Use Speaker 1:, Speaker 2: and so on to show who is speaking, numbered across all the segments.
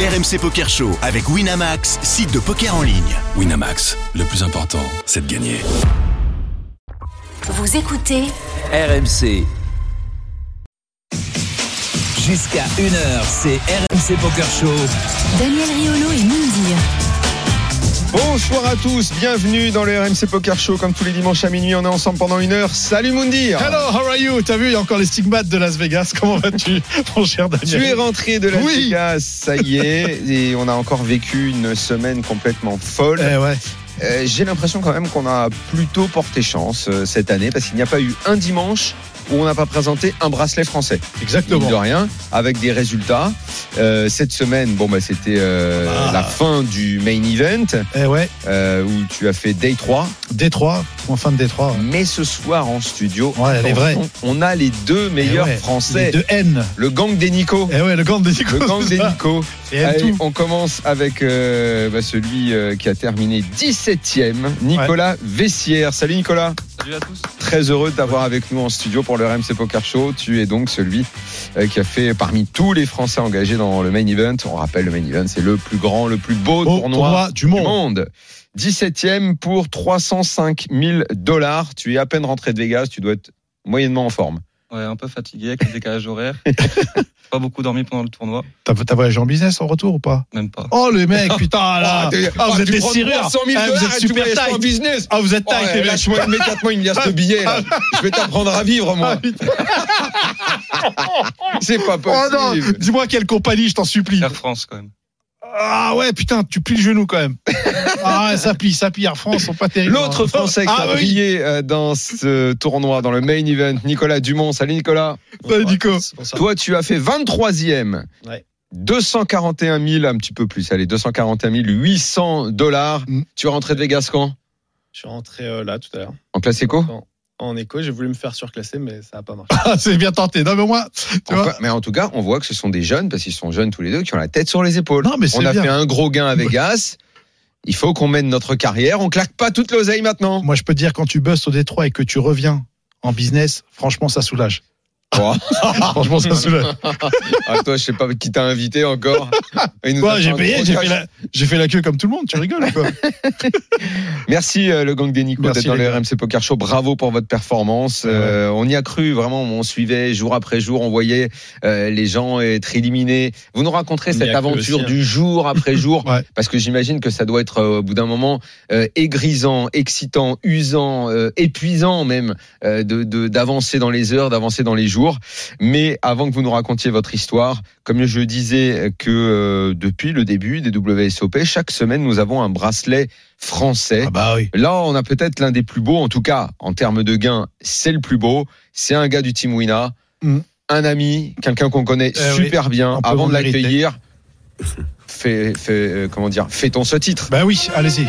Speaker 1: RMC Poker Show avec Winamax, site de poker en ligne.
Speaker 2: Winamax, le plus important, c'est de gagner.
Speaker 3: Vous écoutez
Speaker 4: RMC. Jusqu'à 1h, c'est RMC Poker Show.
Speaker 3: Daniel Riolo et Moundir.
Speaker 5: Bonsoir à tous, bienvenue dans le RMC Poker Show. Comme tous les dimanches à minuit, on est ensemble pendant une heure. Salut Moundir
Speaker 6: Hello, how are you? T'as vu, il y a encore les stigmates de Las Vegas. Comment vas-tu, mon cher
Speaker 5: Tu es
Speaker 6: Daniel?
Speaker 5: rentré de la
Speaker 6: Oui.
Speaker 5: Vegas, ça y est, et on a encore vécu une semaine complètement folle.
Speaker 6: Eh ouais.
Speaker 5: Euh, J'ai l'impression quand même qu'on a plutôt porté chance euh, cette année, parce qu'il n'y a pas eu un dimanche où on n'a pas présenté un bracelet français. Mine de
Speaker 6: Exactement.
Speaker 5: rien, avec des résultats. Euh, cette semaine, bon bah c'était euh,
Speaker 6: Ah.
Speaker 5: la fin du main event
Speaker 6: Eh ouais.
Speaker 5: euh, où tu as fait day 3
Speaker 6: Détroit. Mon fan de Détroit.
Speaker 5: Mais ce soir en studio,
Speaker 6: Ouais, elle est vraie.
Speaker 5: on on a les deux meilleurs
Speaker 6: Eh ouais.
Speaker 5: Français.
Speaker 6: Les De N.
Speaker 5: Le gang des Nico.
Speaker 6: Eh ouais, le gang des
Speaker 5: Le Ah gang des Nico.
Speaker 6: Et elle
Speaker 5: Allez,
Speaker 6: tout.
Speaker 5: on commence avec euh, bah, celui euh, qui a terminé 17e, Nicolas Vessière. Salut Nicolas.
Speaker 7: Salut à tous.
Speaker 5: Très heureux de t'avoir avec nous en studio pour le RMC Poker Show. Tu es donc celui euh, qui a fait parmi tous les Français engagés dans le main event. On rappelle, le main event, c'est le plus grand, le plus beau
Speaker 6: Au
Speaker 5: tournoi
Speaker 6: tournoi du
Speaker 5: du
Speaker 6: monde.
Speaker 5: monde. 17e pour 305 000 dollars. Tu es à peine rentré de Vegas, tu dois être moyennement en forme.
Speaker 7: Ouais, un peu fatigué avec le décalage horaire. pas beaucoup dormi pendant le tournoi,
Speaker 6: T'as t'as voyagé en business en retour ou pas?
Speaker 7: même pas.
Speaker 6: Oh, le mec, putain,
Speaker 5: Ah,
Speaker 6: là.
Speaker 5: t'es-
Speaker 6: Ah, vous
Speaker 5: ah,
Speaker 6: êtes
Speaker 5: tu
Speaker 6: des
Speaker 5: prends
Speaker 6: cireurs.
Speaker 5: 300 000
Speaker 6: Ah, vous
Speaker 5: dollars
Speaker 6: êtes
Speaker 5: et tu
Speaker 6: super
Speaker 5: voyages pas en
Speaker 6: tight.
Speaker 5: business.
Speaker 6: Ah, vous êtes
Speaker 5: Oh,
Speaker 6: taille,
Speaker 5: ouais,
Speaker 6: les mecs.
Speaker 5: Lâche-moi immédiatement une liasse de
Speaker 6: Ah.
Speaker 5: billets. là. Je vais t'apprendre à vivre, moi. C'est pas
Speaker 6: Oh non,
Speaker 5: possible.
Speaker 6: dis-moi quelle compagnie, je t'en supplie.
Speaker 7: Air France, quand même.
Speaker 6: Ah ouais, putain, tu plies le genou quand même. Ah ouais, ça plie, ça plie. Air France, sont pas terribles.
Speaker 5: L'autre Français qui
Speaker 6: ah,
Speaker 5: a
Speaker 6: oui.
Speaker 5: brillé euh, dans ce tournoi, dans le main event, Nicolas Dumont. Salut Nicolas.
Speaker 6: Salut, Nico.
Speaker 5: Toi, tu as fait 23e.
Speaker 6: Ouais.
Speaker 5: 241 000, un petit peu plus, allez, 241 800 dollars.
Speaker 6: Mm.
Speaker 5: Tu es rentré de Vegas quand
Speaker 8: Je suis rentré euh, là tout à l'heure
Speaker 5: En classe éco
Speaker 8: en écho. J'ai voulu me faire surclasser, mais ça n'a pas marché.
Speaker 6: Ah, c'est bien tenté. Non, mais moi, tu vois.
Speaker 5: Enfin, mais en tout cas, on voit que ce sont des jeunes, parce qu'ils sont jeunes tous les deux, qui ont la tête sur les épaules.
Speaker 6: Non, mais
Speaker 5: on
Speaker 6: c'est
Speaker 5: a
Speaker 6: bien.
Speaker 5: fait un gros gain à Vegas. Il faut qu'on mène notre carrière. On claque pas toute l'oseille maintenant.
Speaker 6: Moi, je peux te dire, quand tu bustes au Détroit et que tu reviens en business, franchement, ça soulage.
Speaker 5: Oh.
Speaker 6: franchement, ça soulage.
Speaker 5: Ah, toi, je sais pas qui t'a invité encore. Il nous a
Speaker 6: Moi,
Speaker 5: fait
Speaker 6: j'ai
Speaker 5: un gros
Speaker 6: payé, j'ai
Speaker 5: cash.
Speaker 6: fait, la, j'ai fait la queue comme tout le monde, tu rigoles ou quoi
Speaker 5: Merci euh, le gang des Nico
Speaker 6: Merci,
Speaker 5: d'être dans
Speaker 6: les
Speaker 5: le
Speaker 6: gars.
Speaker 5: RMC Poker Show. Bravo pour votre performance. Euh, on y a cru vraiment. On suivait jour après jour. On voyait euh, les gens être éliminés. Vous nous raconterez
Speaker 8: On y
Speaker 5: cette
Speaker 8: a cru
Speaker 5: aventure
Speaker 8: aussi, hein.
Speaker 5: du jour après jour
Speaker 6: Ouais.
Speaker 5: parce que j'imagine que ça doit être euh, au bout d'un moment euh, aigrisant, excitant, usant, euh, épuisant même euh, de de- d'avancer dans les heures, d'avancer dans les jours. Mais avant que vous nous racontiez votre histoire, comme je disais euh, que euh, depuis le début des WSOP, chaque semaine nous avons un bracelet français.
Speaker 6: Ah bah oui.
Speaker 5: Là, on a peut-être l'un des plus beaux, en tout cas en termes de gains, c'est le plus beau. C'est un gars du Team Wina,
Speaker 6: Mm.
Speaker 5: un ami, quelqu'un qu'on connaît
Speaker 6: Eh oui,
Speaker 5: super bien.
Speaker 6: on peut
Speaker 5: Avant
Speaker 6: vous
Speaker 5: de
Speaker 6: mériter.
Speaker 5: l'accueillir, fais, fais- euh, comment dire, fait-on ce titre
Speaker 6: Bah oui, allez-y.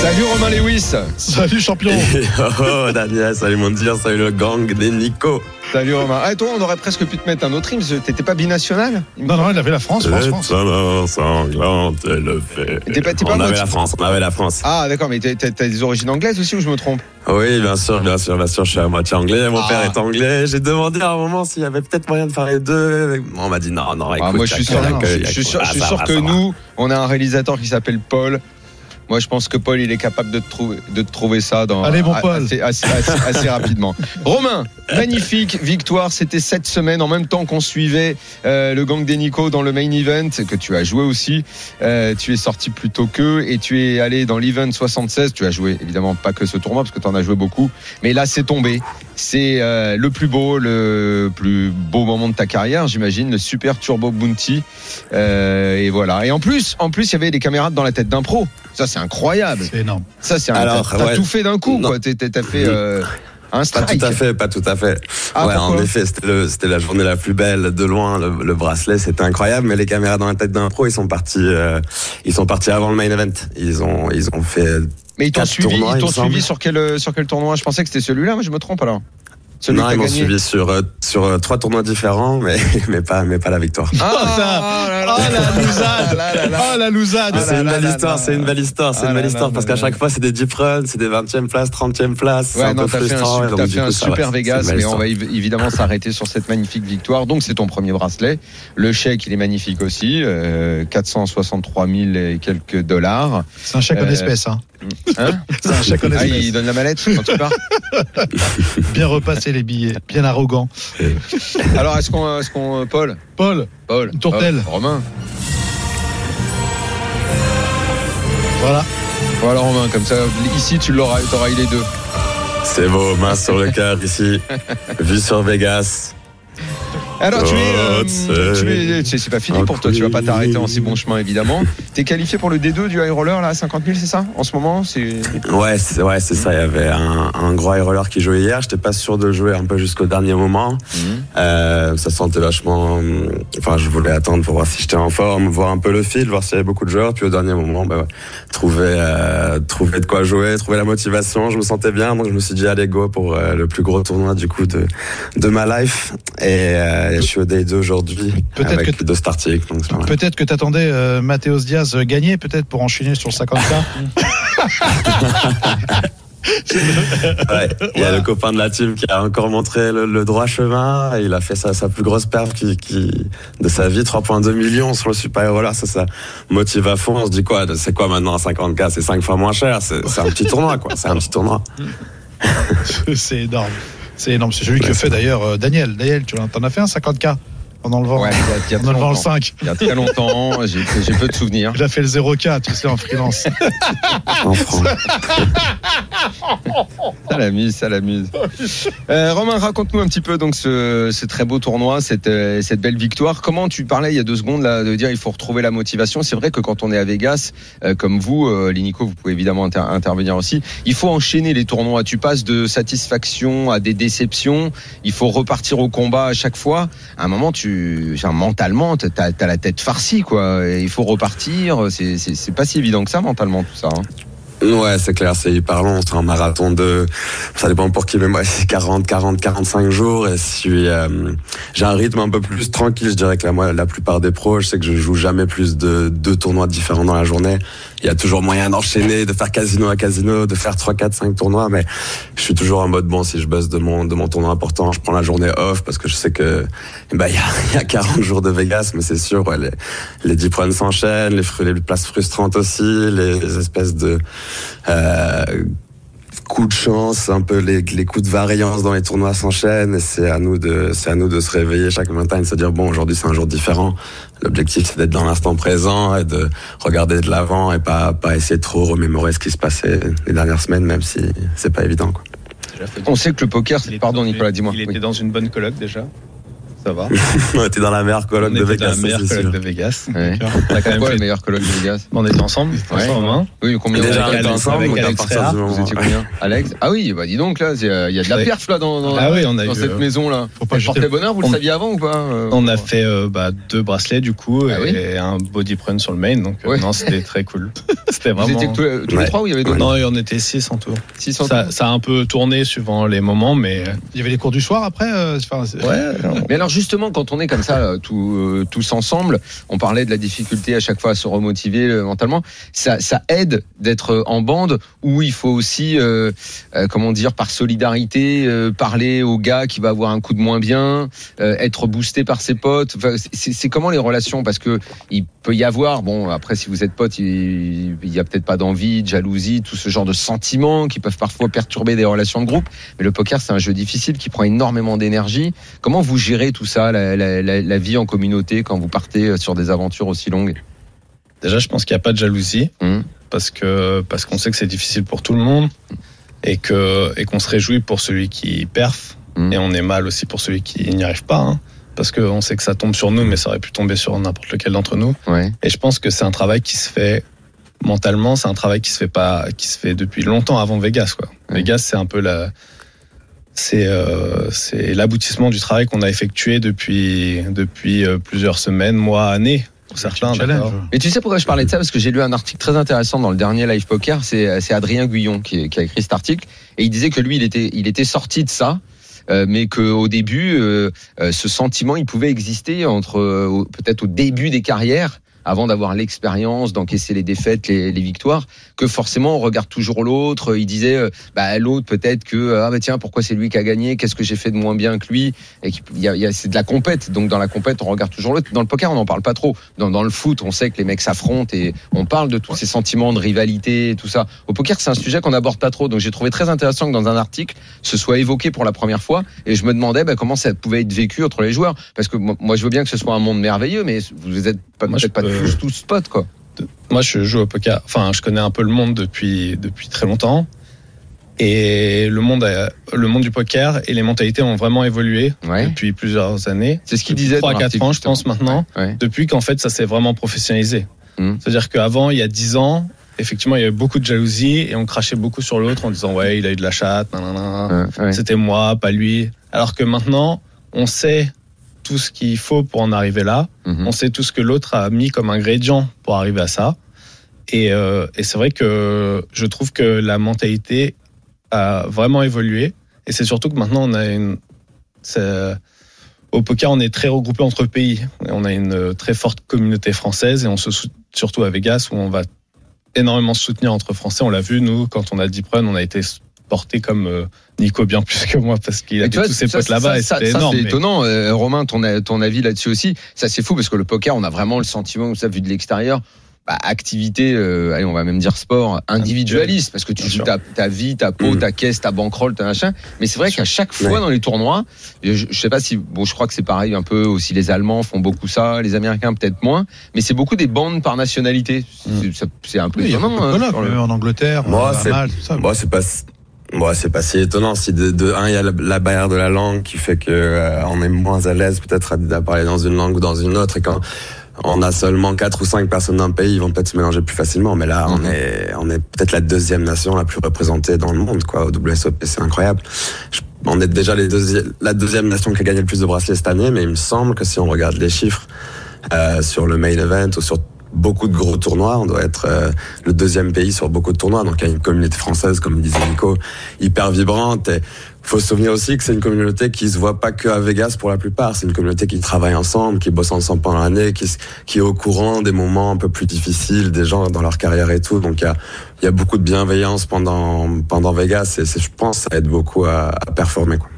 Speaker 5: Salut Romain Lewis,
Speaker 6: Salut, champion.
Speaker 9: oh Daniel, salut mon Dieu, salut le gang des Nico.
Speaker 5: salut Romain. Ah, toi, on aurait presque pu te mettre un autre hymne. T'étais pas binational
Speaker 6: Non, non, il avait la France, France, France.
Speaker 9: Alors sanglante le fait.
Speaker 5: T'es pas- t'es pas
Speaker 9: On avait
Speaker 5: moitié-
Speaker 9: la France, on avait la France. Ah
Speaker 5: Ah, d'accord, mais t'as t'as- t'as des origines anglaises aussi ou je me trompe
Speaker 9: Oui, bien sûr, bien sûr, bien sûr, je suis à moitié anglais, mon
Speaker 5: Ah.
Speaker 9: père est anglais. J'ai demandé à un moment s'il y avait peut-être moyen de faire les deux. On m'a dit non, non, écoute.
Speaker 5: Ah, Moi, je suis
Speaker 9: y a
Speaker 5: sûr,
Speaker 9: que-
Speaker 6: non,
Speaker 9: y a
Speaker 5: je
Speaker 9: que-
Speaker 5: suis sûr-
Speaker 9: Ah,
Speaker 5: je suis
Speaker 9: ça
Speaker 5: sûr
Speaker 9: va,
Speaker 5: que
Speaker 9: ça va.
Speaker 5: nous, on a un réalisateur qui s'appelle Paul. Moi, je pense que Paul, il est capable de te trouver, de te trouver ça dans,
Speaker 6: Allez, mon
Speaker 5: a-
Speaker 6: Paul.
Speaker 5: Assez, assez- assez- assez rapidement. Romain, magnifique victoire. C'était cette semaine, en même temps qu'on suivait euh, le gang des Nico dans le main event, que tu as joué aussi. Euh, tu es sorti plus tôt qu'eux et tu es allé dans l'event 76. Tu as joué, évidemment, pas que ce tournoi, parce que tu en as joué beaucoup. Mais là, c'est tombé. C'est euh, le plus beau, le plus beau moment de ta carrière, j'imagine, le super turbo bounty. Euh, et voilà. Et en plus, en plus, il y avait des camarades dans la tête d'un pro. Ça, c'est incroyable.
Speaker 6: C'est énorme.
Speaker 5: Ça, c'est un-
Speaker 9: Alors,
Speaker 5: t'as- T'as
Speaker 9: ouais.
Speaker 5: tout fait d'un coup,
Speaker 9: Non.
Speaker 5: quoi. T'es- t'es- T'as fait euh, un
Speaker 9: Pas
Speaker 5: strike.
Speaker 9: tout à fait, pas tout à fait.
Speaker 5: Ah,
Speaker 9: ouais, en
Speaker 5: pourquoi
Speaker 9: effet, c'était le- c'était la journée la plus belle de loin. Le, le bracelet, c'était incroyable. Mais les caméras dans la tête d'un pro, ils sont partis, euh, ils sont partis avant le main event. Ils ont, ils ont fait
Speaker 5: Mais ils t'ont
Speaker 9: Quatre
Speaker 5: suivi,
Speaker 9: tournois,
Speaker 5: ils
Speaker 9: il
Speaker 5: t'ont
Speaker 9: me
Speaker 5: suivi euh,
Speaker 9: semble.
Speaker 5: sur quel, sur quel tournoi Je pensais que c'était celui-là, mais je me trompe alors. Celui
Speaker 9: non,
Speaker 5: qui a
Speaker 9: ils m'ont
Speaker 5: gagné.
Speaker 9: suivi sur, euh, sur euh, trois tournois différents, mais, mais, pas, mais pas la victoire.
Speaker 5: Ah,
Speaker 6: Oh, la lousade.
Speaker 5: là là là.
Speaker 6: Oh la
Speaker 5: Ah
Speaker 6: lousade
Speaker 9: Mais
Speaker 5: là
Speaker 9: c'est une
Speaker 5: là
Speaker 9: belle
Speaker 5: là
Speaker 9: histoire,
Speaker 5: là.
Speaker 9: c'est une belle histoire, c'est
Speaker 5: Ah
Speaker 9: une belle
Speaker 5: là
Speaker 9: histoire,
Speaker 5: là
Speaker 9: parce
Speaker 5: là
Speaker 9: qu'à
Speaker 5: là.
Speaker 9: chaque fois, c'est des deep runs, c'est des 20e places, 30e places. c'est
Speaker 5: Ouais,
Speaker 9: un
Speaker 5: non,
Speaker 9: peu
Speaker 5: t'as fait un,
Speaker 9: frustrant.
Speaker 5: su-
Speaker 9: et donc,
Speaker 5: t'as
Speaker 9: du
Speaker 5: fait
Speaker 9: coup,
Speaker 5: un
Speaker 9: ça,
Speaker 5: super
Speaker 9: ouais,
Speaker 5: Vegas,
Speaker 9: c'est une belle
Speaker 5: mais on
Speaker 9: histoire.
Speaker 5: va évi- évidemment s'arrêter sur cette magnifique victoire. Donc, c'est ton premier bracelet. Le chèque, il est magnifique aussi. euh, 463 000 et quelques dollars.
Speaker 6: C'est un chèque en
Speaker 5: Euh,
Speaker 6: espèces, hein.
Speaker 5: Hein
Speaker 6: C'est un chèque en
Speaker 5: ah,
Speaker 6: espèces.
Speaker 5: il donne la mallette quand tu pars.
Speaker 6: Bien repassé les billets, bien arrogant.
Speaker 5: Alors, est-ce qu'on, est-ce qu'on, Paul,
Speaker 6: Paul,
Speaker 5: Paul,
Speaker 6: Une tourtelle.
Speaker 5: Paul, Romain.
Speaker 6: voilà.
Speaker 5: Voilà, Romain, comme ça, ici, tu l'auras, t'auras eu les deux.
Speaker 9: C'est beau, main sur le cœur ici, vue sur Vegas.
Speaker 5: Alors tu es, euh,
Speaker 9: Oh, c'est-
Speaker 5: tu es- c'est- c'est pas fini pour toi, tu vas pas t'arrêter en si bon chemin évidemment. T'es qualifié pour le D2 du high roller là, à 50 000 c'est ça En ce moment, c'est
Speaker 9: Ouais, c'est ouais, c'est ça. Il y avait un, un gros high roller qui jouait hier. J'étais pas sûr de le jouer un peu jusqu'au dernier moment. Euh, ça sentait vachement. hum, Enfin, je voulais attendre pour voir si j'étais en forme, voir un peu le fil, voir s'il y avait beaucoup de joueurs. Puis au dernier moment, bah, ouais, trouver, euh, trouver de quoi jouer, trouver la motivation. Je me sentais bien, donc je me suis dit allez go pour euh, le plus gros tournoi du coup de de ma life. Et, euh, et je suis au day 2 aujourd'hui
Speaker 6: Peut-être
Speaker 9: avec
Speaker 6: que-
Speaker 9: deux starting. Donc c'est pas mal.
Speaker 6: Peut-être que t'attendais euh, Mathéos Diaz euh, gagner, peut-être pour enchaîner sur le 50K.
Speaker 9: Ouais. Il y a le copain de la team qui a encore montré le, le droit chemin. Et il a fait sa, sa plus grosse perf qui, qui, de sa vie, 3,2 millions sur le Super Roller. Ça, ça motive à fond. On se dit quoi de- C'est quoi maintenant 50K C'est 5 fois moins cher. C'est c'est un petit tournoi, quoi. C'est un petit tournoi.
Speaker 6: C'est énorme. C'est énorme. C'est celui que
Speaker 9: Ouais,
Speaker 6: fait d'ailleurs euh, Daniel. Daniel, tu en t'en as fait un 50K en enlevant,
Speaker 5: Ouais, il y a- il y a
Speaker 6: en
Speaker 5: très
Speaker 6: enlevant le
Speaker 5: longtemps.
Speaker 6: 5.
Speaker 5: Il y a très longtemps, j'ai j'ai peu de souvenirs.
Speaker 6: Il a fait le 0K, tu sais, en freelance.
Speaker 9: En francs.
Speaker 5: Ça l'amuse, ça l'amuse. Euh, Romain, raconte-nous un petit peu donc ce, ce très beau tournoi, cette, euh, cette belle victoire. Comment tu parlais il y a deux secondes là de dire il faut retrouver la motivation. C'est vrai que quand on est à Vegas, euh, comme vous, euh, Linico, vous pouvez évidemment inter- intervenir aussi. Il faut enchaîner les tournois. Tu passes de satisfaction à des déceptions. Il faut repartir au combat à chaque fois. À un moment, tu genre, mentalement, t'as as la tête farcie quoi. Et il faut repartir. C'est- C'est c'est pas si évident que ça mentalement tout ça. hein.
Speaker 9: Ouais, c'est clair, c'est hyper long. C'est un marathon de, ça dépend pour qui, mais moi, c'est 40, 40, 45 jours. Et si euh, j'ai un rythme un peu plus tranquille, je dirais que la, moi, la plupart des pros, je sais que je joue jamais plus de deux tournois différents dans la journée. Il y a toujours moyen d'enchaîner, de faire casino à casino, de faire 3, 4, 5 tournois. Mais je suis toujours en mode, bon, si je bosse de mon, de mon tournoi important, je prends la journée off parce que je sais que, bah, il y a, il y a 40 jours de Vegas, mais c'est sûr, ouais, les, les 10 runs s'enchaînent, les, fru- les places frustrantes aussi, les espèces de, euh, coups de chance, un peu les, les coups de variance dans les tournois s'enchaînent. et C'est à nous de, c'est à nous de se réveiller chaque matin et de se dire bon aujourd'hui c'est un jour différent. L'objectif c'est d'être dans l'instant présent et de regarder de l'avant et pas pas essayer de trop remémorer ce qui se passait les dernières semaines même si c'est pas évident quoi.
Speaker 5: On sait que le poker, c'est-
Speaker 8: Il était
Speaker 5: Oh, pardon
Speaker 8: dans-
Speaker 5: Nicolas, dis-moi.
Speaker 8: Il
Speaker 5: Oui.
Speaker 8: était dans une bonne coloc déjà. Ça va.
Speaker 9: On était dans la meilleure colonne
Speaker 8: On
Speaker 9: de
Speaker 8: était
Speaker 9: Vegas.
Speaker 8: dans la
Speaker 9: ça,
Speaker 8: meilleure
Speaker 9: c'est
Speaker 8: coloc
Speaker 9: sûr.
Speaker 8: de Vegas.
Speaker 5: Ouais.
Speaker 8: On a quand même
Speaker 5: Quoi, le
Speaker 8: fait-
Speaker 5: meilleur colloque de Vegas
Speaker 8: On était ensemble,
Speaker 5: Ouais.
Speaker 8: ensemble, hein.
Speaker 5: Oui, combien
Speaker 9: Déjà
Speaker 5: vous
Speaker 9: on
Speaker 5: étiez
Speaker 9: était
Speaker 8: Alex,
Speaker 9: ensemble,
Speaker 8: avec
Speaker 9: donc à
Speaker 8: Alex
Speaker 9: partir
Speaker 8: Réa,
Speaker 9: du
Speaker 5: Vous
Speaker 9: moment.
Speaker 5: étiez combien Alex Ah oui, bah dis donc là, c'est, euh, il y a de la
Speaker 8: Ouais.
Speaker 5: perf là dans, dans,
Speaker 8: Ah oui, on a
Speaker 5: dans
Speaker 8: eu,
Speaker 5: cette
Speaker 8: euh,
Speaker 5: maison là.
Speaker 6: Faut pas jeter.
Speaker 5: Portez bonheur, vous le
Speaker 8: on-
Speaker 5: saviez avant ou pas euh,
Speaker 8: On a fait euh, bah, deux bracelets du coup
Speaker 5: Ah
Speaker 8: et un body prun sur le main. Donc euh,
Speaker 5: Ouais.
Speaker 8: non, c'était très cool. C'était
Speaker 5: Vous
Speaker 8: vraiment.
Speaker 5: étiez que tous, les- tous les
Speaker 9: Ouais.
Speaker 5: trois ou il y avait d'autres
Speaker 8: Non, et on était six en tout.
Speaker 5: 600
Speaker 8: Ça, ça a un peu tourné suivant les moments, mais euh,
Speaker 6: Il y avait les cours du soir après. euh, enfin, c'est-
Speaker 8: ouais.
Speaker 5: Mais alors justement, quand on est comme ça, euh, tout, euh, tous ensemble, on parlait de la difficulté à chaque fois à se remotiver euh, mentalement. Ça, ça aide d'être euh, en bande où il faut aussi, euh, euh, comment dire, par solidarité, euh, parler au gars qui va avoir un coup de moins bien, euh, être boosté par ses potes. Enfin, c'est c'est comment les relations Parce que il peut y avoir, bon, après si vous êtes potes, il il y a peut-être pas d'envie, de jalousie, tout ce genre de sentiments qui peuvent parfois perturber des relations de groupe. Mais le poker, c'est un jeu difficile qui prend énormément d'énergie. Comment vous gérez tout ça, la, la- la- la vie en communauté, quand vous partez euh, sur des aventures aussi longues
Speaker 8: Déjà, je pense qu'il n'y a pas de jalousie
Speaker 5: Mhm.
Speaker 8: parce que parce qu'on sait que c'est difficile pour tout le monde et que et qu'on se réjouit pour celui qui perf
Speaker 5: Mhm.
Speaker 8: et on est mal aussi pour celui qui n'y arrive pas hein, parce qu'on sait que ça tombe sur nous, mais ça aurait pu tomber sur n'importe lequel d'entre nous.
Speaker 5: Ouais.
Speaker 8: Et je pense que c'est un travail qui se fait mentalement, c'est un travail qui se fait pas, qui se fait depuis longtemps avant Vegas. Quoi.
Speaker 5: Ouais.
Speaker 8: Vegas, c'est un peu la, c'est euh, c'est l'aboutissement du travail qu'on a effectué depuis depuis euh, plusieurs semaines, mois, années pour certains.
Speaker 6: Challenge.
Speaker 8: d'accord.
Speaker 5: Mais tu sais pourquoi je parlais de ça Parce que j'ai lu un article très intéressant dans le dernier Live euh, Poker. C'est c'est Adrien Guyon qui, qui a écrit cet article. Et il disait que lui, il était, il était sorti de ça. euh, mais qu'au début, euh, euh, ce sentiment, il pouvait exister entre euh, au- peut-être au début des carrières, avant d'avoir l'expérience, d'encaisser les défaites, les, les victoires, que forcément on regarde toujours l'autre. Il disait, euh, bah, l'autre peut-être que ah bah tiens, pourquoi c'est lui qui a gagné Qu'est-ce que j'ai fait de moins bien que lui Et qu'il- il y a- il y a- c'est de la compète. Donc dans la compète, on regarde toujours l'autre. Dans le poker, on n'en parle pas trop. Dans, dans le foot, on sait que les mecs s'affrontent et on parle de tous ces sentiments de rivalité, et tout ça. Au poker, c'est un sujet qu'on n'aborde pas trop. Donc j'ai trouvé très intéressant que dans un article, ce soit évoqué pour la première fois. Et je me demandais bah, comment ça pouvait être vécu entre les joueurs. Parce que moi, moi, je veux bien que ce soit un monde merveilleux, mais vous êtes pas- peut-être
Speaker 8: Moi, je
Speaker 5: pas
Speaker 8: peux-
Speaker 5: tous, tous potes, quoi.
Speaker 8: Moi, je joue au poker. Enfin, je connais un peu le monde depuis, depuis très longtemps. Et le monde, a- le monde du poker et les mentalités ont vraiment évolué
Speaker 5: Ouais.
Speaker 8: depuis plusieurs années.
Speaker 5: C'est ce qu'il disait.
Speaker 8: 3
Speaker 5: dans
Speaker 8: 4
Speaker 5: l'article,
Speaker 8: ans, je pense, maintenant.
Speaker 5: Ouais.
Speaker 8: Depuis qu'en fait, ça s'est vraiment professionnalisé.
Speaker 5: Mm.
Speaker 8: C'est-à-dire qu'avant, il y a 10 ans, effectivement, il y avait beaucoup de jalousie et on crachait beaucoup sur l'autre en disant Ouais, il a eu de la chatte, nanana.
Speaker 5: Ouais, ouais.
Speaker 8: c'était moi, pas lui. Alors que maintenant, on sait tout ce qu'il faut pour en arriver là.
Speaker 5: Mhm.
Speaker 8: On sait tout ce que l'autre a mis comme ingrédient pour arriver à ça. Et, euh, et c'est vrai que je trouve que la mentalité a vraiment évolué. Et c'est surtout que maintenant, on a une. c'est- Au poker, on est très regroupé entre pays. On a une euh, très forte communauté française et on se sout- surtout à Vegas où on va énormément se soutenir entre Français. On l'a vu, nous, quand on a Deep Run, on a été porté comme euh, Nico bien plus que moi parce qu'il
Speaker 5: Mais
Speaker 8: avait
Speaker 5: tu vois,
Speaker 8: tous ses
Speaker 5: ça,
Speaker 8: potes
Speaker 5: ça,
Speaker 8: là-bas et
Speaker 5: ça,
Speaker 8: c'était
Speaker 5: ça,
Speaker 8: énorme.
Speaker 5: C'est
Speaker 8: mais-
Speaker 5: étonnant, euh, Romain, ton, a- ton avis là-dessus aussi. Ça, c'est fou parce que le poker, on a vraiment le sentiment, ça, vu de l'extérieur, bah, activité, euh, allez, on va même dire sport, individualiste, parce que tu
Speaker 8: Bien
Speaker 5: joues
Speaker 8: sûr. Mm.
Speaker 5: ta, ta vie, ta peau,
Speaker 9: Mhm.
Speaker 5: ta caisse, ta bankroll, ta machin. Mais c'est vrai qu'à chaque fois
Speaker 9: Ouais.
Speaker 5: dans les tournois, et je, je sais pas si, bon, je crois que c'est pareil un peu aussi. Les Allemands font beaucoup ça, les Américains peut-être moins, mais c'est beaucoup des bandes par nationalité. C'est-
Speaker 8: Mhm.
Speaker 5: ça- C'est un peu
Speaker 6: Oui, il y a
Speaker 5: étonnant.
Speaker 6: beaucoup de
Speaker 5: hein,
Speaker 6: colloques,
Speaker 5: sur le-
Speaker 6: même en Angleterre,
Speaker 9: Moi,
Speaker 6: en
Speaker 9: c'est-
Speaker 6: Allemagne, tout ça.
Speaker 9: Bon, c'est pas. si- Bon, c'est pas si étonnant. Si de, de un, il y a la, la barrière de la langue qui fait que euh, on est moins à l'aise peut-être à, à parler dans une langue ou dans une autre, et quand on a seulement quatre ou cinq personnes d'un pays, ils vont peut-être se mélanger plus facilement. Mais là, on
Speaker 5: Mhm.
Speaker 9: est on est peut-être la deuxième nation la plus représentée dans le monde, quoi. Au WSOP, c'est incroyable. Je- on est déjà les deuxi- la deuxième nation qui a gagné le plus de bracelets cette année, mais il me semble que si on regarde les chiffres euh, sur le main event ou sur beaucoup de gros tournois, on doit être euh, le deuxième pays sur beaucoup de tournois. Donc il y a une communauté française, comme disait Nico, hyper vibrante. Et faut se souvenir aussi que c'est une communauté qui se voit pas que à Vegas pour la plupart. C'est une communauté qui travaille ensemble, qui bosse ensemble pendant l'année, qui, s- qui est au courant des moments un peu plus difficiles des gens dans leur carrière et tout. Donc il y a, il y a beaucoup de bienveillance pendant pendant Vegas et c'est- je pense ça aide beaucoup à, à performer. Quoi.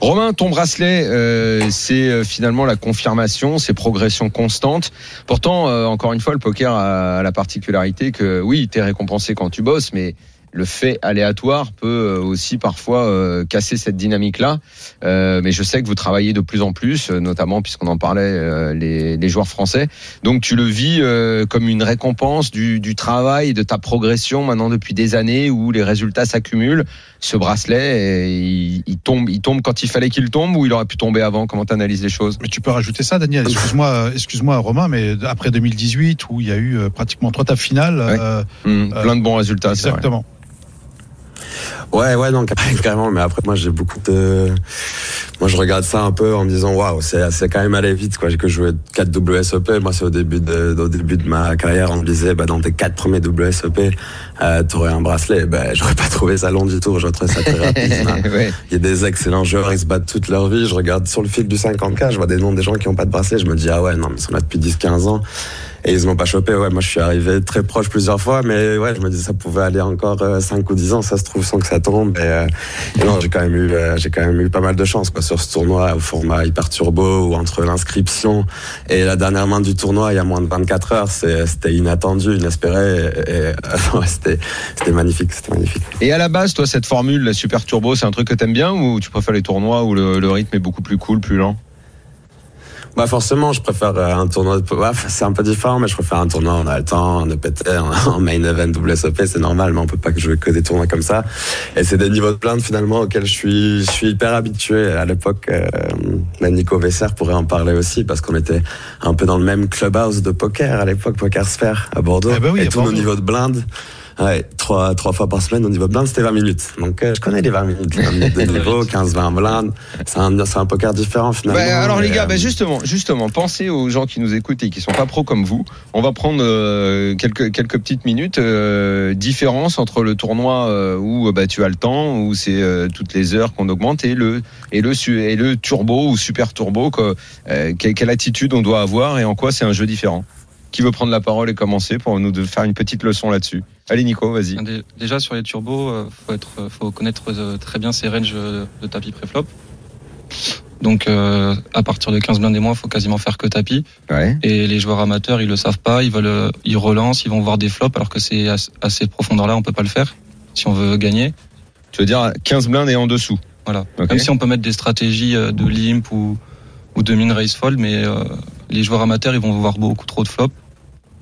Speaker 5: Romain, ton bracelet, euh, c'est euh, finalement la confirmation, c'est progression constante. Pourtant, euh, encore une fois, le poker a la particularité que oui, t'es récompensé quand tu bosses, mais le fait aléatoire peut euh, aussi parfois euh, casser cette dynamique-là. Euh, mais je sais que vous travaillez de plus en plus, euh, notamment puisqu'on en parlait euh, les, les joueurs français. Donc tu le vis euh, comme une récompense du, du travail, de ta progression maintenant depuis des années où les résultats s'accumulent ce bracelet, et il, il tombe, il tombe quand il fallait qu'il tombe ou il aurait pu tomber avant Comment t'analyses les choses
Speaker 6: Mais tu peux rajouter ça, Daniel. Excuse-moi, euh, excuse-moi, Romain, mais après 2018, où il y a eu euh, pratiquement trois tables finales,
Speaker 5: Ouais.
Speaker 9: Ah,
Speaker 6: euh,
Speaker 5: Hum,
Speaker 6: Euh,
Speaker 5: Plein de bons résultats, c'est vrai.
Speaker 6: exactement.
Speaker 9: Ouais, ouais, non, car- carrément. Mais après, moi, j'ai beaucoup de. Moi, je regarde ça un peu en me disant, waouh, c'est c'est quand même allé vite, quoi. J'ai que joué 4 WSOP. E Moi, c'est au début de, au début de ma carrière, on me disait, bah, dans tes 4 premiers WSOP, euh, t'aurais un bracelet. Ben, j'aurais pas trouvé ça long du tout. J'aurais trouvé ça très rapide. hein.
Speaker 5: Ouais.
Speaker 9: Il y a des excellents joueurs, ils se battent toute leur vie. Je regarde sur le fil du 50K, je vois des noms des gens qui n'ont pas de bracelet. Je me dis, ah ouais, non, mais ils sont là depuis 10-15 ans. Et ils m'ont pas chopé. Ouais, moi, je suis arrivé très proche plusieurs fois. Mais ouais, je me dis, ça pouvait aller encore euh, 5 ou 10 ans. Ça se trouve sans que ça tombe. Et, euh, et non, j'ai quand même eu, euh, j'ai quand même eu pas mal de chance, quoi, sur ce tournoi au format hyper turbo ou entre l'inscription et la dernière main du tournoi il y a moins de 24 heures. C'est- C'était inattendu, inespéré. Et, et- ouais, c'était, c'était magnifique. C'était magnifique.
Speaker 5: Et à la base, toi, cette formule, la super turbo, c'est un truc que t'aimes bien ou tu préfères les tournois où le, le rythme est beaucoup plus cool, plus lent
Speaker 9: Bah forcément, je préfère euh, un tournoi. de- bah, c'est un peu différent, mais je préfère un tournoi. On a le temps, on est pété, on en main event WSOP, c'est normal, mais on peut pas que jouer que des tournois comme ça. Et c'est des niveaux de plainte finalement auxquels je suis, je suis hyper habitué. À l'époque, euh, même Nico Vesser pourrait en parler aussi parce qu'on était un peu dans le même clubhouse de poker à l'époque, Poker Sphere à Bordeaux.
Speaker 6: Ah bah oui,
Speaker 5: Eh
Speaker 6: à
Speaker 9: et
Speaker 5: ben
Speaker 9: tous nos
Speaker 6: Bordeaux.
Speaker 9: niveaux de blindes Ouais, trois, trois fois par semaine, au niveau blind, c'était 20 minutes. Donc, euh, je connais les 20 minutes, les 20 minutes de niveau, 15-20 blindes. C'est un, c'est un poker différent, finalement.
Speaker 5: Bah, alors les
Speaker 9: Mais,
Speaker 5: gars,
Speaker 9: euh,
Speaker 5: bah, justement, justement, pensez aux gens qui nous écoutent et qui sont pas pros comme vous. On va prendre euh, quelques quelques petites minutes euh, différence entre le tournoi euh, où euh, bah, tu as le temps, où c'est euh, toutes les heures qu'on augmente, et le et le su- et le turbo ou super turbo. quoi. Euh, que- quelle attitude on doit avoir et en quoi c'est un jeu différent. Qui veut prendre la parole et commencer pour nous de faire une petite leçon là-dessus Allez Nico, vas-y.
Speaker 7: Dé- Déjà sur les turbos, euh, faut être, euh, faut connaître euh, très bien ses ranges euh, de tapis préflop. Donc euh, à partir de 15 blindes et moins, faut quasiment faire que tapis.
Speaker 5: Ouais.
Speaker 7: Et les joueurs amateurs, ils le savent pas, ils veulent, euh, ils relancent, ils vont voir des flops alors que c'est à, à ces profondeurs-là, on peut pas le faire si on veut gagner.
Speaker 5: Tu veux dire 15 blindes et en dessous.
Speaker 7: Voilà.
Speaker 5: Ok.
Speaker 7: Même si on peut mettre des stratégies euh, de limp ou, ou de min raise fold, mais euh, les joueurs amateurs, ils vont voir beaucoup trop de flops.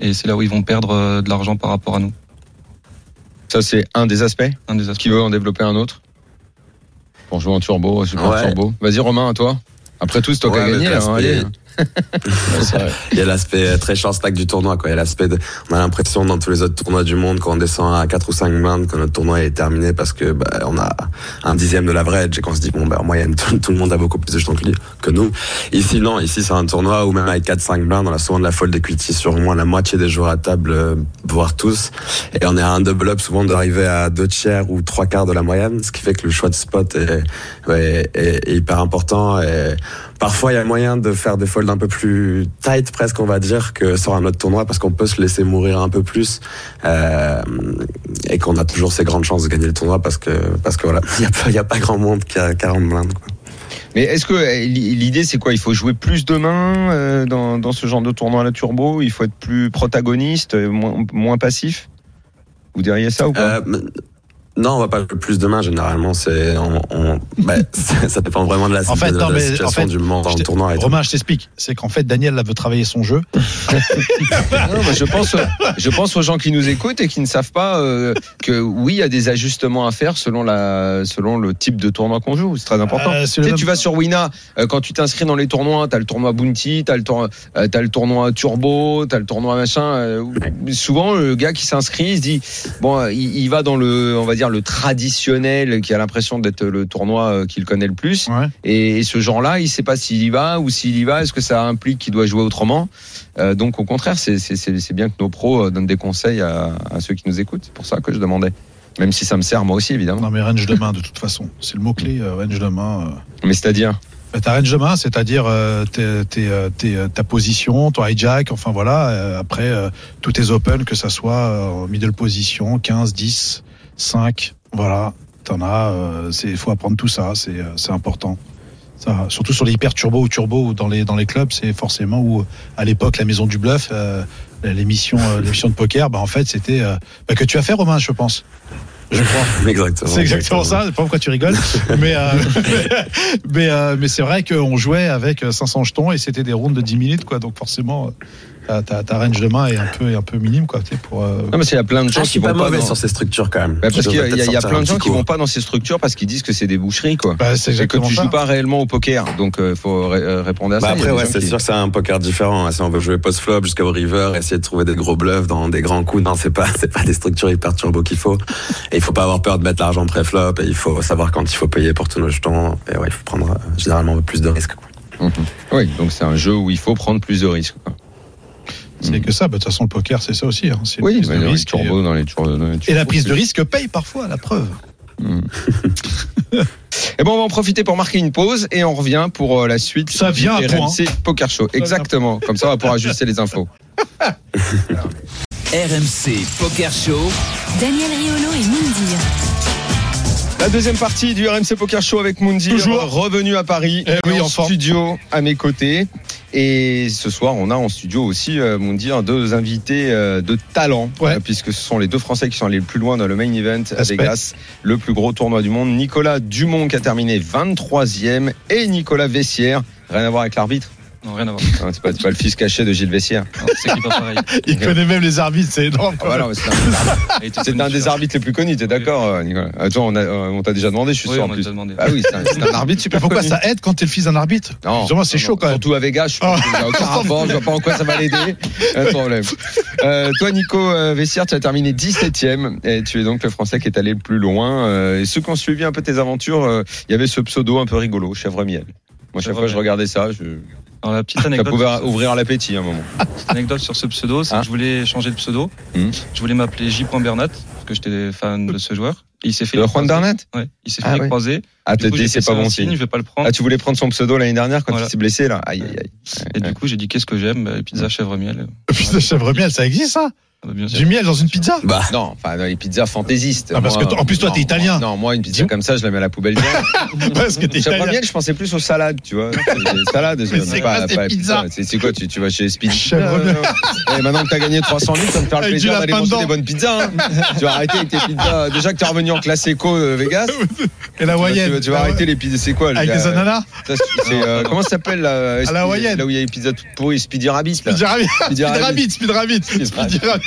Speaker 7: Et c'est là où ils vont perdre euh, de l'argent par rapport à nous.
Speaker 5: Ça c'est un des aspects.
Speaker 7: Un des aspects.
Speaker 5: Qui veut en développer un autre Pour jouer en turbo, super
Speaker 9: Ouais.
Speaker 5: turbo. Vas-y Romain, à toi. Après tout, c'est toi qui as
Speaker 9: Ouais,
Speaker 5: gagné.
Speaker 9: mais
Speaker 5: hein,
Speaker 9: l'aspect-
Speaker 5: allez.
Speaker 9: Il y a l'aspect euh, très short stack du tournoi, quoi. Il y a l'aspect de, on a l'impression dans tous les autres tournois du monde, quand on descend à 4 ou 5 blindes, quand notre tournoi est terminé parce que, bah, on a un dixième de l'average et qu'on se dit, bon, bah, en moyenne, tout, tout le monde a beaucoup plus de jetons que, lui- que nous. Ici, non. Ici, c'est un tournoi où même avec 4, 5 blindes, on a souvent de la fold equity sur au moins la moitié des joueurs à table, euh, voire tous. Et on est à un double up souvent d'arriver à deux tiers ou trois quarts de la moyenne, ce qui fait que le choix de spot est, ouais, est- est hyper important et, Parfois, il y a moyen de faire des folds un peu plus tight, presque, on va dire, que sur un autre tournoi, parce qu'on peut se laisser mourir un peu plus euh, et qu'on a toujours ces grandes chances de gagner le tournoi, parce que parce que voilà, il y a pas, il y a pas grand monde qui a 40 blindes. Quoi.
Speaker 5: Mais est-ce que euh, li- l'idée c'est quoi Il faut jouer plus de mains euh, dans, dans ce genre de tournoi à la turbo Il faut être plus protagoniste, euh, moins, moins passif Vous diriez ça ou pas
Speaker 9: Euh, non, on va pas le plus demain. Généralement, c'est on, on- bah, ça ça dépend vraiment de la,
Speaker 6: En fait,
Speaker 9: de la
Speaker 6: non, mais,
Speaker 9: situation
Speaker 6: en fait,
Speaker 9: du moment dans
Speaker 6: je
Speaker 9: le
Speaker 6: t'ai-
Speaker 9: tournoi. Et tout.
Speaker 6: Romain, je t'explique. C'est qu'en fait, Daniel là, veut travailler son jeu.
Speaker 5: Non, mais je pense, je pense aux gens qui nous écoutent et qui ne savent pas euh, que oui, il y a des ajustements à faire selon la, selon le type de tournoi qu'on joue. C'est très important.
Speaker 6: Euh, c'est
Speaker 5: Tu,
Speaker 6: le
Speaker 5: sais,
Speaker 6: même-
Speaker 5: tu vas sur Wina euh, quand tu t'inscris dans les tournois, t'as le tournoi Bounty, t'as le tournoi, euh, t'as le tournoi Turbo, t'as le tournoi machin. euh, souvent, le gars qui s'inscrit il se dit bon, euh, il, il va dans le, on va dire le traditionnel qui a l'impression d'être le tournoi euh, qu'il connaît le plus.
Speaker 6: Ouais.
Speaker 5: Et, et ce genre-là, il sait pas s'il y va ou s'il y va, est-ce que ça implique qu'il doit jouer autrement Euh, Donc au contraire, c'est- c'est c'est- c'est bien que nos pros euh, donnent des conseils à, à ceux qui nous écoutent. C'est pour ça que je demandais. Même si ça me sert moi aussi évidemment.
Speaker 6: Non, mais range de main, de toute façon. C'est le mot-clé, euh, range de main. euh.
Speaker 5: Mais c'est-à-dire
Speaker 6: Bah, ta range de main, c'est-à-dire euh, tes- tes, euh, tes, euh, ta position, ton hijack, enfin voilà. euh, après, euh, tout est open, que ça soit euh, en middle position, 15, 10, 5, voilà. T'en as, euh, c'est faut apprendre tout ça, c'est euh, c'est important. Ça, surtout sur les hyper turbo ou turbo ou dans les dans les clubs, c'est forcément où à l'époque la maison du bluff, euh, l'émission euh, l'émission de poker, bah en fait c'était euh, bah, que tu as fait Romain, je pense. Je crois.
Speaker 9: Exactement.
Speaker 6: C'est exactement ça. Je sais pas pourquoi tu rigoles, mais euh, mais, euh, mais c'est vrai qu'on jouait avec 500 jetons et c'était des rounds de 10 minutes quoi. Donc forcément, euh, ta, ta, ta range de main est un peu est un peu minime quoi. tu sais, pour euh,
Speaker 5: Non, mais c'est il y a plein de gens
Speaker 9: Ah, je
Speaker 5: qui
Speaker 9: suis
Speaker 5: vont
Speaker 9: pas
Speaker 5: pas.
Speaker 9: mauvais
Speaker 5: dans-
Speaker 9: sur ces structures quand même.
Speaker 5: Bah, parce
Speaker 9: Je
Speaker 5: qu'il y a,
Speaker 9: devrais
Speaker 5: il y a- il y a
Speaker 9: peut-être
Speaker 5: plein de
Speaker 9: sortir un
Speaker 5: gens
Speaker 9: petit
Speaker 5: qui
Speaker 9: cours.
Speaker 5: vont pas dans ces structures parce qu'ils disent que c'est des boucheries, quoi.
Speaker 6: bah,
Speaker 5: C'est que
Speaker 6: c'est exactement
Speaker 5: tu
Speaker 6: ça.
Speaker 5: joues pas réellement au poker, donc il faut ré- euh, répondre à
Speaker 9: Bah
Speaker 5: ça. Il y
Speaker 9: après,
Speaker 5: a des
Speaker 9: ouais,
Speaker 5: gens
Speaker 9: c'est
Speaker 5: qui-
Speaker 9: sûr que c'est un poker différent. hein. Si on veut jouer post-flop jusqu'au river, essayer de trouver des gros bluffs dans des grands coups, non, c'est pas, c'est pas des structures hyper turbo qu'il faut. Et il faut pas avoir peur de mettre l'argent pré-flop et il faut savoir quand il faut payer pour tous nos jetons. Et ouais, il faut prendre euh, généralement plus de risques. quoi.
Speaker 5: Oui, donc c'est un jeu où il faut prendre plus de risques. quoi.
Speaker 6: C'est que ça. Bah, De toute façon, le poker c'est ça aussi. hein. C'est une
Speaker 5: Mm. Oui,
Speaker 6: prise
Speaker 5: bah,
Speaker 6: de
Speaker 5: dans les
Speaker 6: risque et-
Speaker 5: turbos, dans les tur- dans les
Speaker 6: et la
Speaker 5: turbos,
Speaker 6: prise
Speaker 5: c'est-
Speaker 6: de risque paye parfois, la preuve.
Speaker 5: Et bon, Eh ben, on va en profiter pour marquer une pause et on revient pour euh, la suite.
Speaker 6: Ça
Speaker 5: du
Speaker 6: vient à point.
Speaker 5: RMC Poker Show. Exactement. Comme ça, on va pouvoir ajuster les infos.
Speaker 4: RMC Poker Show.
Speaker 3: Daniel Riolo et Moundir.
Speaker 5: La deuxième partie du RMC Poker Show avec Mundi.
Speaker 6: Toujours.
Speaker 5: revenu à Paris.
Speaker 6: Eh oui,
Speaker 5: en
Speaker 6: en forme.
Speaker 5: studio à mes côtés. Et ce soir, on a en studio aussi, euh, Mundi, un- deux invités euh, de talent,
Speaker 6: Ouais.
Speaker 5: euh, puisque ce sont les deux Français qui sont allés le plus loin dans le main event à
Speaker 6: Respect.
Speaker 5: Vegas, le plus gros tournoi du monde. Nicolas Dumont qui a terminé 23e et Nicolas Vessière, rien à voir avec l'arbitre,
Speaker 7: Non, rien à voir.
Speaker 5: Hein, C'est pas, c'est pas le fils caché de Gilles Vessière.
Speaker 7: Non, C'est qui pas pareil.
Speaker 6: Il
Speaker 5: Ok.
Speaker 6: connaît même les arbitres, c'est énorme.
Speaker 5: Ah bah non, mais c'est un,
Speaker 7: Il était
Speaker 5: c'est
Speaker 7: connu,
Speaker 5: un des
Speaker 7: celui-là.
Speaker 5: arbitres les plus connus, t'es d'accord, euh, Nicolas Attends, on a- euh, on t'a déjà demandé, je suis
Speaker 7: Oui,
Speaker 5: sûr
Speaker 7: on
Speaker 5: en
Speaker 7: m'a
Speaker 5: plus.
Speaker 7: déjà demandé.
Speaker 5: Ah oui, c'est un, c'est un arbitre super
Speaker 6: Mais pourquoi
Speaker 5: connu.
Speaker 6: ça aide quand t'es le fils d'un arbitre
Speaker 5: Non,
Speaker 6: Excusez-moi, c'est
Speaker 5: non,
Speaker 6: chaud
Speaker 5: non.
Speaker 6: quand même.
Speaker 5: Surtout à Vegas, je pense qu'il y a aucun rapport, je vois pas en quoi ça va l'aider. Pas de problème. Euh, toi, Nico euh, Vessière, tu as terminé 17ème et tu es donc le Français qui est allé le plus loin. Euh, et ceux qui ont suivi un peu tes aventures, euh, il y avait ce pseudo un peu rigolo, Chèvre Miel. Moi, chaque
Speaker 7: Chèvre
Speaker 5: fois que je
Speaker 7: Miel.
Speaker 5: regardais ça, je...
Speaker 7: Alors, la petite
Speaker 5: ça
Speaker 7: anecdote,
Speaker 5: pouvait ouvrir l'appétit à un moment.
Speaker 7: anecdote sur ce pseudo, c'est
Speaker 5: Hein
Speaker 7: que je voulais changer de pseudo.
Speaker 5: Hmm.
Speaker 7: Je voulais m'appeler J. Bernat, parce que j'étais fan de ce joueur. Et il s'est fait.
Speaker 5: Le
Speaker 7: les
Speaker 5: Juan
Speaker 7: croiser.
Speaker 5: Bernat
Speaker 7: Ouais, il s'est fait
Speaker 5: Ah
Speaker 7: les
Speaker 5: ouais.
Speaker 7: croiser.
Speaker 5: Ah,
Speaker 7: Du
Speaker 5: t'as
Speaker 7: coup,
Speaker 5: dit,
Speaker 7: j'ai
Speaker 5: c'est
Speaker 7: fait,
Speaker 5: pas bon
Speaker 7: un
Speaker 5: signe.
Speaker 7: Je vais pas le prendre.
Speaker 5: Ah, tu voulais prendre son pseudo l'année dernière quand
Speaker 7: Voilà.
Speaker 5: il s'est blessé, là Aïe, aïe, aïe.
Speaker 7: Et du coup, j'ai dit qu'est-ce que j'aime Bah, Pizza chèvre miel.
Speaker 6: Putain, chèvre miel, ça existe hein. ça
Speaker 7: Ah bah, bien sûr.
Speaker 6: Du miel dans une pizza
Speaker 9: Bah,
Speaker 5: Non, enfin, dans les pizzas fantaisistes.
Speaker 6: Ah, parce que toi- en plus, toi,
Speaker 5: non,
Speaker 6: t'es italien.
Speaker 5: moi- non, moi, une pizza comme ça, je la mets à la poubelle. direct.
Speaker 6: Parce que t'es
Speaker 5: J'aimerais
Speaker 6: italien.
Speaker 5: bien, je pensais plus aux salades, tu vois. Les salades, je
Speaker 6: Mais
Speaker 5: connais
Speaker 6: c'est
Speaker 5: pas,
Speaker 6: quoi ces
Speaker 5: pas les
Speaker 6: pizzas
Speaker 5: C'est c'est quoi, tu, tu vas chez Speed
Speaker 6: J'aimerais bien.
Speaker 5: Et Eh, maintenant que t'as gagné 300 000, ça me faire le
Speaker 6: Avec du
Speaker 5: plaisir d'aller
Speaker 6: lapin
Speaker 5: manger
Speaker 6: dedans.
Speaker 5: des bonnes pizzas. hein. tu vas arrêter avec tes pizzas. Déjà que t'es revenu en classe éco euh, Vegas, tu
Speaker 6: Et la
Speaker 5: vas- tu vas,
Speaker 6: hawaïenne.
Speaker 5: tu vas arrêter les pizzas. C'est quoi le-
Speaker 6: Avec
Speaker 5: la-
Speaker 6: des ananas
Speaker 5: ça, c'est- c'est, euh, Comment ça s'appelle la,
Speaker 6: À la hawaïenne.
Speaker 5: Là où il y a les pizzas toutes pourries, Speedy Rabbit. là.
Speaker 6: Speed Rabbit,
Speaker 5: Speedy
Speaker 6: Speed
Speaker 5: Rabbit.
Speaker 6: Rabbit, Speed Rabbit, Speed Rabbit.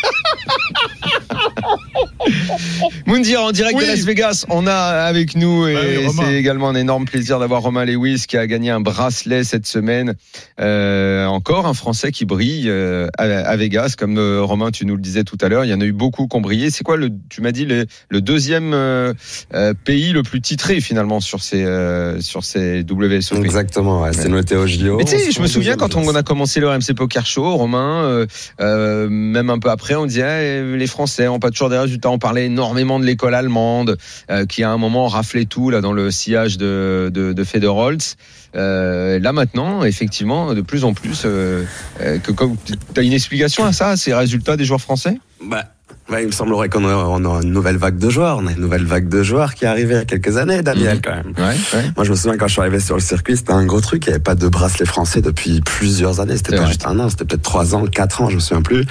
Speaker 5: Moundir en direct
Speaker 6: Oui.
Speaker 5: de Las Vegas, on a avec nous et
Speaker 6: Ah oui, Romain.
Speaker 5: c'est également un énorme plaisir d'avoir Romain Lewis qui a gagné un bracelet cette semaine. Euh, encore un Français qui brille euh, à, à Vegas, comme euh, Romain tu nous le disais tout à l'heure, il y en a eu beaucoup qui ont brillé. C'est quoi le, tu m'as dit le, le deuxième euh, euh, pays le plus titré finalement sur ces euh, sur ces WSOP.
Speaker 9: exactement, ouais, c'est noté au JO.
Speaker 5: Mais tu sais,
Speaker 9: On se
Speaker 5: je me
Speaker 9: trouve
Speaker 5: souviens
Speaker 9: deuxième
Speaker 5: quand on
Speaker 9: place.
Speaker 5: a commencé le RMC Poker Show, Romain, euh, euh, même un peu après, on disait eh, les Français ont pas toujours des résultats. On parlait énormément de l'école allemande euh, qui à un moment raflait tout là dans le sillage de de, de Federholz. Euh, là maintenant, effectivement, de plus en plus, euh, euh, que comme t'as une explication à ça, à ces résultats des joueurs français
Speaker 9: Bah, bah, il me semblerait qu'on a, on a une nouvelle vague de joueurs. On a une nouvelle vague de joueurs qui est arrivée il y a quelques années, Daniel, quand même.
Speaker 5: Mhm. Ouais, ouais.
Speaker 9: Moi, je me souviens quand je suis arrivé sur le circuit, c'était un gros truc. Il n'y avait pas de bracelet français depuis plusieurs années. C'était
Speaker 5: C'est
Speaker 9: pas
Speaker 5: vrai.
Speaker 9: juste un an, c'était peut-être trois ans, quatre ans, je me souviens plus.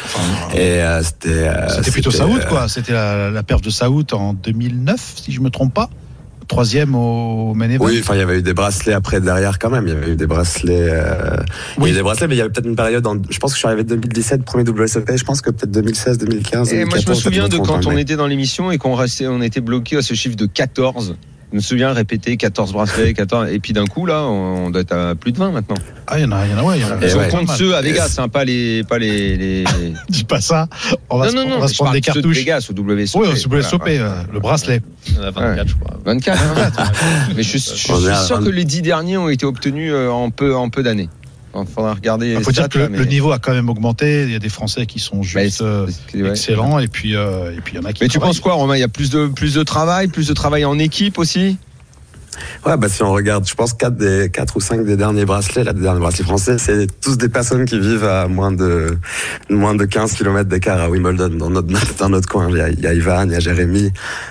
Speaker 9: Et euh, c'était. euh,
Speaker 6: C'était plutôt Saoud,
Speaker 9: euh,
Speaker 6: quoi. C'était la, la perf de Saoud en 2009, si je me trompe pas. Troisième au Main Event.
Speaker 9: Oui, enfin, il y avait eu des bracelets après derrière quand même. Il y avait eu des bracelets. Euh, il y
Speaker 6: Oui.
Speaker 9: a eu des bracelets, mais il y avait peut-être une période. En, je pense que je suis arrivé 2017, premier WSOP. Je pense que peut-être 2016, 2015.
Speaker 5: Et moi, je me
Speaker 9: 2014,
Speaker 5: souviens de
Speaker 9: peut-être
Speaker 5: quand
Speaker 9: trompe,
Speaker 5: on
Speaker 9: hein,
Speaker 5: était dans l'émission et qu'on restait, on était bloqué à ce chiffre de 14. Je me souviens répéter 14 bracelets, 14. Et puis d'un coup, là, on doit être à plus de 20 maintenant.
Speaker 6: Ah, il y en a, il y en a, ouais. il y en a-
Speaker 9: Et
Speaker 5: Si
Speaker 9: Eh ouais.
Speaker 5: on compte ceux à Vegas, hein, pas les. Pas les, les...
Speaker 6: Dis pas ça. On va
Speaker 5: non,
Speaker 6: se,
Speaker 5: non,
Speaker 6: on
Speaker 5: non,
Speaker 6: va
Speaker 5: mais
Speaker 6: se
Speaker 5: je
Speaker 6: prendre
Speaker 5: parle
Speaker 6: des
Speaker 5: de ceux de
Speaker 6: cartouches.
Speaker 5: Vegas au WSOP.
Speaker 6: Oui, on se pouvait
Speaker 5: Voilà, ouais.
Speaker 6: choper euh, le bracelet.
Speaker 8: Il y en a 24, je crois.
Speaker 5: 24. hein. Mais je, suis- je
Speaker 9: On est
Speaker 5: suis
Speaker 9: à
Speaker 5: sûr
Speaker 9: 20.
Speaker 5: que les 10 derniers ont été obtenus euh, en peu, en peu d'années. Il faudra regarder.
Speaker 6: Il
Speaker 5: les
Speaker 6: Ah, faut dire
Speaker 5: stats,
Speaker 6: que le,
Speaker 5: là, mais-
Speaker 6: le niveau a quand même augmenté. Il y a des Français qui sont
Speaker 5: mais
Speaker 6: juste
Speaker 5: c'est-
Speaker 6: euh,
Speaker 5: c'est- ouais.
Speaker 6: excellents. Et puis, euh, et puis, il y en a qui.
Speaker 5: Mais tu
Speaker 6: travaillent.
Speaker 5: penses quoi, Romain Il y a plus de, plus de travail, plus de travail en équipe aussi
Speaker 9: Ouais, bah, si on regarde, je pense quatre des, quatre ou cinq des derniers bracelets, là, des derniers bracelets français, c'est tous des personnes qui vivent à moins de, moins de 15 km d'écart à Wimbledon, dans notre, dans notre coin. Il y, a, il y a Ivan, il y a Jérémy,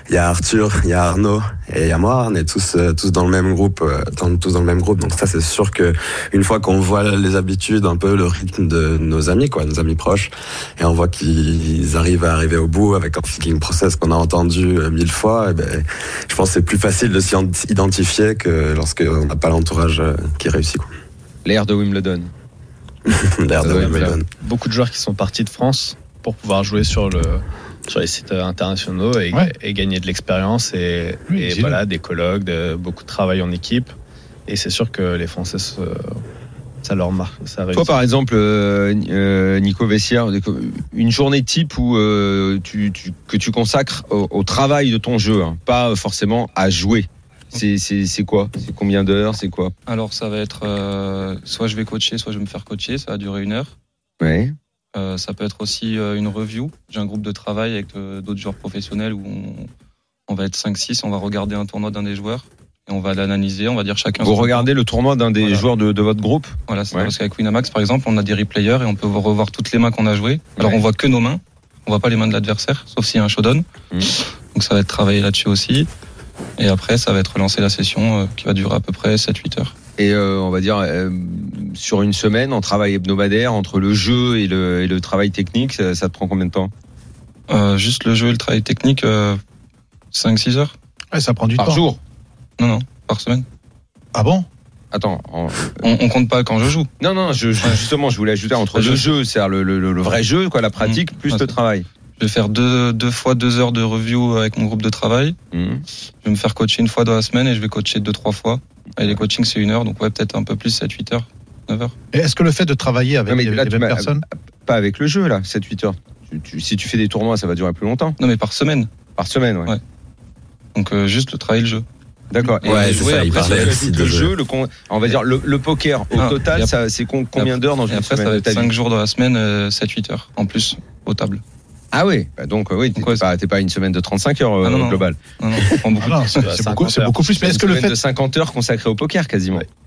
Speaker 9: il y a Arthur, il y a Arnaud, et il y a moi. On est tous, euh, tous dans le même groupe, euh, dans, tous dans le même groupe. Donc ça, c'est sûr que, une fois qu'on voit les habitudes, un peu le rythme de nos amis, quoi, nos amis proches, et on voit qu'ils arrivent à arriver au bout avec un thinking process qu'on a entendu euh, mille fois, et ben, je pense que c'est plus facile de s'y ident- identifier que lorsqu'on n'a pas l'entourage euh, qui réussit. Quoi.
Speaker 5: L'ère de Wimbledon.
Speaker 8: Ah
Speaker 9: L'air de
Speaker 5: Ouais,
Speaker 9: Wimbledon.
Speaker 8: Beaucoup de joueurs qui sont partis de France pour pouvoir jouer sur le sur les sites euh, internationaux et,
Speaker 6: Ouais.
Speaker 8: et gagner de l'expérience et,
Speaker 6: Oui,
Speaker 8: et
Speaker 6: dis-le.
Speaker 8: voilà des colloques, de- beaucoup de travail en équipe. Et c'est sûr que les Français, se- ça leur marque, ça
Speaker 5: Toi,
Speaker 8: réussit.
Speaker 5: par exemple, euh, euh, Nico Vessière, une journée type où, euh, tu, tu- que tu consacres au, au travail de ton jeu, hein, pas forcément à jouer. C'est- C'est c'est quoi C'est combien d'heures C'est quoi
Speaker 7: Alors, ça va être euh, soit je vais coacher, soit je vais me faire coacher. Ça va durer une heure.
Speaker 5: Ouais.
Speaker 7: Euh, ça peut être aussi euh, une review. J'ai un groupe de travail avec euh, d'autres joueurs professionnels où on, on va être 5-6, on va regarder un tournoi d'un des joueurs et on va l'analyser. On va dire chacun.
Speaker 5: Vous
Speaker 7: son-
Speaker 5: regardez le tournoi d'un des
Speaker 7: Voilà.
Speaker 5: joueurs de, de votre groupe
Speaker 7: Voilà, c'est
Speaker 5: Ouais.
Speaker 7: parce qu'avec Winamax, par exemple, on a des replayers et on peut revoir toutes les mains qu'on a jouées. Alors,
Speaker 5: Ouais.
Speaker 7: on voit que nos mains, on voit pas les mains de l'adversaire, sauf s'il y a un showdown.
Speaker 5: Mhm.
Speaker 7: Donc, ça va être travaillé là-dessus aussi. Et après, ça va être lancer la session euh, qui va durer à peu près 7-8 heures.
Speaker 5: et euh, on va dire euh, sur une semaine en travail hebdomadaire entre le jeu et le, et le travail technique, ça, ça te prend combien de temps
Speaker 7: Euh, juste le jeu et le travail technique, euh, 5-6 heures
Speaker 6: Ouais, ça prend du temps.
Speaker 5: jour
Speaker 7: Non, non, par semaine.
Speaker 6: Ah bon
Speaker 5: Attends. en-
Speaker 7: On, on compte pas quand je joue.
Speaker 5: Non, non, je, je- justement, je voulais ajouter entre
Speaker 7: C'est
Speaker 5: le
Speaker 7: pas
Speaker 5: jeu, c'est-à-dire le, le- le- le vrai jeu, quoi, la pratique, plus le
Speaker 7: Mmh. Ouais.
Speaker 5: travail.
Speaker 7: Je vais faire deux, deux fois deux heures de review avec mon groupe de travail.
Speaker 5: Mhm.
Speaker 7: Je vais me faire coacher une fois dans la semaine et je vais coacher deux, trois fois. Et les coachings, c'est une heure, donc ouais, peut-être un peu plus, 7, 8 heures, 9 heures.
Speaker 6: Et Est-ce que le fait de travailler avec
Speaker 5: Non, mais
Speaker 6: les,
Speaker 5: là,
Speaker 6: les
Speaker 5: tu
Speaker 6: mêmes
Speaker 5: m'as-
Speaker 6: personnes
Speaker 5: Pas avec le jeu, là, 7-8 heures. Tu- tu- si tu fais des tournois, ça va durer plus longtemps.
Speaker 7: Non, mais par semaine.
Speaker 5: Par semaine, ouais.
Speaker 7: Ouais. Donc euh, juste le travail, le jeu.
Speaker 5: D'accord. Et jouer
Speaker 9: Ouais, c'est ça,
Speaker 5: après,
Speaker 9: il parlait
Speaker 5: tu
Speaker 9: aussi
Speaker 5: ajoutes
Speaker 9: de
Speaker 5: le
Speaker 9: jeu.
Speaker 5: jeu, le con- on va dire le, le poker au
Speaker 7: Ah, et
Speaker 5: total,
Speaker 7: après-
Speaker 5: ça c'est con- combien d'heures dans
Speaker 7: Et
Speaker 5: une
Speaker 7: après, ça
Speaker 5: semaine
Speaker 7: va
Speaker 5: de
Speaker 7: être
Speaker 5: ta vie
Speaker 7: 5 jours dans la semaine, 7-8 heures en plus aux tables.
Speaker 5: Ah oui, bah donc euh, oui, t'es
Speaker 7: Donc, ouais,
Speaker 5: pas, t'es pas à une semaine de 35 heures euh,
Speaker 7: Ah, non,
Speaker 5: au
Speaker 7: non.
Speaker 5: global.
Speaker 7: Non, non, on prend beaucoup.
Speaker 6: Voilà, Ah c'est
Speaker 5: Bah,
Speaker 8: Ouais,
Speaker 6: c'est beaucoup, c'est
Speaker 8: 50
Speaker 6: beaucoup plus. Mais est-ce que
Speaker 5: Une
Speaker 6: le
Speaker 5: semaine
Speaker 6: fait.
Speaker 5: de 50 heures consacrées au poker quasiment.
Speaker 8: Ouais.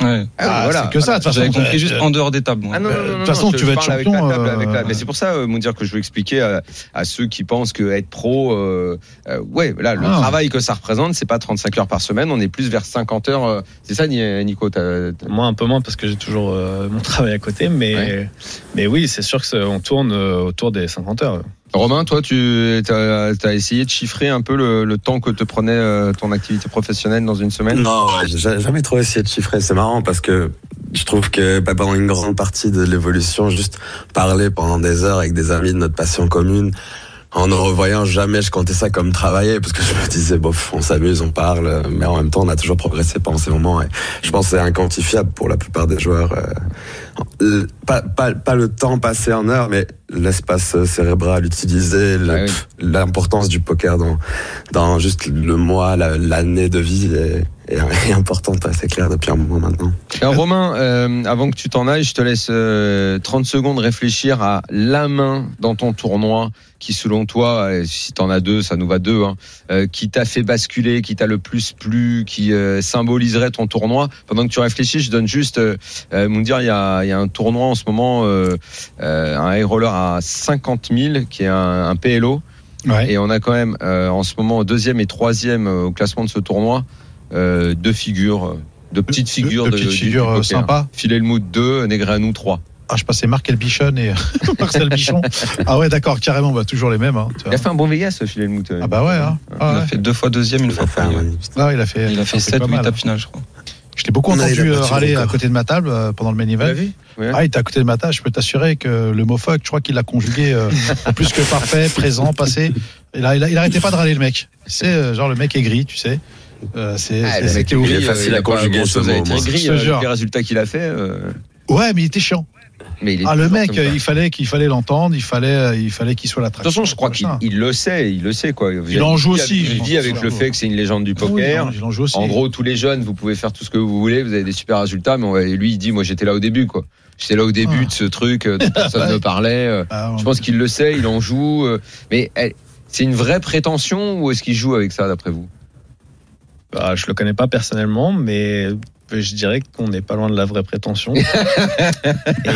Speaker 7: Ouais.
Speaker 5: Ah,
Speaker 6: Ah,
Speaker 5: voilà.
Speaker 6: c'est que ça, de toute
Speaker 7: J'avais
Speaker 6: façon.
Speaker 7: compris juste en dehors des tables. moi.
Speaker 5: Ah non, non,
Speaker 6: Euh,
Speaker 5: non,
Speaker 6: de toute
Speaker 5: non,
Speaker 6: façon,
Speaker 5: je
Speaker 6: tu vas être
Speaker 5: parle avec
Speaker 6: champion,
Speaker 5: la table, avec la-
Speaker 6: euh,
Speaker 5: Mais c'est pour ça, euh, mon dire que je veux expliquer à, à ceux qui pensent que être pro, euh, euh, ouais, là, le
Speaker 6: Ah.
Speaker 5: travail que ça représente, c'est pas 35 heures par semaine, on est plus vers 50 heures. euh, c'est ça, Ni- Nico t'as- t'as-
Speaker 8: Moi, un peu moins parce que j'ai toujours euh, mon travail à côté, mais,
Speaker 5: Ouais.
Speaker 8: mais oui, c'est sûr que ça- on tourne euh, autour des 50 heures.
Speaker 5: Romain, toi, tu as, essayé de chiffrer un peu le, le temps que te prenait euh, ton activité professionnelle dans une semaine.
Speaker 9: Non, ouais, j'ai ja- jamais trop essayé de chiffrer. C'est marrant parce que je trouve que bah, pendant une grande partie de l'évolution, juste parler pendant des heures avec des amis de notre passion commune, en ne revoyant jamais, je comptais ça comme travailler parce que je me disais, bof, on s'amuse, on parle, mais en même temps, on a toujours progressé pendant ces moments. Et je pense que c'est inquantifiable pour la plupart des joueurs. euh, le- Pas, pas, pas le temps passé en heure, mais l'espace euh, cérébral utilisé, le-
Speaker 5: Ah oui.
Speaker 9: pff, l'importance du poker dans, dans juste le mois, la- l'année de vie est, est- est importante, ouais, c'est clair, depuis un moment maintenant.
Speaker 5: Alors, Romain, euh, avant que tu t'en ailles, je te laisse euh, 30 secondes réfléchir à la main dans ton tournoi qui, selon toi, euh, si t'en as deux, ça nous va deux, hein, euh, qui t'a fait basculer, qui t'a le plus plu, qui euh, symboliserait ton tournoi. Pendant que tu réfléchis, je donne juste, euh, euh, Moundir, il y a, il y a un tournoi en ce moment, euh, euh, un high roller à 50 000, qui est un, un PLO.
Speaker 6: Ouais.
Speaker 5: Et on a quand même euh, en ce moment deuxième et troisième euh, au classement de ce tournoi euh, deux figures, euh, deux petites figures
Speaker 6: de,
Speaker 5: de,
Speaker 6: petites
Speaker 5: du- du
Speaker 6: figures euh,
Speaker 5: poker.
Speaker 6: sympas.
Speaker 5: Filelmout 2, Negreanu 3.
Speaker 6: Ah, je passais Marc Elbichon et Marcel Bichon. Ah ouais, d'accord, carrément, bah, toujours les mêmes. hein, tu vois.
Speaker 5: Il a fait un bon Vegas, ce euh. Filelmout.
Speaker 6: Ah bah ouais. Hein. Ah
Speaker 7: Il
Speaker 6: ouais.
Speaker 7: a fait deux fois deuxième, une fois
Speaker 9: Enfin,
Speaker 7: premier.
Speaker 9: magnifique.
Speaker 6: Ah, il a fait,
Speaker 7: Il a fait
Speaker 6: pas
Speaker 7: 7 ou 8
Speaker 6: mal.
Speaker 7: tapes finales, je crois.
Speaker 6: Je l'ai beaucoup
Speaker 9: On a les
Speaker 6: entendu euh,
Speaker 9: battus
Speaker 6: râler à
Speaker 9: encore.
Speaker 6: côté de ma table euh, pendant le main event.
Speaker 5: Ouais.
Speaker 6: Ah, il était à côté de ma table. Je peux t'assurer que le mot fuck, je crois qu'il l'a conjugué euh, en plus que parfait, présent, passé. Il, a, il, a- il arrêtait pas de râler le mec. C'est euh, genre le mec est gris, tu sais. Euh, c'est
Speaker 5: Ah,
Speaker 6: c'est-
Speaker 5: le mec
Speaker 6: c'était
Speaker 5: gris,
Speaker 6: horrible.
Speaker 9: est
Speaker 5: euh,
Speaker 9: facile
Speaker 5: il a
Speaker 9: à
Speaker 5: pas
Speaker 9: conjuguer,
Speaker 5: grand-chose
Speaker 9: ce
Speaker 5: à
Speaker 9: mot,
Speaker 5: dire.
Speaker 9: moi.
Speaker 5: Gris,
Speaker 6: Je te
Speaker 5: euh,
Speaker 6: jure.
Speaker 5: les résultats qu'il a fait. euh,
Speaker 6: Ouais, mais il était chiant.
Speaker 5: mais il est
Speaker 6: Ah, le
Speaker 5: toujours
Speaker 6: mec,
Speaker 5: comme ça.
Speaker 6: il fallait qu'il fallait l'entendre, il fallait euh, il fallait qu'il soit
Speaker 5: De
Speaker 6: l'attraction.
Speaker 5: toute façon, je crois qu'il
Speaker 6: machin.
Speaker 5: il le sait, il le sait quoi.
Speaker 6: Ah, Il en joue aussi, je
Speaker 5: Il
Speaker 6: pense.
Speaker 5: vit avec le fait que c'est une légende du poker.
Speaker 6: Oui, il en joue aussi.
Speaker 5: En gros, tous les jeunes, vous pouvez faire tout ce que vous voulez, vous avez des super résultats, mais on va- et lui, il dit, moi, j'étais là au début, quoi. J'étais là au début
Speaker 6: Ah.
Speaker 5: de ce truc, euh, dont personne
Speaker 6: Ouais.
Speaker 5: ne parlait. euh,
Speaker 6: Ah,
Speaker 5: Je pense qu'il le sait, il en joue. euh, Mais eh, c'est une vraie prétention ou est-ce qu'il joue avec ça, d'après vous
Speaker 8: Bah, je le connais pas personnellement, mais je dirais qu'on n'est pas loin de la vraie prétention.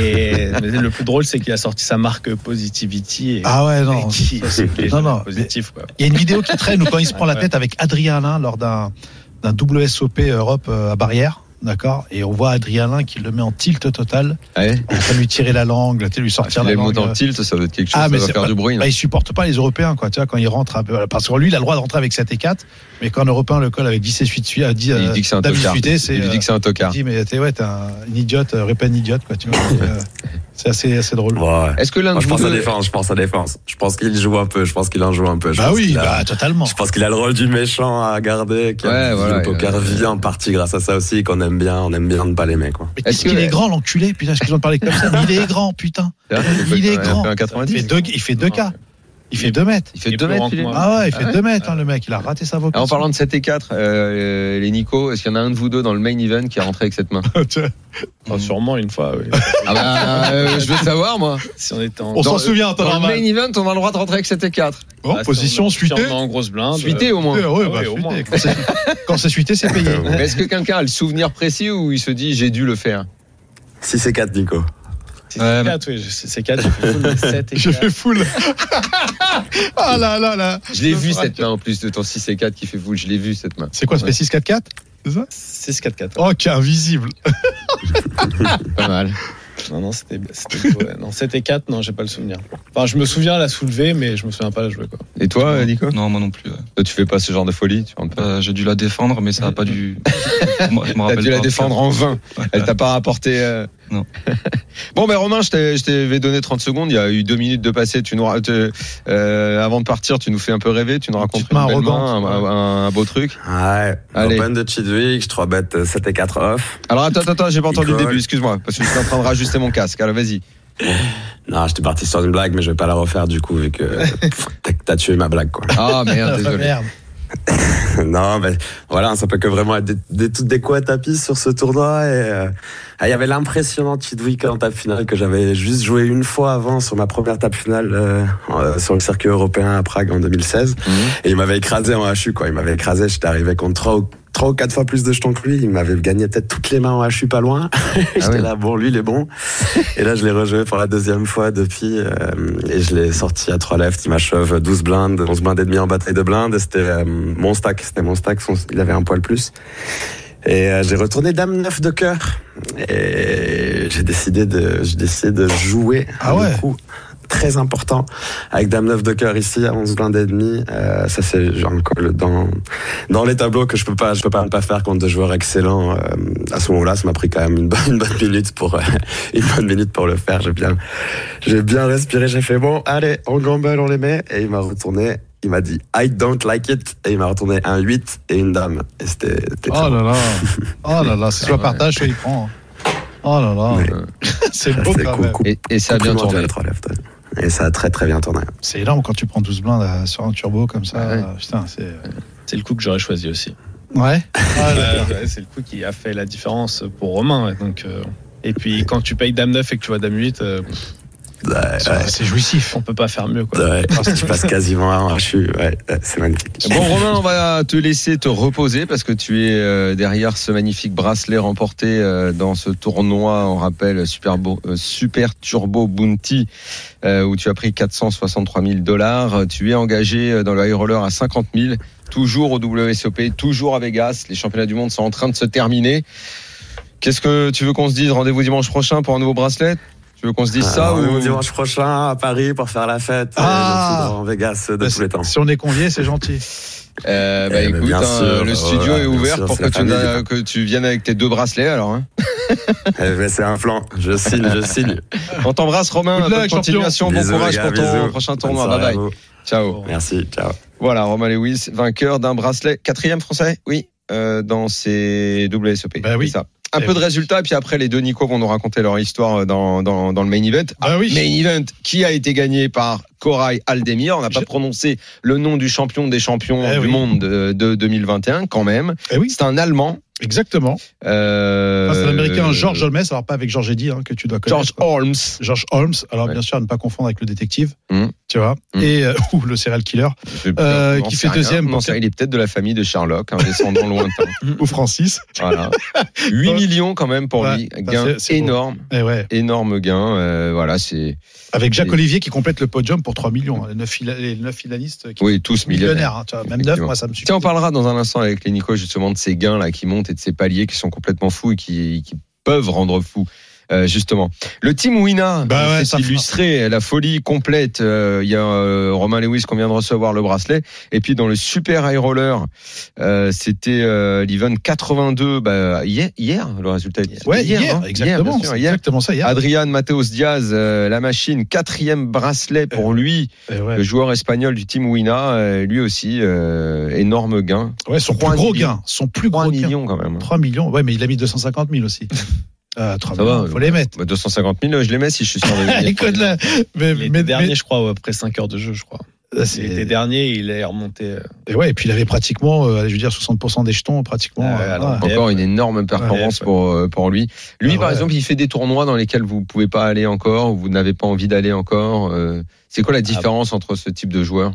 Speaker 8: et mais le plus drôle, c'est qu'il a sorti sa marque Positivity. Et,
Speaker 6: Ah ouais,
Speaker 8: et
Speaker 6: non.
Speaker 8: qui- qui est
Speaker 6: Non, non,
Speaker 8: positif, quoi.
Speaker 6: Il y a une vidéo qui traîne où quand il se prend la tête avec Adrien Alain lors d'un d'un WSOP Europe euh, à Barrière, d'accord Et on voit Adrien Alain qui le met en tilt total, en train de lui tirer la langue, là, tu sais, lui sortir
Speaker 5: Il
Speaker 6: la
Speaker 5: est
Speaker 6: langue.
Speaker 5: monté en tilt, ça doit être quelque chose,
Speaker 6: Ah,
Speaker 5: ça
Speaker 6: mais
Speaker 5: doit
Speaker 6: c'est
Speaker 5: faire
Speaker 6: pas-
Speaker 5: du bruit. hein. non
Speaker 6: Bah, il supporte pas les Européens, quoi, tu vois, quand il rentre un peu. Parce que lui, il a le droit de rentrer avec sa T4, mais quand un Européen le colle avec 10 et 8 suite, euh, à 10
Speaker 5: Il dit que c'est un tocard.
Speaker 6: euh, Il
Speaker 5: Il lui dit que c'est un tocard.
Speaker 6: dit, mais t'es ouais, t'es un une idiote, euh, répète une idiote, quoi, tu vois. et, euh, C'est assez, assez drôle.
Speaker 9: Ouais.
Speaker 5: Est-ce que l'un
Speaker 9: Moi,
Speaker 5: de
Speaker 9: je
Speaker 5: vous
Speaker 9: pense à
Speaker 5: deux...
Speaker 9: défense, je pense à défense. Je pense qu'il joue un peu, je pense qu'il en joue un peu. Je
Speaker 6: bah
Speaker 9: pense
Speaker 6: oui,
Speaker 9: qu'il a-
Speaker 6: bah, totalement.
Speaker 9: Je pense qu'il a le rôle du méchant à garder, qui
Speaker 5: Ouais,
Speaker 9: a
Speaker 5: voilà,
Speaker 9: le poker
Speaker 5: euh,
Speaker 9: vit en partie grâce à ça aussi, qu'on aime bien, on aime bien ne pas l'aimer, quoi.
Speaker 6: Mais
Speaker 5: Est-ce
Speaker 6: Est-ce
Speaker 5: que-
Speaker 6: qu'il est grand, l'enculé Putain, excuse-moi de parler comme ça, mais il est grand, putain. Il est
Speaker 5: a fait
Speaker 6: grand.
Speaker 5: un
Speaker 6: Ah, Il fait
Speaker 5: 90.
Speaker 6: deux, il fait deux cas. Il fait 2 mètres.
Speaker 5: Il fait
Speaker 8: Il est
Speaker 5: 2
Speaker 8: plus
Speaker 5: mètres,
Speaker 8: grand que
Speaker 5: il est-
Speaker 8: moi.
Speaker 6: Ah ouais, il
Speaker 5: Ah
Speaker 6: fait 2 mètres, hein, le mec. Il a raté sa
Speaker 5: Ah,
Speaker 6: vocation.
Speaker 5: En parlant de 7 et 4, euh, les Nico, est-ce qu'il y en a un de vous deux dans le main event qui est rentré avec cette main
Speaker 8: Enfin, ah, sûrement une fois. oui.
Speaker 5: Ah bah, euh, Je veux savoir, moi.
Speaker 8: si on était en,
Speaker 5: dans-
Speaker 6: on s'en souvient,
Speaker 5: Dans
Speaker 6: t'as
Speaker 5: le main Ah,
Speaker 6: normal.
Speaker 5: event, on a le droit de rentrer avec E 7 et 4.
Speaker 6: Bon,
Speaker 8: bah, si
Speaker 6: position,
Speaker 8: on- si on
Speaker 6: suité.
Speaker 8: est en grosse blinde.
Speaker 5: Suité au moins. Euh,
Speaker 6: Ouais, ouais,
Speaker 8: Ah
Speaker 6: bah,
Speaker 8: ouais, au
Speaker 6: suité.
Speaker 8: moins.
Speaker 6: Quand c'est- Quand c'est suité, c'est payé.
Speaker 5: Mais Est-ce que quelqu'un a le souvenir précis ou il se dit j'ai dû le faire
Speaker 9: 6 et 4, Nico.
Speaker 8: C'est
Speaker 7: Ouais,
Speaker 8: 4, oui. C'est 4, j'ai fait full, mais 7 et
Speaker 6: bah. Je
Speaker 8: 4.
Speaker 6: fais full. Ah là là là.
Speaker 5: Je l'ai vu cette main en plus de ton 6 et 4 qui fait vous, je l'ai vu cette main.
Speaker 6: C'est quoi, ça fait 6-4-4
Speaker 8: 6, 4, 4.
Speaker 6: Oh, qui est invisible.
Speaker 5: Pas mal.
Speaker 8: Non, non, c'était c'était beau, ouais. non, c'était 4, non, j'ai pas le souvenir. Enfin, je me souviens la soulever, mais je me souviens pas la jouer. Quoi.
Speaker 5: Et toi, euh, Nico
Speaker 7: Non, moi non plus. ouais.
Speaker 5: Toi, tu fais pas ce genre de folie tu rentres pas.
Speaker 7: Euh, j'ai dû la défendre, mais ça n'a pas dû. je me
Speaker 5: T'as
Speaker 7: rappelle
Speaker 5: dû la
Speaker 7: pas.
Speaker 5: défendre en vain. Elle t'a pas rapporté. euh,
Speaker 7: Non.
Speaker 5: bon, ben Romain, je t'ai- je t'avais donné 30 secondes. Il y a eu deux minutes de passé. Tu nous, ra- te- euh, avant de partir, tu nous fais un peu rêver. Tu nous racontes
Speaker 6: petite main
Speaker 5: belle main,
Speaker 6: arrogante.
Speaker 5: un, un- un beau truc.
Speaker 9: Ouais,
Speaker 5: Allez.
Speaker 9: Open de Chidwick, 3 bêtes 7 et 4 off.
Speaker 5: Alors attends, attends, attends, j'ai pas entendu le
Speaker 9: Nicole.
Speaker 5: début. Excuse-moi, parce que je suis en train de rajuster mon casque. Alors vas-y.
Speaker 9: Non, j'étais parti sur une blague, mais je vais pas la refaire du coup, vu que pff, t'as- t'as tué ma blague, quoi.
Speaker 5: Ah merde, désolé.
Speaker 6: Merde.
Speaker 9: non, mais voilà, ça peut que vraiment être des, des- toutes des coups à tapis sur ce tournoi. Et euh, ah, il y avait l'impressionnant Chidwick en tape finale que j'avais juste joué une fois avant sur ma première tape finale euh, euh, sur le circuit européen à Prague en 2016. Et il m'avait écrasé en HU, quoi. Il m'avait écrasé, j'étais arrivé contre trois ou, trois ou quatre fois plus de jetons que lui. Il m'avait gagné peut-être toutes les mains en HU pas loin. j'étais
Speaker 5: oui.
Speaker 9: là, bon, lui, il est bon. et là, je l'ai rejoué pour la deuxième fois depuis. euh, et je l'ai sorti à trois left. Il m'achève 12 blindes, 11 blindes et demi en bataille de blindes. Et c'était euh, mon stack. C'était mon stack. son- il avait un poil plus. Et euh, j'ai retourné dame 9 de cœur. Et j'ai décidé de, j'ai décidé de jouer
Speaker 6: Ah
Speaker 9: un
Speaker 6: ouais.
Speaker 9: coup très important avec dame 9 de cœur ici à 11 blindes et demi. Euh, ça c'est genre le call dans dans les tableaux que je peux pas je peux pas ne pas faire contre deux joueurs excellents. Euh, à ce moment-là, ça m'a pris quand même une bonne, une bonne minute pour euh, une bonne minute pour le faire. J'ai bien j'ai bien respiré. J'ai fait bon, allez, on gamble, on les met. Et il m'a retourné. Il m'a dit I don't like it et il m'a retourné un 8 et une dame. Et c'était c'était
Speaker 6: Oh
Speaker 9: très
Speaker 6: là là. Oh là là. C'est soit partage, soit il prend. Oh là là.
Speaker 9: Ouais.
Speaker 6: C'est
Speaker 5: Ah,
Speaker 9: Ça,
Speaker 6: beau
Speaker 9: c'est
Speaker 6: quand
Speaker 9: cool,
Speaker 6: même.
Speaker 9: cool.
Speaker 5: Et, et ça a bien
Speaker 9: Compliment à
Speaker 5: tourné.
Speaker 9: la trois left, ouais. Et ça a très très bien tourné.
Speaker 6: C'est énorme quand tu prends 12 blindes euh, sur un turbo comme ça.
Speaker 5: Ouais.
Speaker 6: euh, Putain, c'est.
Speaker 8: C'est le coup que j'aurais choisi aussi.
Speaker 6: Ouais.
Speaker 9: Ah,
Speaker 8: Ouais, c'est le coup qui a fait la différence pour Romain. ouais, donc, euh, et puis quand tu payes Dame 9 et que tu vois Dame 8, euh,
Speaker 9: Ouais, ouais.
Speaker 6: C'est jouissif.
Speaker 8: on peut pas faire mieux. Quoi.
Speaker 9: Ouais, tu passes quasiment un je suis, ouais, ouais, c'est magnifique.
Speaker 5: Bon Romain, on va te laisser te reposer parce que tu es euh, derrière ce magnifique bracelet remporté euh, dans ce tournoi, on rappelle Super, Bo- euh, Super Turbo Bounty euh, où tu as pris 463 000 dollars. Tu es engagé euh, dans le high roller à 50 000, toujours au WSOP, toujours à Vegas. Les championnats du monde sont en train de se terminer. Qu'est-ce que tu veux qu'on se dise Rendez-vous dimanche prochain pour un nouveau bracelet Tu veux qu'on se dise ça
Speaker 9: Alors,
Speaker 5: ou...
Speaker 9: dimanche prochain à Paris pour faire la fête.
Speaker 6: Ah.
Speaker 9: Euh, je suis dans Vegas de
Speaker 6: Bah,
Speaker 9: tous les temps.
Speaker 6: Si on est convié, c'est gentil.
Speaker 5: Euh, bah
Speaker 9: Eh, mais
Speaker 5: écoute,
Speaker 9: bien
Speaker 5: hein,
Speaker 9: sûr,
Speaker 5: le
Speaker 9: bah,
Speaker 5: studio
Speaker 9: voilà,
Speaker 5: est
Speaker 9: bien
Speaker 5: ouvert
Speaker 9: sûr,
Speaker 5: pour
Speaker 9: c'est
Speaker 5: que tu,
Speaker 9: la
Speaker 5: n'a-
Speaker 9: famille.
Speaker 5: que tu viennes avec tes deux bracelets alors. Hein.
Speaker 9: Eh, mais c'est un flanc. Je signe, je signe.
Speaker 5: On t'embrasse Romain,
Speaker 6: Good
Speaker 5: bonne
Speaker 6: luck,
Speaker 5: continuation, bon
Speaker 9: Bisous,
Speaker 5: courage
Speaker 9: les gars,
Speaker 5: pour ton
Speaker 9: bisous.
Speaker 5: prochain
Speaker 9: Bonne
Speaker 5: tournoi.
Speaker 9: soirée
Speaker 5: Bye
Speaker 9: à
Speaker 5: bye.
Speaker 9: vous.
Speaker 5: Ciao.
Speaker 9: Merci, ciao.
Speaker 5: Voilà, Romain Lewis, vainqueur d'un bracelet, quatrième français, oui, euh, dans ses WSOP.
Speaker 6: Bah
Speaker 5: E
Speaker 6: oui.
Speaker 5: C'est ça. Un
Speaker 6: Eh
Speaker 5: peu de
Speaker 6: oui.
Speaker 5: résultats, puis après les deux Nico vont nous raconter leur histoire euh, dans, dans, dans le main event.
Speaker 6: Ah oui.
Speaker 5: Main event qui a été gagné par Koray Aldemir. On n'a pas
Speaker 6: Je-
Speaker 5: prononcé le nom du champion des champions
Speaker 6: Eh
Speaker 5: du
Speaker 6: oui.
Speaker 5: monde de, de 2021 quand même.
Speaker 6: Eh oui.
Speaker 5: C'est un Allemand.
Speaker 6: Exactement.
Speaker 5: Euh,
Speaker 6: Enfin, c'est l'américain George Holmes, alors pas avec George Eddy, hein, que tu dois connaître.
Speaker 5: George Holmes.
Speaker 6: George Holmes, alors
Speaker 5: Ouais.
Speaker 6: bien sûr à ne pas confondre avec le détective,
Speaker 5: Mhm.
Speaker 6: tu vois,
Speaker 5: Mhm.
Speaker 6: et euh, ou le serial killer Euh,
Speaker 5: Je-
Speaker 6: qui
Speaker 5: j'en
Speaker 6: fait
Speaker 5: sais rien.
Speaker 6: deuxième.
Speaker 5: Non, c'est- il est peut-être de la famille de Sherlock, un descendant lointain.
Speaker 6: ou Francis.
Speaker 5: Voilà. 8 millions quand même pour
Speaker 6: Ouais,
Speaker 5: lui.
Speaker 6: bah,
Speaker 5: Gain
Speaker 6: c'est- c'est beau.
Speaker 5: énorme,
Speaker 6: Et ouais,
Speaker 5: énorme gain. Euh, voilà, c'est.
Speaker 6: avec Jacques
Speaker 5: Et-
Speaker 6: Olivier qui complète le podium pour 3 millions. hein, Les 9, les neuf finalistes qui
Speaker 5: Oui, tous
Speaker 6: sont millionnaires,
Speaker 5: millionnaires.
Speaker 6: hein, tu vois, même 9,
Speaker 5: Effectivement.
Speaker 6: moi ça me suffit.
Speaker 5: Tiens, on parlera dans un instant avec les Nico justement de ces gains-là qui montent et de ces paliers qui sont complètement fous et qui, qui peuvent rendre fous. euh, justement, le team Wina
Speaker 6: Bah
Speaker 5: euh,
Speaker 6: ouais,
Speaker 5: s'est
Speaker 6: ça fera-
Speaker 5: illustré, la folie complète. Euh, Il y a euh, Romain Lewis qu'on vient de recevoir le bracelet. Et puis dans le super high roller, euh, c'était euh, l'event 82 bah, hier, hier, le résultat. était
Speaker 6: Ouais, hier,
Speaker 5: hein.
Speaker 6: exactement,
Speaker 5: bien sûr,
Speaker 6: c'est
Speaker 5: hier.
Speaker 6: exactement ça hier.
Speaker 5: Adrian Mateos Diaz, euh, la machine, quatrième bracelet pour lui,
Speaker 6: Et Euh, ouais.
Speaker 5: le joueur espagnol du team Wina, euh, lui aussi, euh, énorme gain.
Speaker 6: Ouais, son
Speaker 5: trois
Speaker 6: plus gros
Speaker 5: millions.
Speaker 6: gain, son plus
Speaker 5: 3
Speaker 6: gros gain.
Speaker 5: millions quand même.
Speaker 6: 3 millions, ouais, mais il a mis 250 000 aussi. Euh, 3
Speaker 5: Ça
Speaker 6: millions,
Speaker 5: va,
Speaker 6: faut les mettre.
Speaker 5: Bah, 250 000, je les mets si je suis sûr de gagner.
Speaker 6: Écoute là, mais,
Speaker 8: Il
Speaker 6: mais,
Speaker 8: était
Speaker 6: mais-
Speaker 8: dernier, je crois, ouais, après 5 heures de jeu, je crois.
Speaker 6: Ah,
Speaker 8: Il
Speaker 6: c'est-
Speaker 8: était dernier, il est remonté. euh,
Speaker 6: et ouais, et puis il avait pratiquement, euh, allez, je veux dire, 60% des jetons, pratiquement.
Speaker 8: Ah ouais,
Speaker 6: euh,
Speaker 8: alors,
Speaker 6: voilà.
Speaker 5: Encore une énorme performance
Speaker 8: Ouais, ouais.
Speaker 5: pour, euh, pour lui. Lui,
Speaker 6: Ah
Speaker 5: par
Speaker 6: ouais.
Speaker 5: exemple, il fait des tournois dans lesquels vous pouvez pas aller encore, vous n'avez pas envie d'aller encore. euh, C'est
Speaker 6: Ah.
Speaker 5: quoi la différence entre ce type de joueur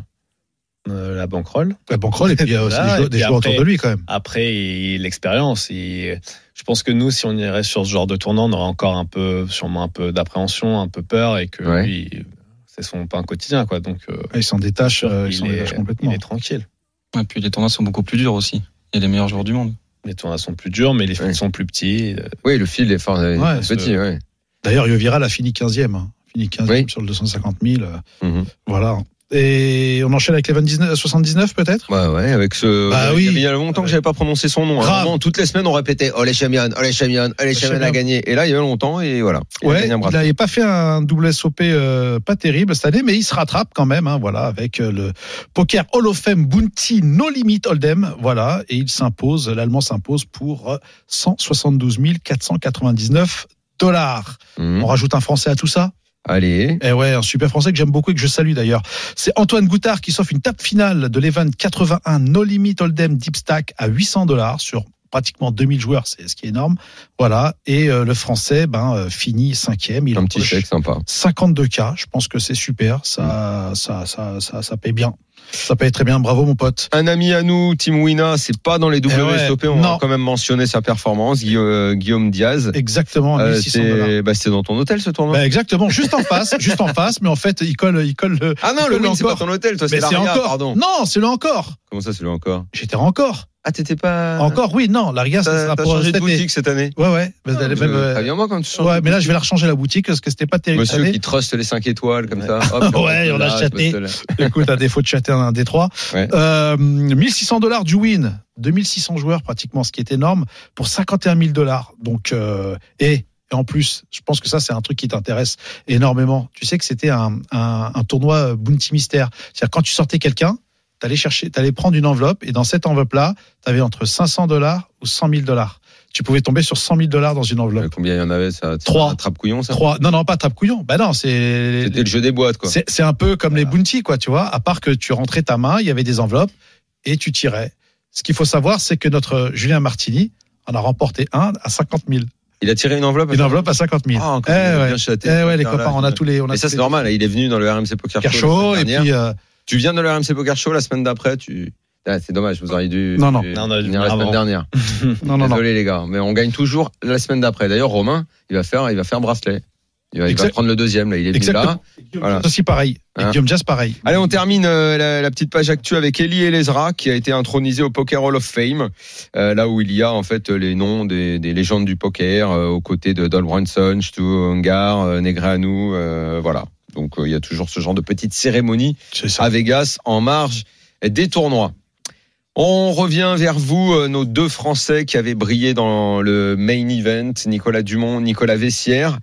Speaker 8: euh, la banquerolle.
Speaker 6: La banquerolle, et puis il y a aussi des
Speaker 8: Voilà, et
Speaker 6: joueurs, des
Speaker 8: puis
Speaker 6: joueurs autour de
Speaker 8: après-
Speaker 6: lui quand même.
Speaker 8: Après, il- l'expérience. il- Je pense que nous, si on irait sur ce genre de tournant, on aurait encore un peu, sûrement un peu d'appréhension, un peu peur, et que
Speaker 5: Ouais.
Speaker 8: lui, c'est son pain quotidien, quoi. Donc, euh,
Speaker 6: Ouais, Ils s'en détachent, euh, ils
Speaker 8: il,
Speaker 6: s'en
Speaker 8: est,
Speaker 6: détachent
Speaker 8: il
Speaker 6: complètement.
Speaker 8: est tranquille.
Speaker 7: Et puis les tournois sont beaucoup plus durs aussi. Il y a les meilleurs joueurs du monde.
Speaker 8: Les tournois sont plus durs, mais les
Speaker 5: Ouais.
Speaker 8: filles sont plus petits. euh,
Speaker 5: Oui, le fil est fort, euh,
Speaker 6: Ouais,
Speaker 5: petit.
Speaker 8: c'est-
Speaker 5: ouais.
Speaker 6: D'ailleurs, Yoviral a fini 15e. hein. Fini 15e
Speaker 5: Oui.
Speaker 6: sur le 250 000. euh,
Speaker 5: Mhm.
Speaker 6: Voilà. Et on enchaîne avec les 29 79 peut-être
Speaker 5: Ouais, ouais, avec ce.
Speaker 6: Bah
Speaker 5: il y
Speaker 6: oui.
Speaker 5: avait- Il y a longtemps que j'avais pas prononcé son nom. hein.
Speaker 6: Grave.
Speaker 5: Vraiment, toutes les semaines, on répétait Oh les Chamian, oh les Chamian, oh les Chamian a
Speaker 6: Chamian.
Speaker 5: gagné. Et là, il y a longtemps, et voilà. Il a
Speaker 6: Ouais,
Speaker 5: gagné un
Speaker 6: il
Speaker 5: bracelet.
Speaker 6: n'avait pas fait un double SOP euh, pas terrible cette année, mais il se rattrape quand même, hein, voilà, avec euh, le poker Hall of Fame Bounty No Limit Hold'em, voilà, et il s'impose, l'Allemand s'impose pour euh, 172 499 dollars.
Speaker 5: Mhm.
Speaker 6: On rajoute un Français à tout ça
Speaker 5: Allez.
Speaker 6: Eh ouais, un super français que j'aime beaucoup et que je salue d'ailleurs. C'est Antoine Goutard qui s'offre une table finale de l'Event 81 No Limit Hold'em Deep Stack à 800 dollars sur pratiquement 2000 joueurs, c'est ce qui est énorme. Voilà. Et euh, le français, ben, euh, finit cinquième. Il
Speaker 5: Un petit
Speaker 6: empoche
Speaker 5: chèque sympa.
Speaker 6: 52K. Je pense que c'est super. Ça, ça, ça, ça, ça paye bien. Ça paye très bien. Bravo, mon pote.
Speaker 5: Un ami à nous, Tim Wina, c'est pas dans les WSOP,
Speaker 6: Eh ouais,
Speaker 5: on a
Speaker 6: non.
Speaker 5: quand même mentionné sa performance, Guilla- euh, Guillaume Diaz.
Speaker 6: Exactement.
Speaker 5: Euh,
Speaker 6: 1600 dollars.
Speaker 5: c'est bah, c'est dans ton hôtel ce tournoi
Speaker 6: Ben, exactement. Juste en face. juste en face. Mais en fait, il colle, il colle le.
Speaker 5: Ah non,
Speaker 6: il
Speaker 5: le
Speaker 6: colle
Speaker 5: win, c'est pas ton hôtel, toi, c'est
Speaker 6: Mais c'est
Speaker 5: l'Aria,
Speaker 6: encore.
Speaker 5: pardon.
Speaker 6: Non, c'est le encore.
Speaker 5: Comment ça, c'est le encore
Speaker 6: J'étais encore.
Speaker 5: Ah, t'étais pas.
Speaker 6: Encore, oui, non, la rigueur, ça
Speaker 5: T'as
Speaker 6: sera
Speaker 5: t'as
Speaker 6: pour
Speaker 5: changé de
Speaker 6: cet été.
Speaker 5: boutique cette année
Speaker 6: Ouais, ouais. bah,
Speaker 5: Ah,
Speaker 6: elle est même,
Speaker 5: euh,
Speaker 6: euh,
Speaker 5: très bien, moi, quand tu changes
Speaker 6: ouais,
Speaker 5: de
Speaker 6: mais là, je vais la rechanger la boutique parce que c'était pas terrible.
Speaker 5: Monsieur
Speaker 6: cette
Speaker 5: qui
Speaker 6: année.
Speaker 5: truste les 5 étoles comme ça. Hop, je
Speaker 6: Ouais,
Speaker 5: reste
Speaker 6: on
Speaker 5: là,
Speaker 6: a
Speaker 5: je reste
Speaker 6: chaté.
Speaker 5: là.
Speaker 6: Écoute, à défaut de chater un des trois.
Speaker 5: Ouais.
Speaker 6: Euh, 1600 dollars du win. 2600 joueurs, pratiquement, ce qui est énorme, pour 51 000 dollars. Donc, euh, et, et en plus, je pense que ça, c'est un truc qui t'intéresse énormément. Tu sais que c'était un, un- un tournoi euh, Bounty Mystère. C'est-à-dire, quand tu sortais quelqu'un, t'allais chercher, t'allais prendre une enveloppe, et dans cette enveloppe-là, t'avais entre 500 dollars ou 100 000 dollars. Tu pouvais tomber sur 100 000 dollars dans une enveloppe.
Speaker 5: Euh, Combien il y en avait ça C'est
Speaker 6: Trois.
Speaker 5: Un trappe-couillon, ça
Speaker 6: Trois. Non, non, pas tape couillon. Bah non, c'est.
Speaker 5: C'était le jeu des boîtes, quoi.
Speaker 6: C'est, c'est un peu comme les bounty, quoi, tu vois. À part que tu rentrais ta main, il y avait des enveloppes et tu tirais. Ce qu'il faut savoir, c'est que notre Julien Martini en a remporté un à 50 000.
Speaker 5: Il a tiré une enveloppe
Speaker 6: Une enveloppe à 50 000.
Speaker 5: Ah,
Speaker 6: eh
Speaker 5: encore, il a
Speaker 6: ouais,
Speaker 5: bien chaté.
Speaker 6: Eh ouais, les
Speaker 5: Putain, là,
Speaker 6: copains, on a tous les. On a
Speaker 5: Mais ça,
Speaker 6: tous
Speaker 5: c'est
Speaker 6: les-
Speaker 5: normal. Il est venu dans le RMC Poker
Speaker 6: Poker
Speaker 5: Show.
Speaker 6: Show,
Speaker 5: la
Speaker 6: et
Speaker 5: semaine dernière.
Speaker 6: puis. euh,
Speaker 5: Tu viens dans le RMC Poker Show la semaine d'après, tu. Ah, c'est dommage, vous auriez dû.
Speaker 6: Non, non.
Speaker 5: dû
Speaker 8: Non, on aurait dû
Speaker 5: venir la
Speaker 8: venir
Speaker 5: semaine
Speaker 8: avant.
Speaker 5: dernière.
Speaker 6: euh, non, non, non.
Speaker 5: Désolé, les gars. Mais on gagne toujours la semaine d'après. D'ailleurs, Romain, il va faire, il va faire bracelet. Il va, il va
Speaker 6: Exact-
Speaker 5: prendre le deuxième, là. Il est venu là.
Speaker 6: Exactement.
Speaker 5: Voilà.
Speaker 6: C'est aussi pareil. Et
Speaker 5: Hein.
Speaker 6: Guillaume Jazz, pareil.
Speaker 5: Allez, on termine euh, la, la petite page actuelle avec Eli Elezra, qui a été intronisé au Poker Hall of Fame, euh, là où il y a en fait les noms des, des légendes du poker, euh, aux côtés de Don Branson, Stu Ungar, euh, Negreanu, euh, voilà. Donc euh, il y a toujours ce genre de petite cérémonie
Speaker 6: C'est ça.
Speaker 5: à Vegas en marge des tournois. On revient vers vous, euh, nos deux Français qui avaient brillé dans le main event, Nicolas Dumont, Nicolas Vessière.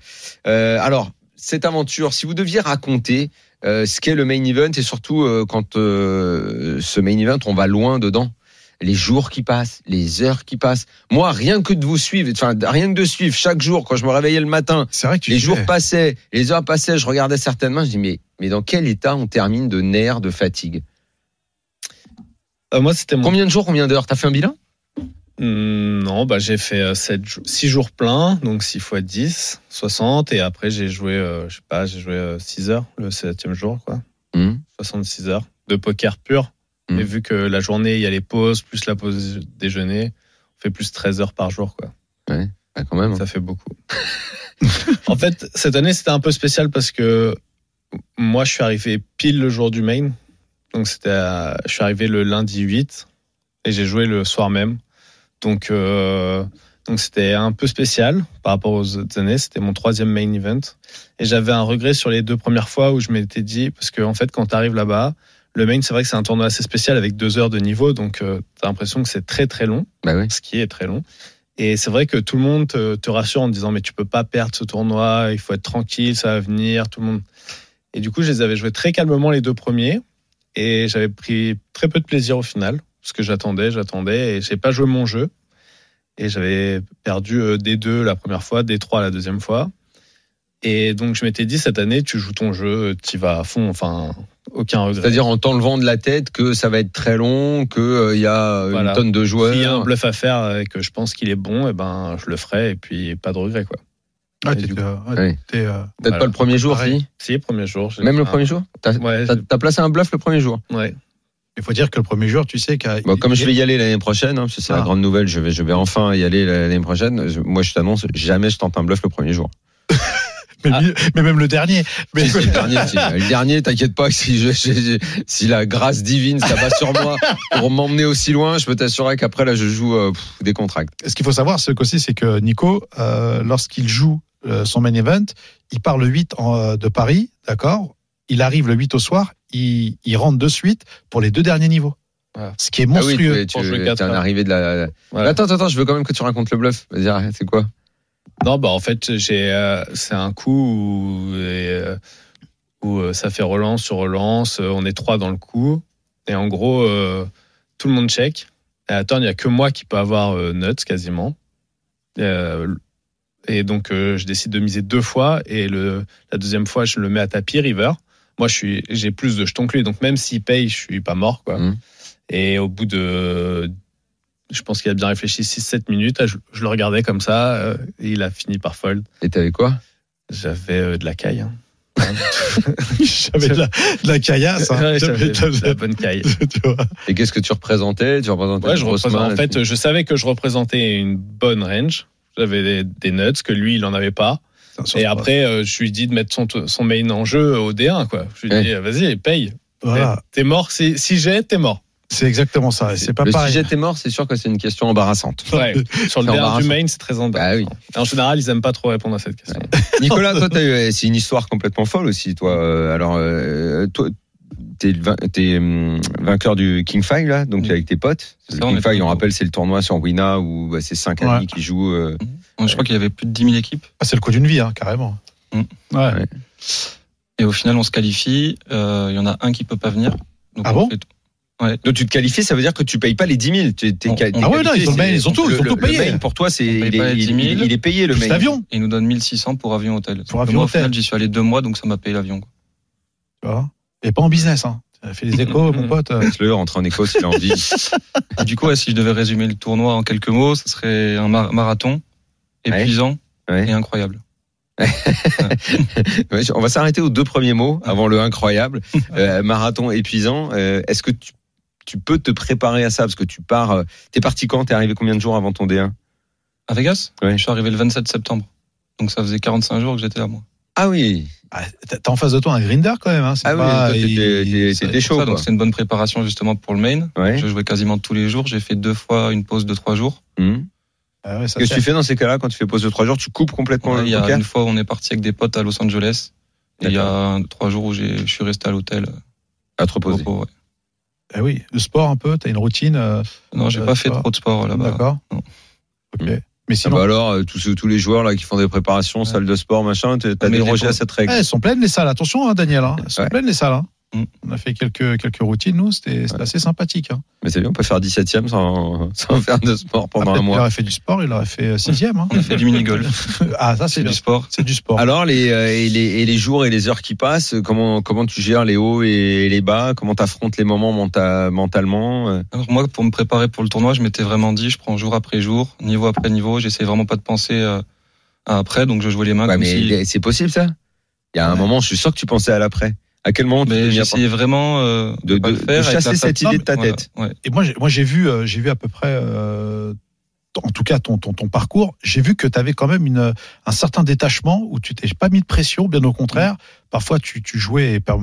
Speaker 5: Euh, alors, cette aventure, si vous deviez raconter euh, ce qu'est le main event et surtout euh, quand euh, ce main event, on va loin dedans. Les jours qui passent, les heures qui passent. Moi, rien que de vous suivre, enfin, rien que de suivre chaque jour, quand je me réveillais le matin,
Speaker 6: C'est vrai que tu
Speaker 5: les
Speaker 6: disais-
Speaker 5: jours passaient, les heures passaient, je regardais certaines mains, je dis mais, mais dans quel état on termine de nerfs, de fatigue
Speaker 8: Euh, moi, c'était mon.
Speaker 5: Combien de jours, combien d'heures T'as fait un bilan
Speaker 8: Hmm, Non, bah, j'ai fait 6 jours pleins, donc 6 fois 10, 60. Et après, j'ai joué, euh, je sais pas, j'ai joué 6 heures le 7 jour, quoi.
Speaker 5: Hmm.
Speaker 8: 66 heures de poker pur.
Speaker 5: Mm.
Speaker 8: Mais vu que la journée, il y a les pauses, plus la pause déjeuner, on fait plus 13 heures par jour, quoi.
Speaker 5: Ah, Quand même.
Speaker 8: Ça fait beaucoup. en fait, cette année, c'était un peu spécial parce que moi, je suis arrivé pile le jour du main. Donc, c'était à- je suis arrivé le lundi 8 et j'ai joué le soir même. Donc, euh, donc c'était un peu spécial par rapport aux autres années. C'était mon troisième main event. Et j'avais un regret sur les deux premières fois où je m'étais dit, parce qu'en en fait, quand tu arrives là-bas, le main, c'est vrai que c'est un tournoi assez spécial avec deux heures de niveau. Donc, tu as l'impression que c'est très, très long
Speaker 5: Bah oui.
Speaker 8: ce qui est très long. Et c'est vrai que tout le monde te, te rassure en te disant mais tu peux pas perdre ce tournoi, il faut être tranquille, ça va venir, tout le monde. Et du coup, je les avais joués très calmement les deux premiers et j'avais pris très peu de plaisir au final parce que j'attendais, j'attendais et j'ai pas joué mon jeu et j'avais perdu euh, des deux la première fois, des trois la deuxième fois. Et donc je m'étais dit cette année tu joues ton jeu, tu vas à fond, enfin aucun regret.
Speaker 5: C'est-à-dire en t'enlevant de la tête que ça va être très long, qu'il y a une
Speaker 8: Voilà.
Speaker 5: tonne de joueurs.
Speaker 8: s'il y a un bluff à faire et que je pense qu'il est bon, et ben je le ferai et puis pas de regret quoi.
Speaker 6: Ah,
Speaker 8: Et
Speaker 6: t'étais,
Speaker 8: du coup,
Speaker 6: euh, ouais,
Speaker 5: Oui.
Speaker 6: t'étais, euh,
Speaker 5: Peut-être
Speaker 8: Voilà.
Speaker 5: pas le premier jour,
Speaker 6: Pareil.
Speaker 5: si
Speaker 8: Si, premier jour. j'ai-
Speaker 5: Même le
Speaker 8: Ah,
Speaker 5: premier jour T'as
Speaker 8: Ouais,
Speaker 5: t'as- t'as placé un bluff le premier jour
Speaker 8: j'ai- ouais.
Speaker 6: Il faut dire que le premier jour, tu sais qu'à.
Speaker 5: Bon, Comme je vais y aller l'année prochaine, hein, parce que c'est la
Speaker 6: Ah.
Speaker 5: grande nouvelle, je vais, je vais enfin y aller l'année prochaine. Je- Moi, je t'annonce, jamais je tente un bluff le premier jour.
Speaker 6: mais,
Speaker 8: Ah.
Speaker 6: lui- mais même le dernier. Mais-
Speaker 5: Si, si, le dernier, si. Le dernier, t'inquiète pas, si, je, je- je- si la grâce divine s'abat sur moi pour m'emmener aussi loin, je peux t'assurer qu'après, là, je joue euh, pff, des contracts.
Speaker 6: ce qu'il faut savoir, c'est qu'aussi, c'est que Nico, euh, lorsqu'il joue euh, son main event, il part le 8 en, euh, de Paris, d'accord Il arrive le 8 au soir, il, il rentre de suite pour les deux derniers niveaux.
Speaker 5: Voilà.
Speaker 6: Ce qui est
Speaker 5: Ah oui,
Speaker 6: monstrueux.
Speaker 5: tu,
Speaker 8: pour
Speaker 5: tu-
Speaker 8: jouer
Speaker 5: t'es
Speaker 8: quatre,
Speaker 5: un
Speaker 6: hein.
Speaker 8: ouais.
Speaker 5: arrivé de la.
Speaker 8: Voilà.
Speaker 5: Attends, attends, attends, je veux quand même que tu racontes le bluff. Vas-y, arrête, c'est quoi
Speaker 8: Non, bah en fait, j'ai, euh, c'est un coup où, et, euh, où, euh, ça fait relance sur relance. euh, on est trois dans le coup. Et en gros, euh, tout le monde check. Et à turn, il n'y a que moi qui peux avoir euh, nuts quasiment. Euh, et donc, euh, je décide de miser deux fois. Et le, la deuxième fois, je le mets à tapis, river. Moi, je suis, j'ai plus de jetons que lui. Donc, même s'il paye, je suis pas mort. Quoi.
Speaker 5: Mhm.
Speaker 8: Et au bout de je pense qu'il a bien réfléchi 6-7 minutes. Ah, Je, je le regardais comme ça. euh, et il a fini par fold.
Speaker 5: Et t'avais quoi
Speaker 8: J'avais euh, de la caille. hein.
Speaker 6: J'avais Ah, de la, de la caillasse. hein.
Speaker 8: Ouais,
Speaker 6: J'avais-
Speaker 8: J'avais de la
Speaker 6: j'avais-
Speaker 8: bonne caille.
Speaker 6: tu vois.
Speaker 5: Et qu'est-ce que tu représentais Tu représentais
Speaker 8: Ouais,
Speaker 5: une
Speaker 8: je
Speaker 5: grosse
Speaker 8: représente-
Speaker 5: main,
Speaker 6: euh,
Speaker 8: en fait, je savais que je représentais une bonne range. J'avais des, des nuts que lui, il en avait pas. Et après, euh, je lui dis de mettre son, son main en jeu au D1. Quoi. Je lui
Speaker 5: Ouais.
Speaker 8: dis, vas-y, paye.
Speaker 6: Voilà.
Speaker 8: Eh, T'es mort. Si, si j'ai, t'es mort.
Speaker 6: C'est exactement ça. et C'est pas
Speaker 5: le
Speaker 6: pareil.
Speaker 5: sujet t'es mort, c'est sûr que c'est une question embarrassante.
Speaker 8: Ouais. Sur le
Speaker 5: C'est
Speaker 8: D1
Speaker 5: embarrassant.
Speaker 8: du main, c'est très
Speaker 5: Bah oui.
Speaker 8: embarrassant. En général, ils aiment pas trop répondre à cette question.
Speaker 5: Nicolas, toi, t'as eu- eh, c'est une histoire complètement folle aussi, toi. Euh, Alors, euh, toi, t'es le vin- t'es, hum, vainqueur du King Five, là, donc
Speaker 6: Mm.
Speaker 7: Oui.
Speaker 5: avec tes potes.
Speaker 7: C'est
Speaker 5: Le
Speaker 7: ça, on
Speaker 5: King
Speaker 7: était
Speaker 5: Five, on
Speaker 7: au-
Speaker 5: rappelle, c'est le tournoi sur Wina où bah, c'est cinq amis
Speaker 6: Ouais.
Speaker 5: qui jouent. euh,
Speaker 7: Je crois qu'il y avait plus de 10 000 équipes.
Speaker 6: Ah, c'est le coup d'une vie, hein, carrément.
Speaker 7: Mm.
Speaker 6: Ouais.
Speaker 5: Ouais.
Speaker 7: Et au final, on se qualifie. Euh, Il y en a un qui peut pas venir. Donc
Speaker 6: Ah
Speaker 7: on
Speaker 6: bon
Speaker 7: fait tout.
Speaker 5: Donc tu te qualifies, ça veut dire que tu payes pas les 10 000. T'es- t'es
Speaker 7: On-
Speaker 5: ca-
Speaker 7: on-
Speaker 5: t'es
Speaker 7: Ah
Speaker 5: qualifié,
Speaker 6: ouais, non, ils ont-
Speaker 5: c'est-
Speaker 6: mais ils ont tout,
Speaker 5: le-
Speaker 6: ils ont tout
Speaker 5: le
Speaker 6: payé.
Speaker 5: main, pour toi, c'est
Speaker 7: On paye
Speaker 5: il,
Speaker 7: pas
Speaker 5: est-
Speaker 7: les 10 000.
Speaker 5: il- il est payé le
Speaker 6: Plus
Speaker 5: mail.
Speaker 6: l'avion,
Speaker 7: Et il nous donne 1600 pour avion hôtel.
Speaker 6: Pour
Speaker 7: Donc
Speaker 6: avion
Speaker 7: moi, au
Speaker 6: hôtel.
Speaker 7: final, j'y suis allé deux mois, donc ça m'a payé l'avion. quoi.
Speaker 6: tu vois. Et pas en business. Hein. T'as fait les échos, mon pote. euh.
Speaker 5: Laisse-le rentrer en Écosse, il a envie.
Speaker 7: Et du coup, ouais, si je devais résumer le tournoi en quelques mots, ce serait un mar- marathon
Speaker 5: Ouais.
Speaker 7: épuisant
Speaker 5: Ouais.
Speaker 7: et incroyable.
Speaker 5: Ouais, On va s'arrêter aux deux premiers mots avant le incroyable. Euh, marathon épuisant. Euh, Est-ce que tu, tu peux te préparer à ça Parce que tu pars. euh, T'es parti quand T'es arrivé combien de jours avant ton D1
Speaker 7: À Vegas
Speaker 5: Ouais.
Speaker 7: Je suis arrivé le 27 septembre. Donc ça faisait 45 jours que j'étais là, moi.
Speaker 5: Ah oui
Speaker 6: Ah, t'as t'as en face de toi un grinder quand même. Hein. c'est
Speaker 5: Ah oui,
Speaker 6: pas-
Speaker 5: toi,
Speaker 6: il-
Speaker 5: t'étais- t'étais-
Speaker 6: ça-
Speaker 5: t'étais
Speaker 7: C'est
Speaker 5: chaud.
Speaker 7: pour Bah, ça, donc
Speaker 5: quoi.
Speaker 7: c'est une bonne préparation justement pour le main.
Speaker 5: Ouais.
Speaker 7: Je jouais quasiment tous les jours. J'ai fait deux fois une pause de trois jours.
Speaker 5: Hum.
Speaker 6: Ah ouais, ça
Speaker 5: Qu'est-ce que tu
Speaker 6: sert.
Speaker 5: fais dans ces cas-là quand tu fais pause de 3 jours Tu coupes complètement
Speaker 7: Ouais,
Speaker 5: le
Speaker 7: il y a
Speaker 5: poker
Speaker 7: une fois, on est parti avec des potes à Los Angeles. Et il y a un- trois jours où j'ai- je suis resté à l'hôtel. euh,
Speaker 5: À te reposer.
Speaker 7: Repos, ouais.
Speaker 6: Ah oui, le sport un peu, t'as une routine. euh,
Speaker 7: Non, j'ai
Speaker 6: Euh,
Speaker 7: pas fait
Speaker 6: ça va.
Speaker 7: trop de sport là-bas.
Speaker 6: D'accord.
Speaker 7: non.
Speaker 6: Ok.
Speaker 5: Mm.
Speaker 6: Mais
Speaker 5: Ah
Speaker 6: sinon,
Speaker 5: bah alors, euh, tous, ceux- tous les joueurs là qui font des préparations, salles de sport, machin, t'as t'as
Speaker 7: Mais
Speaker 5: dérogé
Speaker 7: les-
Speaker 5: à cette règle.
Speaker 6: eh, elles sont pleines les salles. Attention, hein, Daniel. hein. Elles sont
Speaker 5: Ouais.
Speaker 6: pleines les salles. hein.
Speaker 7: Mm.
Speaker 6: On a fait quelques, quelques routines, nous. C'était c'était
Speaker 5: Ouais.
Speaker 6: assez sympathique. Hein.
Speaker 5: Mais c'est bien, on peut faire 17ème sans, sans faire de sport pendant un
Speaker 6: Ah, peut-être qu'il
Speaker 5: mois.
Speaker 6: aurait fait du sport, il aurait fait 6 Hein.
Speaker 7: On a fait du mini-golf,
Speaker 6: ah, ça, c'est
Speaker 7: c'est
Speaker 6: bien.
Speaker 7: du sport.
Speaker 6: C'est du sport.
Speaker 5: Alors, les, euh, et les, et les jours et les heures qui passent, euh, comment, comment tu gères les hauts et les bas Comment t'affrontes les moments menta- mentalement
Speaker 6: Ah,
Speaker 5: euh
Speaker 7: Alors moi, pour me préparer pour le tournoi, je m'étais vraiment dit, je prends jour après jour, niveau après niveau, j'essaie vraiment pas de penser euh, à après, donc je jouais les mains
Speaker 5: Ouais,
Speaker 7: comme
Speaker 5: mais
Speaker 7: si...
Speaker 5: les- c'est possible ça Il y a un moment, je suis sûr que tu pensais à l'après. À quel moment tu t'es
Speaker 7: Mais
Speaker 5: mis à
Speaker 7: j'essayais vraiment euh,
Speaker 5: De-
Speaker 7: pas
Speaker 5: de-
Speaker 7: le faire
Speaker 5: de
Speaker 7: avec
Speaker 5: chasser
Speaker 7: la
Speaker 5: cette
Speaker 7: table.
Speaker 5: idée de ta
Speaker 7: Voilà,
Speaker 5: tête.
Speaker 7: ouais.
Speaker 6: Et moi, j'ai- moi j'ai vu, euh, j'ai vu à peu près, euh, en tout cas ton, ton, ton parcours, j'ai vu que tu avais quand même une, un certain détachement où tu t'es pas mis de pression, bien au contraire. Parfois, tu, tu jouais, et per-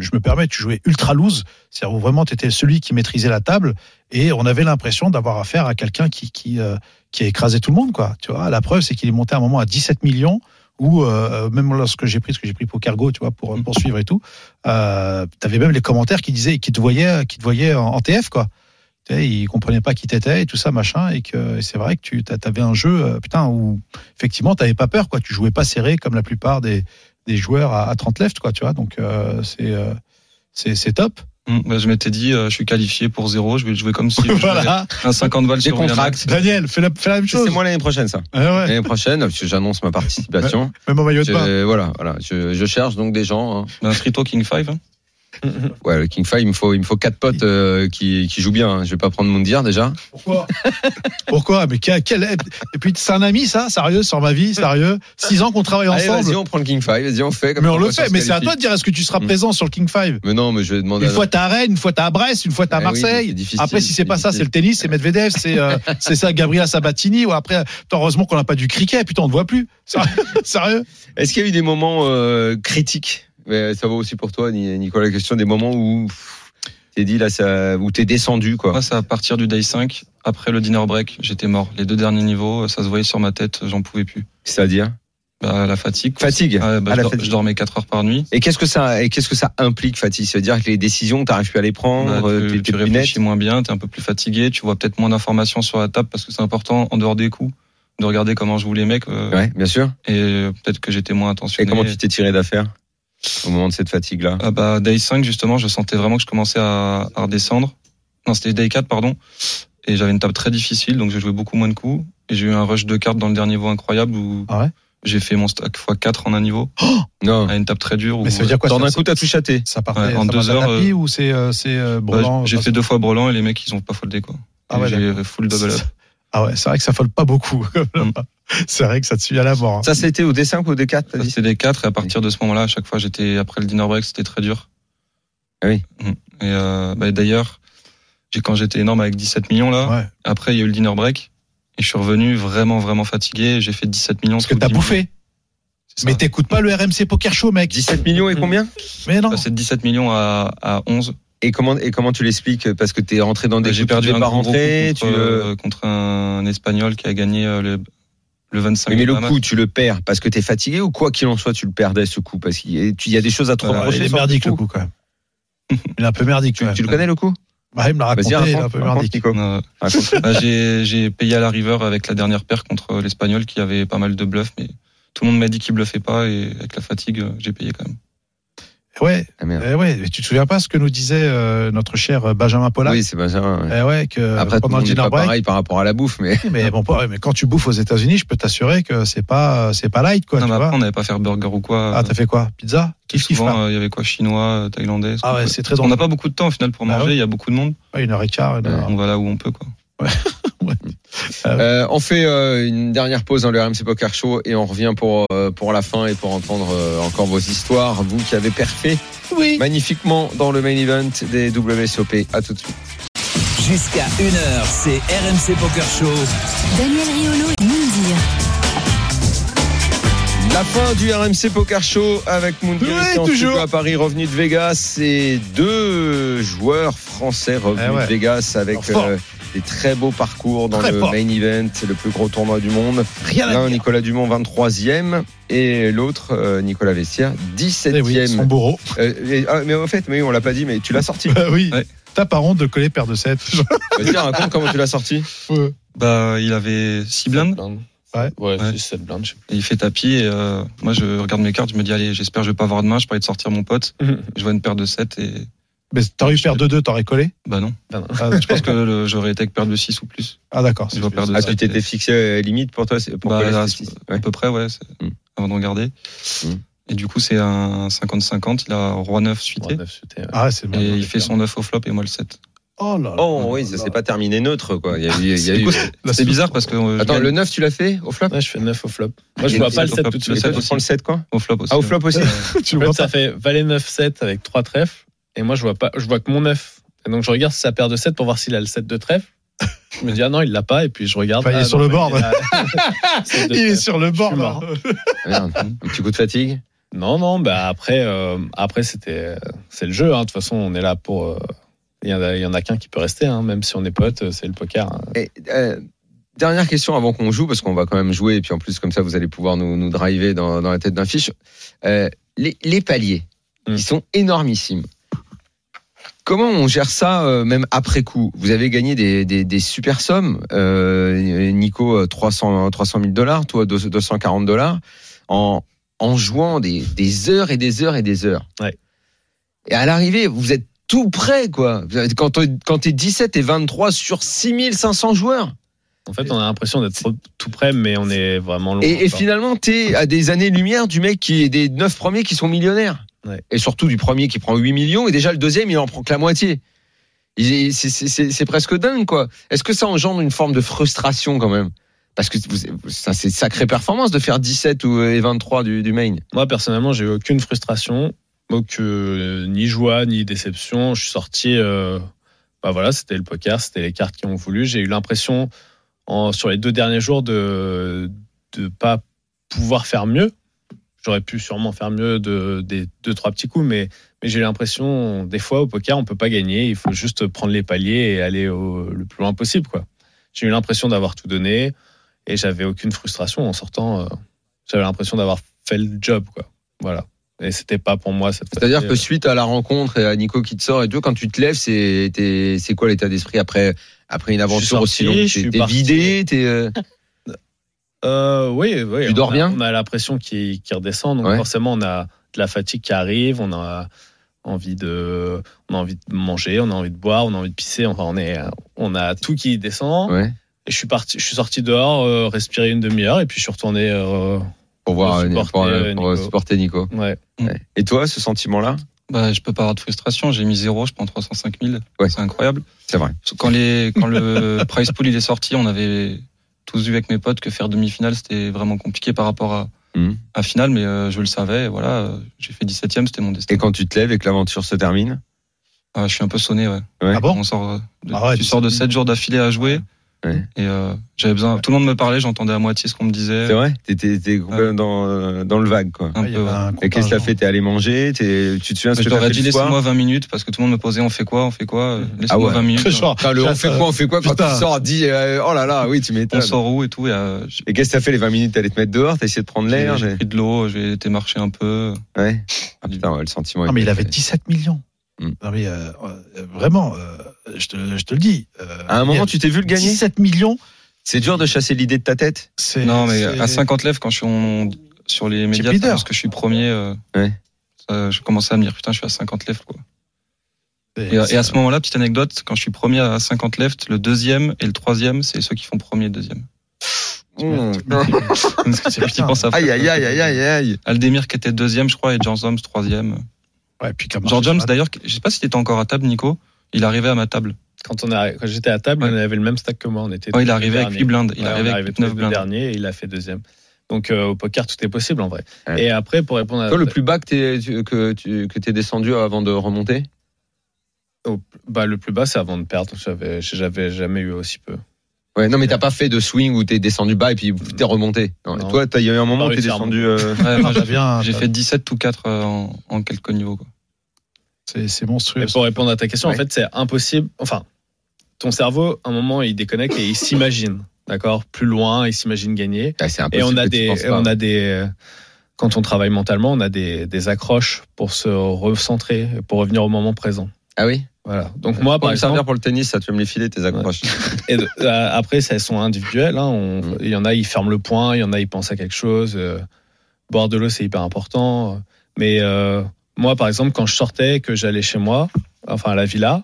Speaker 6: je me permets, tu jouais ultra loose, c'est-à-dire où vraiment tu étais celui qui maîtrisait la table et on avait l'impression d'avoir affaire à quelqu'un qui, qui, euh, qui a écrasé tout le monde, quoi. Tu vois, la preuve, c'est qu'il est monté à un moment à 17 millions. Ou euh, même lorsque j'ai pris ce que j'ai pris pour Cargo, tu vois, pour pour suivre et tout, euh, t'avais même les commentaires qui disaient, qui te voyaient, qui te voyaient en, en TF quoi. Tu sais, ils comprenaient pas qui t'étais et tout ça machin et que et c'est vrai que tu avais un jeu euh, putain où effectivement t'avais pas peur quoi tu jouais pas serré comme la plupart des, des joueurs à, à 30 left quoi tu vois donc euh, c'est euh, c'est c'est top
Speaker 7: Mm, bah, je m'étais dit, euh, je suis qualifié pour zéro, je vais jouer comme si je jouais
Speaker 6: voilà
Speaker 7: un 50 balles
Speaker 5: Des
Speaker 7: sur Winamax.
Speaker 5: contracts.
Speaker 6: Daniel fais la, fais la même
Speaker 5: C'est
Speaker 6: chose
Speaker 5: moi l'année prochaine ça.
Speaker 6: Ouais, ouais,
Speaker 5: L'année prochaine, parce que j'annonce ma participation.
Speaker 6: même en maillot de bain
Speaker 5: Je- voilà, voilà. Je, je cherche donc des gens. hein.
Speaker 7: Un free talking 5. Hein.
Speaker 5: Ouais, le King Five, il me faut, il me faut quatre potes euh, qui, qui jouent bien. hein. Je vais pas prendre Moundir déjà.
Speaker 6: pourquoi pourquoi mais quel, quel- et puis c'est un ami ça sérieux sur ma vie sérieux six ans qu'on travaille
Speaker 5: Allez, vas-y,
Speaker 6: ensemble
Speaker 5: on prend le King Five. Vas-y, on fait. Comme
Speaker 6: mais
Speaker 5: ça,
Speaker 6: on le
Speaker 5: voit si
Speaker 6: fait
Speaker 5: se
Speaker 6: mais c'est à
Speaker 5: qualifie.
Speaker 6: toi de dire est-ce que tu seras
Speaker 5: Mm.
Speaker 6: présent sur le King Five
Speaker 5: Mais non, mais je vais demander.
Speaker 6: Une
Speaker 5: à-
Speaker 6: fois t'es à Rennes, une fois t'es à Brest, une fois t'es
Speaker 5: Eh
Speaker 6: à
Speaker 5: oui,
Speaker 6: Marseille.
Speaker 5: c'est difficile,
Speaker 6: après, si c'est pas ça,
Speaker 5: difficile.
Speaker 6: c'est le tennis, c'est Medvedev, c'est euh, c'est ça, Gabriela Sabatini. Ou après, putain, heureusement qu'on n'a pas du cricket. Putain, on ne voit plus. Sérieux, Sérieux
Speaker 5: Est-ce qu'il y a eu des moments euh, critiques Mais Ça va aussi pour toi, Ni- Nicolas. La question des moments où pff, t'es dit là, ça, où t'es descendu quoi.
Speaker 7: Moi, c'est à partir du day 5, après le dinner break, j'étais mort. Les deux derniers niveaux, ça se voyait sur ma tête, j'en pouvais plus.
Speaker 5: C'est-à-dire
Speaker 7: Bah, la fatigue. quoi.
Speaker 5: Fatigue.
Speaker 7: Ouais,
Speaker 5: Ah,
Speaker 7: bah, je,
Speaker 5: la
Speaker 7: dor-
Speaker 5: fatigue.
Speaker 7: je dormais 4 heures par nuit.
Speaker 5: Et qu'est-ce que ça, et qu'est-ce que ça implique, Fatih Ça veut dire que les décisions, t'arrives plus à les
Speaker 7: Bah,
Speaker 5: prendre, euh,
Speaker 7: tu,
Speaker 5: t'es-
Speaker 7: tu
Speaker 5: t'es plus net.
Speaker 7: réfléchis moins bien, tu es un peu plus fatigué, tu vois peut-être moins d'informations sur la table parce que c'est important en dehors des coups de regarder comment jouent les mecs euh,
Speaker 5: Ouais, bien sûr.
Speaker 7: et euh, peut-être que j'étais moins
Speaker 5: Et
Speaker 7: attentionné.
Speaker 5: comment tu t'es tiré d'affaire au moment de cette fatigue-là
Speaker 7: Ah bah, Day 5, justement, je sentais vraiment que je commençais à, à redescendre. Non, c'était Day 4, pardon. Et j'avais une table très difficile, donc j'ai joué beaucoup moins de coups. Et j'ai eu un rush de cartes dans le dernier niveau incroyable où
Speaker 6: Ah ouais
Speaker 7: j'ai fait mon stack x4 en un niveau,
Speaker 5: Non.
Speaker 7: à une table très dure.
Speaker 6: Mais
Speaker 7: où, euh,
Speaker 6: ça veut dire quoi
Speaker 5: Dans
Speaker 6: ça-
Speaker 5: un coup, t'as tout chaté.
Speaker 6: Ça partait
Speaker 7: Ouais, en
Speaker 6: ça
Speaker 7: deux
Speaker 6: partait à
Speaker 7: heures,
Speaker 6: la
Speaker 7: euh,
Speaker 6: pile ou c'est euh, c'est euh,
Speaker 7: Bah,
Speaker 6: brûlant
Speaker 7: j'ai
Speaker 6: parce-
Speaker 7: fait deux fois Brelan et les mecs, ils ont pas foldé, quoi.
Speaker 6: Ah ouais,
Speaker 7: Et j'ai full double up.
Speaker 6: Ah ouais, c'est vrai que ça folle pas beaucoup.
Speaker 5: Mm.
Speaker 6: c'est vrai que ça te suit à la mort. hein.
Speaker 5: Ça, c'était au D5 ou au D4, t'as
Speaker 7: Ça,
Speaker 5: dit
Speaker 7: C'était des 4 et à partir de ce moment-là, à chaque fois, j'étais après le dinner break, c'était très dur.
Speaker 5: Ah oui.
Speaker 7: Mm. Et euh, bah, d'ailleurs, j'ai quand j'étais énorme avec 17 millions là,
Speaker 6: Ouais.
Speaker 7: après il y a eu le dinner break et je suis revenu vraiment vraiment fatigué, j'ai fait 17 millions
Speaker 6: Parce que
Speaker 7: tout
Speaker 6: t'as
Speaker 7: dimanche.
Speaker 6: bouffé.
Speaker 7: C'est ça.
Speaker 6: Mais t'écoutes pas le RMC Poker Show, mec.
Speaker 5: 17 millions et combien
Speaker 6: Mais non.
Speaker 5: Ah,
Speaker 7: Je suis passé de 17 millions à, à 11.
Speaker 5: Et comment, et comment tu l'expliques Parce que t'es rentré dans des
Speaker 7: Bah, J'ai
Speaker 5: coups que tu
Speaker 7: perdu
Speaker 5: devais
Speaker 7: un
Speaker 5: pas
Speaker 7: gros
Speaker 5: rentrer,
Speaker 7: coup
Speaker 5: tu
Speaker 7: contre,
Speaker 5: le...
Speaker 7: euh, contre un Espagnol qui a gagné euh, le, le 25.
Speaker 5: Oui, mais le
Speaker 7: Bahamas.
Speaker 5: coup, tu le perds parce que t'es fatigué ou quoi qu'il en soit, tu le perdais ce coup parce qu'il y a- tu- il y a des choses à te
Speaker 7: Voilà,
Speaker 5: reprocher.
Speaker 6: il est
Speaker 5: sur ce
Speaker 6: merdique le
Speaker 5: coup.
Speaker 6: coup quand même. Il est un peu merdique.
Speaker 5: Tu,
Speaker 6: quand même.
Speaker 5: tu le connais le coup
Speaker 6: Bah, il me l'a raconté,
Speaker 5: Vas-y,
Speaker 6: il est
Speaker 5: raconte,
Speaker 6: un peu
Speaker 5: raconte,
Speaker 6: merdique.
Speaker 5: Nico.
Speaker 7: Euh,
Speaker 5: Raconte.
Speaker 7: Bah, j'ai, j'ai payé à la river avec la dernière paire contre l'Espagnol qui avait pas mal de bluffs, mais tout le monde m'a dit qu'il bluffait pas et avec la fatigue, euh, j'ai payé quand même.
Speaker 6: Ouais,
Speaker 5: Ah, merde.
Speaker 6: eh ouais. mais Tu te souviens pas ce que nous disait euh, notre cher Benjamin Pollack
Speaker 5: Oui, c'est bien ça. ouais.
Speaker 6: Eh ouais, que
Speaker 5: Après, tout le
Speaker 6: pendant le
Speaker 5: monde est
Speaker 6: dinner
Speaker 5: pas
Speaker 6: break.
Speaker 5: pareil par rapport à la bouffe, mais
Speaker 6: Mais bon, ouais, mais quand tu bouffes aux États-Unis, je peux t'assurer que c'est pas euh, c'est pas light quoi.
Speaker 7: non,
Speaker 6: tu
Speaker 7: mais
Speaker 6: vois.
Speaker 7: après, on n'avait pas faire burger ou quoi. euh,
Speaker 6: Ah, t'as fait quoi Pizza Kiff kiff.
Speaker 7: Souvent,
Speaker 6: là.
Speaker 7: euh, il y avait quoi Chinois, euh, thaïlandais. ce
Speaker 6: Ah
Speaker 7: qu'on
Speaker 6: ouais,
Speaker 7: peut-
Speaker 6: c'est très
Speaker 7: on
Speaker 6: drôle.
Speaker 7: n'a pas beaucoup de temps au final pour
Speaker 6: Bah
Speaker 7: manger, il
Speaker 6: ouais. Ah.
Speaker 7: y a beaucoup de monde.
Speaker 6: Ouais, une heure et quart. une heure-
Speaker 7: On va là où on peut. Quoi.
Speaker 5: Euh, on fait euh, une dernière pause dans le RMC Poker Show et on revient pour, euh, pour la fin et pour entendre euh, encore vos histoires, vous qui avez perfé magnifiquement dans le main event des WSOP. À tout de suite.
Speaker 4: Jusqu'à 1h, c'est RMC Poker Show.
Speaker 3: Daniel Riolo et Mindir.
Speaker 5: La fin du RMC Poker Show avec Moundir
Speaker 6: Ouais,
Speaker 5: ici en
Speaker 6: toujours.
Speaker 5: studio à Paris, revenu de Vegas et deux joueurs français revenus
Speaker 6: Eh ouais.
Speaker 5: de Vegas avec
Speaker 6: Alors, fort.
Speaker 5: euh, des très beaux parcours dans
Speaker 6: Très
Speaker 5: le
Speaker 6: fort.
Speaker 5: main event, le plus gros tournoi du monde.
Speaker 6: Rien à
Speaker 5: L'un,
Speaker 6: dire.
Speaker 5: Nicolas Dumont, 23e, et l'autre, euh, Nicolas Vestiaire, 17e.
Speaker 6: Eh oui, son bourreau.
Speaker 5: Euh, et- ah, mais en fait, mais on l'a pas dit, mais tu l'as sorti.
Speaker 6: Bah oui.
Speaker 7: Ouais.
Speaker 6: T'as par honte de coller paire de 7.
Speaker 5: Vas-y, raconte comment tu l'as sorti.
Speaker 7: Bah, il avait 6 blindes
Speaker 6: Ouais.
Speaker 8: Ouais,
Speaker 7: Ouais.
Speaker 8: c'est 7 blindes, je sais
Speaker 7: et il fait tapis. Et, euh, moi, je regarde mes cartes, je me dis, allez, j'espère que je vais pas avoir de main. Je parlais de sortir mon pote. je vois une paire de 7 et.
Speaker 6: Mais t'aurais eu paire de 2, t'aurais collé
Speaker 7: Bah non.
Speaker 6: Ah,
Speaker 7: Je pense que le- j'aurais été avec paire de 6 ou plus.
Speaker 6: Ah d'accord.
Speaker 7: Je vois paire de
Speaker 5: Ah,
Speaker 7: 7,
Speaker 5: tu
Speaker 7: et-
Speaker 5: t'étais fixé euh, limite pour toi, c'est pour
Speaker 7: Bah,
Speaker 5: coller
Speaker 7: là,
Speaker 5: cette liste.
Speaker 7: à
Speaker 5: Ouais.
Speaker 7: peu près, ouais, c'est-
Speaker 5: Mm.
Speaker 7: avant de regarder.
Speaker 5: Mm.
Speaker 7: Et du coup, c'est un 50-50. Il a roi 9
Speaker 8: pas,
Speaker 7: suité.
Speaker 8: neuf, c'était-
Speaker 6: Ah ouais, c'est bon.
Speaker 7: et il fait son 9 au flop et moi le 7.
Speaker 6: Oh là là.
Speaker 5: Oh oui, ça s'est pas terminé neutre, quoi. Il y a eu. il y a eu-
Speaker 6: La
Speaker 7: C'est bizarre parce que. euh, je
Speaker 5: Attends,
Speaker 7: gagne
Speaker 5: Bah, le 9, tu l'as fait au flop
Speaker 8: Ouais, je fais 9 au flop. Moi, je
Speaker 5: Et
Speaker 8: vois
Speaker 5: le
Speaker 8: pas le
Speaker 7: sept au flop,
Speaker 8: 7 tout de
Speaker 7: le
Speaker 5: Et toi,
Speaker 8: suite.
Speaker 7: sept
Speaker 5: tu
Speaker 7: aussi.
Speaker 5: prends le 7, quoi
Speaker 7: Au flop aussi. hein.
Speaker 5: Ah, au flop aussi
Speaker 7: Ouais.
Speaker 6: tu
Speaker 8: En
Speaker 6: vois
Speaker 8: fait,
Speaker 6: ça.
Speaker 8: ça fait valet 9 7 avec 3 trèfles et moi je vois pas je vois que mon 9. Et donc je regarde sa paire de 7 pour voir s'il a le 7 de trèfle. Je me dis ah non, il l'a pas et puis je regarde
Speaker 6: Enfin, il est
Speaker 8: ah,
Speaker 6: sur
Speaker 8: non,
Speaker 6: le
Speaker 8: mais
Speaker 6: board.
Speaker 8: il a- sept de
Speaker 6: Il est
Speaker 8: trèfle.
Speaker 6: sur le bord. là.
Speaker 8: mort.
Speaker 5: Ah, Merde, un petit coup de fatigue.
Speaker 8: Non non, bah après euh, après c'était c'est le jeu hein. de toute façon, on est là pour euh, il y en a- il y en a, qu'un qui peut rester hein. même si on est potes, c'est le poker. hein.
Speaker 5: Et, euh, dernière question avant qu'on joue, parce qu'on va quand même jouer, et puis en plus, comme ça, vous allez pouvoir nous, nous driver dans, dans la tête d'un fiche. Euh, les, les paliers,
Speaker 8: Mm.
Speaker 5: ils sont énormissimes. Comment on gère ça, euh, même après coup Vous avez gagné des, des- des super sommes. Euh, Nico, euh, 300, 300 000 dollars, toi, 200 240 dollars, en, en jouant des, des heures et des heures et des heures.
Speaker 8: Ouais.
Speaker 5: Et à l'arrivée, vous êtes tout près, quoi. Vous avez- Quand t'es- quand t'es 17 et 23 sur 6500 joueurs.
Speaker 8: En fait, on a l'impression d'être trop- tout près mais on est vraiment loin.
Speaker 5: Et, et
Speaker 8: encore.
Speaker 5: finalement, t'es à des années-lumière du mec qui est des neuf premiers qui sont millionnaires.
Speaker 8: Ouais.
Speaker 5: Et surtout du premier qui prend 8 millions, et déjà le deuxième, il en prend que la moitié. Il- c'est- C'est c'est- c'est presque dingue, quoi. Est-ce que ça engendre une forme de frustration quand même Parce que vous- ça, c'est sacrée performance de faire 17 ou et 23 du, du main.
Speaker 8: Moi, personnellement, j'ai eu aucune frustration, aucune, euh, ni joie, ni déception. Je suis sorti, euh, bah voilà, c'était le poker, c'était les cartes qui ont voulu. J'ai eu l'impression, en- sur les deux derniers jours, de ne pas pouvoir faire mieux. J'aurais pu sûrement faire mieux de, des deux, trois petits coups, mais, mais j'ai eu l'impression, des fois, au poker, on peut pas gagner. Il faut juste prendre les paliers et aller au- le plus loin possible. quoi. J'ai eu l'impression d'avoir tout donné et j'avais aucune frustration en sortant. euh, j'avais l'impression d'avoir fait le job, quoi. Voilà. Et c'était pas pour moi cette
Speaker 10: C'est-à-dire
Speaker 8: fois-ci, euh,
Speaker 10: que suite à la rencontre et à Nico qui te sort et tout, quand tu te lèves, c'est t'es- c'est quoi l'état d'esprit après après une aventure aussi
Speaker 8: sorti,
Speaker 10: longue
Speaker 8: je
Speaker 10: T'es-
Speaker 8: suis
Speaker 10: T'es
Speaker 8: parti.
Speaker 10: vidé, t'es euh,
Speaker 8: Euh, oui, oui.
Speaker 10: Tu
Speaker 8: on
Speaker 10: dors
Speaker 8: a-
Speaker 10: bien
Speaker 8: On a la pression qui, qui redescend. Donc
Speaker 10: Ouais.
Speaker 8: forcément, on a de la fatigue qui arrive, on a envie de, on a envie de manger, on a envie de boire, on a envie de pisser. Enfin, on est, on a tout qui descend.
Speaker 10: ouais,
Speaker 8: Et je suis parti, je suis sorti dehors, euh, respirer une demi-heure, et puis je suis retourné. euh,
Speaker 10: pour voir
Speaker 8: Pour
Speaker 10: euh,
Speaker 8: supporter,
Speaker 10: pour, euh,
Speaker 8: euh,
Speaker 10: pour, euh,
Speaker 8: Nico.
Speaker 10: supporter Nico.
Speaker 8: ouais.
Speaker 5: Et toi, ce sentiment-là
Speaker 7: Bah, je peux pas avoir de frustration. J'ai mis zéro, je prends 305 000.
Speaker 10: Ouais.
Speaker 7: C'est incroyable.
Speaker 10: C'est vrai.
Speaker 7: Quand, les, quand le prize pool il est sorti, on avait tous vu avec mes potes que faire demi-finale, c'était vraiment compliqué par rapport à,
Speaker 10: Mhm.
Speaker 7: à finale, mais euh, je le savais. et Voilà, euh, j'ai fait 17ème, c'était mon destin.
Speaker 5: Et quand tu te lèves et que l'aventure se termine
Speaker 7: Ah, je suis un peu sonné, ouais.
Speaker 5: Ouais.
Speaker 6: Ah bon
Speaker 7: On sort, euh, de-
Speaker 6: Ah ouais,
Speaker 7: tu sors de 7 jours d'affilée à jouer.
Speaker 10: Ouais.
Speaker 7: Et euh, j'avais besoin. Tout le monde me parlait, j'entendais à moitié ce qu'on me disait.
Speaker 5: C'est vrai T'étais t'étais complètement dans, euh, dans le vague, quoi.
Speaker 7: Un
Speaker 6: il y
Speaker 7: peu,
Speaker 6: avait
Speaker 7: ouais.
Speaker 6: un
Speaker 5: Et qu'est-ce que t'as fait T'es allé manger T'es- Tu te souviens ce
Speaker 7: Je
Speaker 5: que t'as
Speaker 7: leur ai
Speaker 5: fait Ah
Speaker 7: dit
Speaker 5: le soir
Speaker 7: laissez-moi 20 minutes parce que tout le monde me posait on fait quoi, on fait quoi, euh, laissez-moi
Speaker 10: ouais.
Speaker 7: 20 minutes.
Speaker 6: Genre,
Speaker 10: Putain, le on fait quoi, on fait quoi quand
Speaker 6: Putain.
Speaker 10: tu sors Dis euh, oh là là, oui, tu
Speaker 7: On
Speaker 10: m'étonnes.
Speaker 7: sort où et tout. Et, euh, j'ai-
Speaker 5: Et qu'est-ce que t'as fait les 20 minutes T'es allé te mettre dehors T'as essayé de prendre l'air
Speaker 7: j'ai pris de l'eau, j'ai été marcher un peu.
Speaker 5: Ouais. Ah putain, ouais, le sentiment. est-
Speaker 6: Non, mais il avait 17 millions.
Speaker 5: Hmm.
Speaker 6: Non, mais euh, euh, vraiment, euh, je, te, je te le dis. euh,
Speaker 5: À un
Speaker 6: il y
Speaker 5: moment,
Speaker 6: a
Speaker 5: tu t'es vu le gagner
Speaker 6: 17 millions,
Speaker 5: C'est dur de chasser l'idée de ta tête
Speaker 6: c'est.
Speaker 7: Non, mais
Speaker 6: c'est-
Speaker 7: à 50 lèvres, quand je suis en- sur les médias,
Speaker 6: leader.
Speaker 7: parce que je suis premier, euh,
Speaker 5: Ouais.
Speaker 7: ça, je commençais à me dire putain, je suis à 50 lèvres. Quoi.
Speaker 6: c'est-
Speaker 7: Et, et à
Speaker 6: c'est-
Speaker 7: ce moment-là, petite anecdote, quand je suis premier à 50 left, le deuxième et le troisième, c'est ceux qui font premier et deuxième.
Speaker 10: Mmh.
Speaker 6: c'est-
Speaker 7: Je
Speaker 6: putain.
Speaker 7: pense à
Speaker 5: Aïe, aïe, aïe, aïe, aïe, aïe.
Speaker 7: Aldemir qui était deuxième, je crois, et George Holmes troisième.
Speaker 6: Ouais, puis comme-
Speaker 7: George Holmes, d'ailleurs, qui- je sais pas s'il était encore à table, Nico. Il arrivait à ma table.
Speaker 8: Quand on a, quand j'étais à table,
Speaker 7: Ouais.
Speaker 8: on avait le même stack que moi. On était.
Speaker 7: Oh, il
Speaker 8: tous les
Speaker 7: arrivait avec
Speaker 8: derniers.
Speaker 7: 8 blindes. Il
Speaker 8: Ouais, on
Speaker 7: arrivait
Speaker 8: arrivait
Speaker 7: avec
Speaker 8: tous les
Speaker 7: 9
Speaker 8: deux
Speaker 7: blindes.
Speaker 8: derniers et il a fait deuxième. Donc euh, au poker, tout est possible en vrai.
Speaker 10: Ouais.
Speaker 8: Et après, pour répondre à
Speaker 10: Toi, le plus bas que t'es tu- que tu que t'es descendu avant de remonter
Speaker 8: au- bah, le plus bas, c'est avant de perdre. J'avais, j'avais jamais eu aussi peu.
Speaker 10: Ouais, non, mais t'as pas fait de swing où t'es descendu bas et puis t'es remonté. Non.
Speaker 8: Non.
Speaker 5: Toi, t'as- il y a eu un moment
Speaker 8: Pas
Speaker 5: où t'es
Speaker 8: réussi à
Speaker 5: descendu. euh,
Speaker 7: Ouais, moi,
Speaker 6: Ah, t'as
Speaker 7: j'ai-
Speaker 6: bien-
Speaker 7: J'ai
Speaker 6: t'as-
Speaker 7: fait 17 ou 4 euh, en, en quelques niveaux. quoi.
Speaker 6: C'est c'est
Speaker 8: Et
Speaker 6: monstrueux.
Speaker 8: pour répondre à ta question,
Speaker 10: Ouais.
Speaker 8: en fait, c'est impossible. Enfin, ton cerveau, à un moment, il déconnecte et il s'imagine, d'accord, plus loin, il s'imagine gagner.
Speaker 10: Ah, c'est
Speaker 8: Et
Speaker 10: impossible
Speaker 8: on a
Speaker 10: que tu
Speaker 8: des,
Speaker 10: penses
Speaker 8: et
Speaker 10: pas.
Speaker 8: on a des, quand on travaille mentalement, on a des, des accroches pour se recentrer, pour revenir au moment présent.
Speaker 10: Ah oui
Speaker 8: Voilà. Donc moi,
Speaker 10: Pour
Speaker 8: par
Speaker 10: me servir
Speaker 8: exemple,
Speaker 10: pour le tennis, ça, tu vas me les filer, tes accroches.
Speaker 8: et de- euh, après, ça, elles sont individuelles. hein. On-
Speaker 10: Mm.
Speaker 8: Il y en a, ils ferment le point. Il y en a, ils pensent à quelque chose. euh, boire de l'eau, c'est hyper important. Mais euh, moi, par exemple, quand je sortais, que j'allais chez moi, enfin à la villa,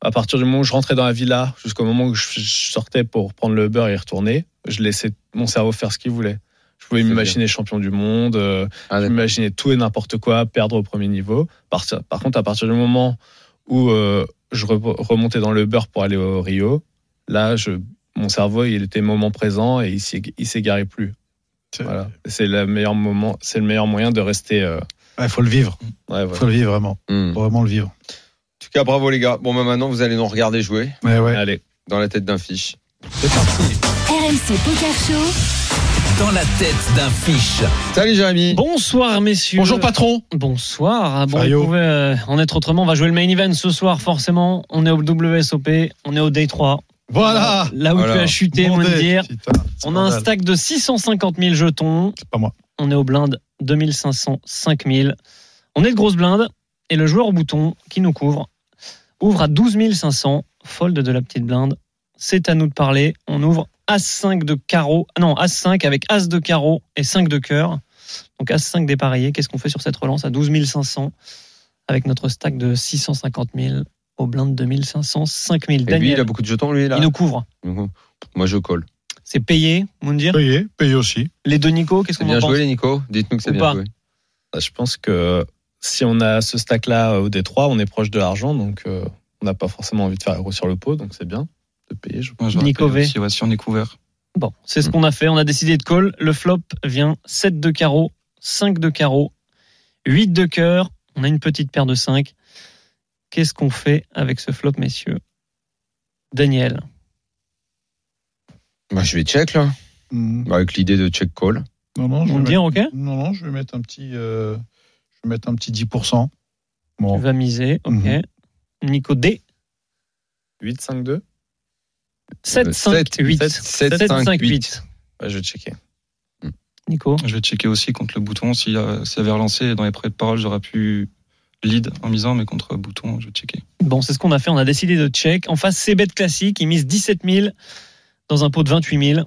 Speaker 8: à partir du moment où je rentrais dans la villa, jusqu'au moment où je, je sortais pour prendre le beurre et y retourner, je laissais mon cerveau faire ce qu'il voulait. Je pouvais
Speaker 10: C'est
Speaker 8: m'imaginer champion du monde, euh,
Speaker 10: Ah,
Speaker 8: je
Speaker 10: d'accord.
Speaker 8: m'imaginais tout et n'importe quoi, perdre au premier niveau. Par, par contre, à partir du moment où euh, je re- remontais dans le beurre pour aller au Rio, là, je, mon cerveau, il était moment présent et il s'y- il s'égarait plus.
Speaker 11: Euh.
Speaker 6: C'est-
Speaker 8: Voilà. C'est le meilleur moment, c'est le meilleur moyen de rester. euh,
Speaker 6: Ouais, faut le vivre.
Speaker 8: ouais,
Speaker 6: Faut
Speaker 8: voilà.
Speaker 6: le vivre vraiment.
Speaker 10: Hmm.
Speaker 6: Faut vraiment le vivre.
Speaker 10: En tout cas, bravo les gars. Bon, bah, maintenant, vous allez nous regarder jouer
Speaker 6: Ouais, ouais.
Speaker 8: Allez.
Speaker 10: dans la tête d'un fiche.
Speaker 3: RMC Poker Show,
Speaker 4: Dans la tête d'un fiche.
Speaker 10: Salut Jérémy.
Speaker 11: Bonsoir messieurs.
Speaker 6: Bonjour patron.
Speaker 11: Bonsoir. Ah bon,
Speaker 6: Fayot.
Speaker 11: on pouvait euh, en être autrement. On va jouer le main event ce soir forcément. On est au WSOP, on est au day 3.
Speaker 6: Voilà.
Speaker 11: Là où
Speaker 10: Voilà.
Speaker 11: tu as chuté,
Speaker 6: Mandé.
Speaker 11: Mondir.
Speaker 6: Putain,
Speaker 11: On a un
Speaker 6: scandale.
Speaker 11: stack de 650 000 jetons.
Speaker 6: C'est pas moi.
Speaker 11: On est au blind 2500, 5000. On est de grosse blinde et le joueur au bouton qui nous couvre ouvre à 12 500, fold de la petite blinde. C'est à nous de parler. On ouvre As5 de carreau, non, As5 avec As de carreau et 5 de cœur. Donc As5 dépareillé. Qu'est-ce qu'on fait sur cette relance à 12 500 avec notre stack de 650 000 au blind 2500, 5000.
Speaker 10: Et lui,
Speaker 11: Daniel,
Speaker 10: il a beaucoup de jetons, lui, là.
Speaker 11: il nous couvre.
Speaker 10: Donc, Moi, je colle.
Speaker 11: C'est payé, Moundir.
Speaker 6: Payé, payé aussi.
Speaker 11: Les deux Nico, qu'est-ce
Speaker 10: C'est
Speaker 11: qu'on en
Speaker 10: bien
Speaker 11: pense
Speaker 10: joué, les Nico. Dites-nous que c'est
Speaker 11: Ou
Speaker 10: bien
Speaker 11: pas.
Speaker 10: joué.
Speaker 8: Je pense que si on a ce stack là au D3, on est proche de l'argent, donc euh, on n'a pas forcément envie de faire héros sur le pot, donc c'est bien de payer. Je...
Speaker 7: Moi, j'aurais
Speaker 11: Nico
Speaker 7: appelé
Speaker 11: V.
Speaker 7: aussi, ouais, si on est couvert.
Speaker 11: Bon, c'est ce qu'on a fait. On a décidé de call. Le flop vient 7 de carreau, 5 de carreau, 8 de cœur. On a une petite paire de 5. Qu'est-ce qu'on fait avec ce flop, messieurs Daniel.
Speaker 10: Bah, je vais check, là.
Speaker 6: Hmm.
Speaker 10: Bah, avec l'idée de check call.
Speaker 6: Non, non, je
Speaker 11: On
Speaker 6: vais
Speaker 11: le dit, ok
Speaker 6: mettre- Non, non, je vais mettre un petit, euh, je vais mettre un petit 10%.
Speaker 11: Tu
Speaker 6: Bon.
Speaker 11: vas miser, ok.
Speaker 6: Mhm.
Speaker 11: Nico D.
Speaker 8: 8, 5, 2
Speaker 11: 7, 5, 8.
Speaker 10: 7, 5, 8.
Speaker 11: 8.
Speaker 6: Bah,
Speaker 8: Je vais checker.
Speaker 11: Nico
Speaker 7: Je vais checker aussi contre le bouton. S'il y a- s'il y avait relancé dans les prêts de parole, j'aurais pu lead en misant, mais contre bouton, je vais checker.
Speaker 11: Bon, c'est ce qu'on a fait. On a décidé de check. En face, c'est bête classique. Ils misent 17 000 dans un pot de 28 000.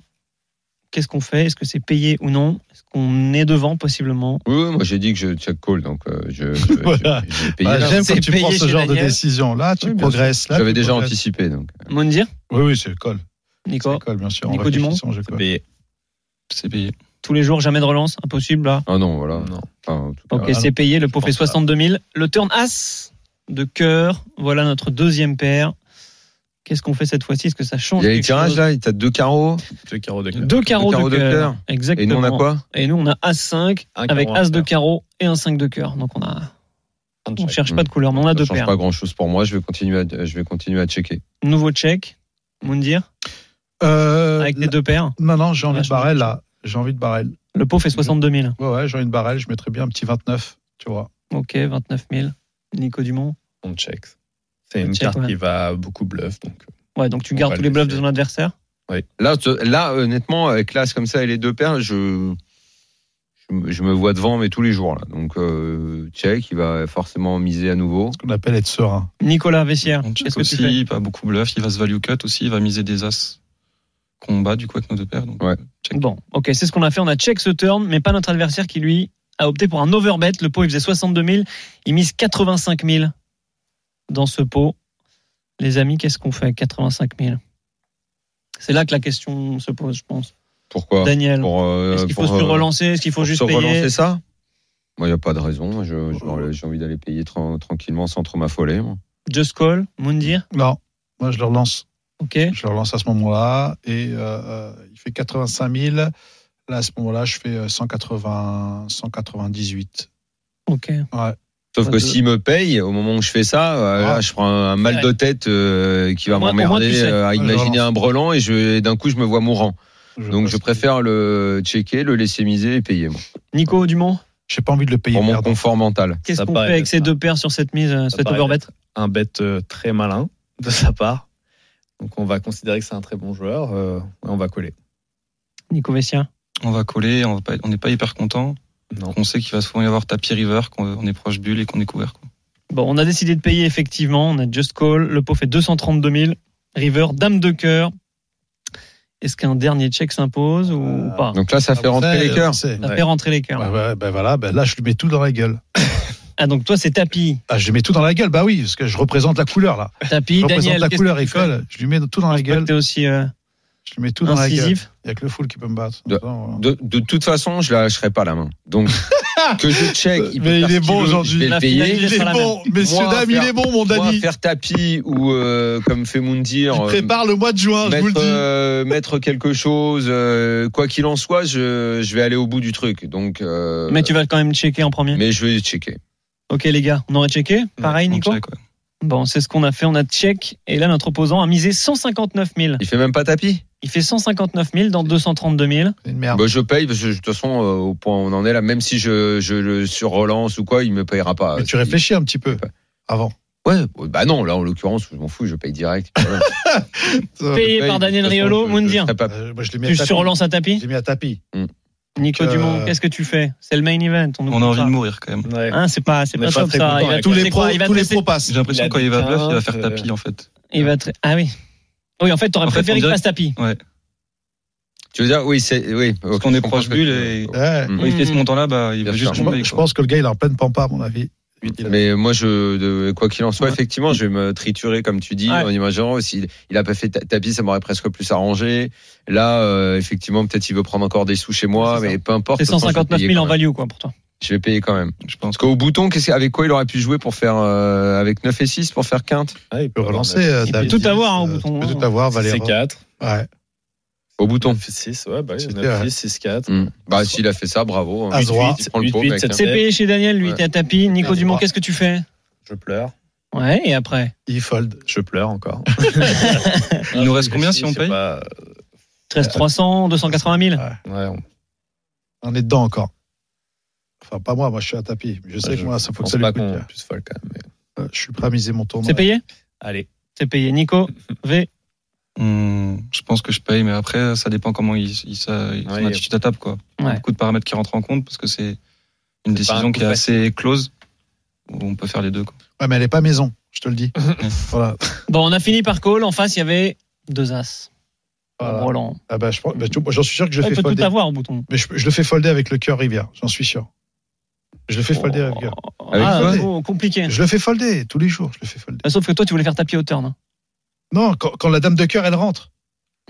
Speaker 11: Qu'est-ce qu'on fait Est-ce que c'est payé ou non Est-ce qu'on est devant possiblement
Speaker 5: Oui, oui, moi j'ai dit que je check call, donc euh, je, je,
Speaker 6: Voilà.
Speaker 5: je- j'ai payé.
Speaker 6: Bah, J'aime
Speaker 11: c'est
Speaker 6: quand tu
Speaker 11: payé
Speaker 6: prends ce
Speaker 11: chez
Speaker 6: genre de
Speaker 11: Daniel.
Speaker 6: décision. Là, tu
Speaker 5: Oui, bien
Speaker 6: progresses. Là,
Speaker 5: J'avais
Speaker 6: tu
Speaker 5: déjà
Speaker 6: progresses.
Speaker 5: anticipé, donc.
Speaker 11: Mondir
Speaker 6: Oui, oui, c'est colle.
Speaker 11: Nico
Speaker 6: C'est colle, bien sûr. En
Speaker 11: Nico Dumont
Speaker 6: réfléchissant, je colle.
Speaker 8: payé.
Speaker 7: C'est payé.
Speaker 11: Tous les jours, jamais de relance Impossible là
Speaker 5: Ah non, voilà.
Speaker 8: Non.
Speaker 5: Enfin, en tout cas,
Speaker 11: Ok,
Speaker 6: Voilà.
Speaker 11: c'est payé. Le pot fait
Speaker 6: pense pas.
Speaker 11: 62 000. Le turn As de cœur. Voilà notre deuxième paire. Qu'est-ce qu'on fait cette fois-ci Est-ce que ça change
Speaker 5: Il y a les
Speaker 11: quelque
Speaker 5: tirages
Speaker 11: chose
Speaker 5: là, t'as deux carreaux.
Speaker 8: Deux carreaux de cœur.
Speaker 11: Deux carreaux
Speaker 5: carreaux
Speaker 11: de
Speaker 5: de
Speaker 11: cœur.
Speaker 5: cœur.
Speaker 11: Exactement.
Speaker 5: Et nous on a quoi
Speaker 11: Et nous, on a As-5
Speaker 8: Un
Speaker 11: avec
Speaker 8: carreau, un
Speaker 11: As de
Speaker 8: cœur.
Speaker 11: carreau et un 5 de cœur. Donc on a
Speaker 8: Un de
Speaker 11: On
Speaker 8: chaque.
Speaker 11: cherche pas de couleur, mais on a
Speaker 5: Hmm. Ça
Speaker 11: deux
Speaker 5: change
Speaker 11: paires.
Speaker 5: pas grand chose pour moi. Je vais continuer à, je vais continuer à checker.
Speaker 11: Nouveau check, Moundir,
Speaker 6: Euh,
Speaker 11: avec les deux paires.
Speaker 6: Non, non, j'ai envie de
Speaker 11: Vachement.
Speaker 6: barrel là. J'ai envie de barrel.
Speaker 11: Le pot fait 62 000.
Speaker 6: Ouais, ouais, j'ai envie de barrel. Je mettrais bien un petit 29, tu vois.
Speaker 11: Ok, 29 000. Nico Dumont.
Speaker 8: On check. C'est
Speaker 11: On
Speaker 8: une
Speaker 11: check,
Speaker 8: carte
Speaker 11: ouais.
Speaker 8: qui va beaucoup bluff. Donc,
Speaker 11: Ouais, donc tu
Speaker 8: On
Speaker 11: gardes
Speaker 8: va
Speaker 11: tous les
Speaker 8: le
Speaker 11: bluffs de
Speaker 8: laisser.
Speaker 11: ton adversaire.
Speaker 5: Là, te- là, honnêtement, avec l'as comme ça et les deux paires, je, je, me- je me vois devant, mais tous les jours là. Donc euh, check, il va forcément miser à nouveau.
Speaker 6: Ce qu'on appelle être serein.
Speaker 11: Nicolas Vessière,
Speaker 7: On check
Speaker 11: Ah, qu'est-ce que tu fais
Speaker 7: aussi, pas beaucoup bluff. Il va se value cut aussi, il va miser des as combat du coup avec nos deux paires. Donc,
Speaker 5: Ouais.
Speaker 7: euh, check.
Speaker 11: Bon, ok, c'est ce qu'on a fait. On a check ce turn, mais pas notre adversaire qui, lui, a opté pour un overbet. Le pot, il faisait 62 000. Il mise 85 000 dans ce pot. Les amis, qu'est-ce qu'on fait 85 000 C'est là que la question se pose, je pense.
Speaker 5: Pourquoi
Speaker 11: Daniel,
Speaker 5: Pour, euh,
Speaker 11: est-ce qu'il faut
Speaker 5: pour,
Speaker 11: se
Speaker 5: euh,
Speaker 11: relancer Est-ce qu'il faut
Speaker 5: pour
Speaker 11: juste
Speaker 5: se relancer
Speaker 11: payer
Speaker 5: ça Moi, il n'y a pas de raison. Moi, je-
Speaker 11: Oh.
Speaker 5: je- J'ai envie d'aller payer tran- tranquillement sans trop m'affoler. moi.
Speaker 11: Just call, Moundir
Speaker 6: Non, moi je le relance.
Speaker 11: Ok.
Speaker 6: Je le relance à ce moment-là et euh, euh, il fait 85 000. Là, à ce moment-là, je fais euh, 180, 198.
Speaker 11: Ok.
Speaker 5: Sauf
Speaker 11: Pas
Speaker 5: que
Speaker 11: de-
Speaker 5: s'il me paye, au moment où je fais ça, euh, là,
Speaker 6: Ah.
Speaker 5: je prends un mal de tête euh, qui va
Speaker 11: Au moins- au moins,
Speaker 5: m'emmerder
Speaker 11: tu sais.
Speaker 5: euh, à
Speaker 6: je
Speaker 5: imaginer
Speaker 6: relance.
Speaker 5: un brelan et, je- et d'un coup je me vois mourant. Donc
Speaker 6: pense
Speaker 5: je
Speaker 6: que-
Speaker 5: préfère le checker, le laisser miser et payer moi,
Speaker 11: Nico Dumont,
Speaker 6: J'ai pas envie de le payer
Speaker 5: pour mon
Speaker 6: perdant.
Speaker 5: confort mental.
Speaker 11: qu'est-ce
Speaker 8: Ça
Speaker 11: qu'on
Speaker 8: paraît
Speaker 11: fait avec
Speaker 8: être
Speaker 11: ces
Speaker 8: ça.
Speaker 11: deux paires sur cette mise, euh,
Speaker 8: Ça
Speaker 11: cette
Speaker 8: paraît
Speaker 11: overbet
Speaker 8: un bet euh, très malin de sa part. Donc, on va considérer que c'est un très bon joueur. euh, et on va coller.
Speaker 11: Nico Vessia
Speaker 7: On va coller, on va pas- on n'est pas hyper content.
Speaker 8: Non.
Speaker 7: On sait qu'il va souvent y avoir tapis river, qu'on on est proche bulle et qu'on est couvert. quoi.
Speaker 11: Bon, on a décidé de payer effectivement. On a Just Call. Le pot fait 232 000. River, Dame de cœur. Est-ce qu'un dernier check s'impose ou
Speaker 6: Euh,
Speaker 11: pas
Speaker 5: Donc là, ça fait rentrer les cœurs.
Speaker 6: C'est-
Speaker 11: Ça fait rentrer les cœurs.
Speaker 6: Bah, bah, bah, voilà, bah, là je lui mets tout dans la gueule.
Speaker 11: Ah, donc toi, c'est tapis.
Speaker 6: Ah, je lui mets tout dans la gueule, bah oui, parce que je représente la couleur là.
Speaker 11: Tapis,
Speaker 6: Je représente
Speaker 11: Daniel.
Speaker 6: la
Speaker 11: qu'est-ce
Speaker 6: couleur
Speaker 11: que tu fais
Speaker 6: école. Je lui mets tout dans la
Speaker 11: Je crois que
Speaker 6: gueule.
Speaker 11: T'es aussi euh,
Speaker 6: Je lui mets tout dans la gueule.
Speaker 11: incisif.
Speaker 6: Il y a que le fool qui peut me battre.
Speaker 5: De-
Speaker 6: Attends,
Speaker 5: De, de toute façon, je lâcherai pas la main. Donc que je check, il peut faire
Speaker 6: Mais il
Speaker 5: ce
Speaker 6: est
Speaker 5: qu'il
Speaker 6: bon
Speaker 5: veut,
Speaker 6: aujourd'hui.
Speaker 5: Je vais
Speaker 11: La
Speaker 5: le payer.
Speaker 11: finale,
Speaker 6: Il
Speaker 11: sur la
Speaker 6: est bon, messieurs,
Speaker 5: Moi,
Speaker 6: dames,
Speaker 5: faire-
Speaker 6: il est bon, mon
Speaker 5: Moi,
Speaker 6: Dani.
Speaker 5: faire tapis ou euh, comme fait Moundir,
Speaker 6: Il
Speaker 5: euh,
Speaker 6: prépare le mois de juin, Oh, je vous le
Speaker 5: mettre,
Speaker 6: dis.
Speaker 5: euh, mettre quelque chose, euh, quoi qu'il en soit, je, je vais aller au bout du truc. Donc, euh,
Speaker 11: Mais tu vas quand même checker en premier.
Speaker 5: mais je vais checker.
Speaker 11: Ok, les gars, on aurait checké Pareil,
Speaker 7: On
Speaker 11: Nico
Speaker 7: check, ouais.
Speaker 11: Bon, c'est ce qu'on a fait. On a check. Et là, notre opposant a misé 159 000.
Speaker 5: Il fait même pas tapis.
Speaker 11: Il fait 159 000 dans 232 000.
Speaker 6: C'est une merde.
Speaker 5: Bah, je paye parce que de toute façon, euh, au point où on en est là, même si je, je le surrelance ou quoi, il me payera pas.
Speaker 6: Mais tu réfléchis un petit peu
Speaker 5: Ouais.
Speaker 6: avant.
Speaker 5: Ouais. Bah non, là en l'occurrence, je m'en fous, je paye direct. Voilà.
Speaker 11: Payé
Speaker 5: Je paye,
Speaker 11: par
Speaker 5: de
Speaker 11: Daniel
Speaker 5: toute façon,
Speaker 11: Riolo,
Speaker 5: je-
Speaker 11: Moundir.
Speaker 5: je serai pas-
Speaker 6: Euh, moi, je l'ai mis à
Speaker 11: Ah. Tu
Speaker 6: tapis.
Speaker 11: surrelances un tapis
Speaker 6: Je l'ai mis à tapis.
Speaker 11: Nico
Speaker 6: euh,
Speaker 11: Dumont, qu'est-ce que tu fais C'est le main event. On,
Speaker 7: On a envie de mourir quand même.
Speaker 8: Ouais.
Speaker 11: Hein, c'est pas, c'est
Speaker 8: On est
Speaker 11: pas
Speaker 8: pas
Speaker 11: top
Speaker 8: très
Speaker 11: ça.
Speaker 8: content
Speaker 11: Il va
Speaker 8: avec
Speaker 11: te
Speaker 6: Tous les
Speaker 11: laisser
Speaker 6: pros,
Speaker 11: quoi Il va
Speaker 6: tous
Speaker 11: te
Speaker 6: les
Speaker 11: laisser-
Speaker 6: pros passent.
Speaker 7: J'ai l'impression
Speaker 8: Il a
Speaker 7: que quand il va bluff, il va faire
Speaker 8: quinze,
Speaker 5: euh,
Speaker 7: tapis en fait.
Speaker 11: il va te- Ah oui. Oui, en fait, t'aurais
Speaker 7: En fait,
Speaker 11: préféré
Speaker 7: on
Speaker 11: qu'il
Speaker 7: dirait-
Speaker 11: fasse tapis.
Speaker 5: Tu veux dire, oui, c'est oui.
Speaker 7: Parce
Speaker 5: ok,
Speaker 7: qu'on
Speaker 5: je
Speaker 7: est
Speaker 5: comprends
Speaker 7: proche
Speaker 5: ce que tu
Speaker 7: bulle
Speaker 5: veux.
Speaker 7: et
Speaker 11: Mm.
Speaker 6: Ouais.
Speaker 7: quand il fait ce montant-là, bah, il
Speaker 5: Mm. Bien sûr.
Speaker 7: va juste
Speaker 6: Je pense-
Speaker 7: tomber.
Speaker 6: Je
Speaker 7: quoi.
Speaker 6: pense que le gars, il est en pleine pampa, à mon avis.
Speaker 5: Mais moi, je, de- quoi qu'il en soit,
Speaker 11: Ouais.
Speaker 5: effectivement, je vais me triturer, comme tu dis,
Speaker 11: Ouais.
Speaker 5: en imaginant aussi. Il a pas fait ta- tapis, ça m'aurait presque plus arrangé. Là, euh, effectivement, peut-être il veut prendre encore des sous chez moi,
Speaker 11: C'est ça.
Speaker 5: mais peu importe.
Speaker 11: C'est
Speaker 5: de toute façon, je vais
Speaker 11: 159
Speaker 5: payer
Speaker 11: 000
Speaker 5: quand
Speaker 11: en
Speaker 5: même.
Speaker 11: value, quoi, pour toi.
Speaker 5: Je vais payer quand même.
Speaker 7: Je pense.
Speaker 5: Parce qu'au bouton, qu'est-ce- avec quoi il aurait pu jouer pour faire euh, avec 9 et 6 pour faire quinte
Speaker 8: Ouais, Ah, il
Speaker 6: Tu peux relancer. euh,
Speaker 11: Il
Speaker 6: t'as
Speaker 11: peut tout
Speaker 6: 10,
Speaker 11: avoir, hein, au
Speaker 6: euh,
Speaker 11: bouton,
Speaker 6: Tu peux
Speaker 11: hein.
Speaker 6: tout avoir, Valérie.
Speaker 8: C'est 4.
Speaker 6: Ouais.
Speaker 5: Au bouton.
Speaker 8: 6, ouais, bah,
Speaker 6: C'est
Speaker 8: 9,
Speaker 6: clair.
Speaker 8: 6, 6, 4.
Speaker 5: Hmm. Bah s'il a fait ça, bravo.
Speaker 6: Ah,
Speaker 5: hein.
Speaker 6: As roi.
Speaker 5: Tu prends le pot, mec, hein.
Speaker 11: C'est payé chez Daniel, lui,
Speaker 5: Ouais.
Speaker 11: t'es à tapis. Nico
Speaker 6: Ouais.
Speaker 11: Dumont, qu'est-ce que tu fais
Speaker 8: Je pleure.
Speaker 11: Ouais, et après
Speaker 6: Il fold.
Speaker 8: Je pleure encore.
Speaker 7: Il nous reste combien si on
Speaker 8: C'est
Speaker 7: paye
Speaker 8: pas-
Speaker 11: 13 300, 280 000
Speaker 6: Ouais.
Speaker 8: Ouais, on-
Speaker 6: On est dedans encore. Enfin, pas moi, moi je suis à tapis.
Speaker 11: Bah,
Speaker 6: Je sais
Speaker 8: Ouais,
Speaker 6: que
Speaker 8: je
Speaker 6: moi, ça faut que
Speaker 8: pense
Speaker 6: ça lui
Speaker 8: pas
Speaker 6: coûte.
Speaker 8: qu'on puisse folle quand même. mais-
Speaker 6: Euh, Je suis prêt à miser mon tournoi.
Speaker 11: C'est payé
Speaker 8: Allez.
Speaker 11: C'est payé. Nico, V,
Speaker 7: Hum, je pense que je paye, mais après, ça dépend comment il, il, ça, son
Speaker 8: Ouais,
Speaker 7: attitude à table. Quoi. Il y a
Speaker 11: Ouais.
Speaker 7: Beaucoup de paramètres qui rentrent en compte parce que c'est une
Speaker 8: C'est pas un
Speaker 7: décision
Speaker 8: coup
Speaker 7: qui est
Speaker 8: facile.
Speaker 7: assez close où on peut faire les deux. Quoi.
Speaker 6: Ouais, mais elle est pas maison, je te le dis. voilà.
Speaker 11: Bon, on a fini par call. En face, il y avait deux as.
Speaker 6: Voilà.
Speaker 11: Roland.
Speaker 6: Ah bah, je pense- bah, tu- moi, j'en suis sûr que je
Speaker 11: Ah,
Speaker 6: fais
Speaker 11: il peut tout
Speaker 6: folder.
Speaker 11: avoir au bouton.
Speaker 6: Mais je, je le fais folder avec le cœur Rivière, j'en suis sûr. Je le fais folder avec le cœur.
Speaker 11: Oh.
Speaker 7: Avec
Speaker 11: Ah,
Speaker 6: quoi
Speaker 11: bon, compliqué.
Speaker 6: Je le fais folder tous les jours, je le fais folder.
Speaker 11: Ah, Sauf que toi, tu voulais faire tapis au turn. hein.
Speaker 6: Non, quand, quand la dame de cœur elle rentre,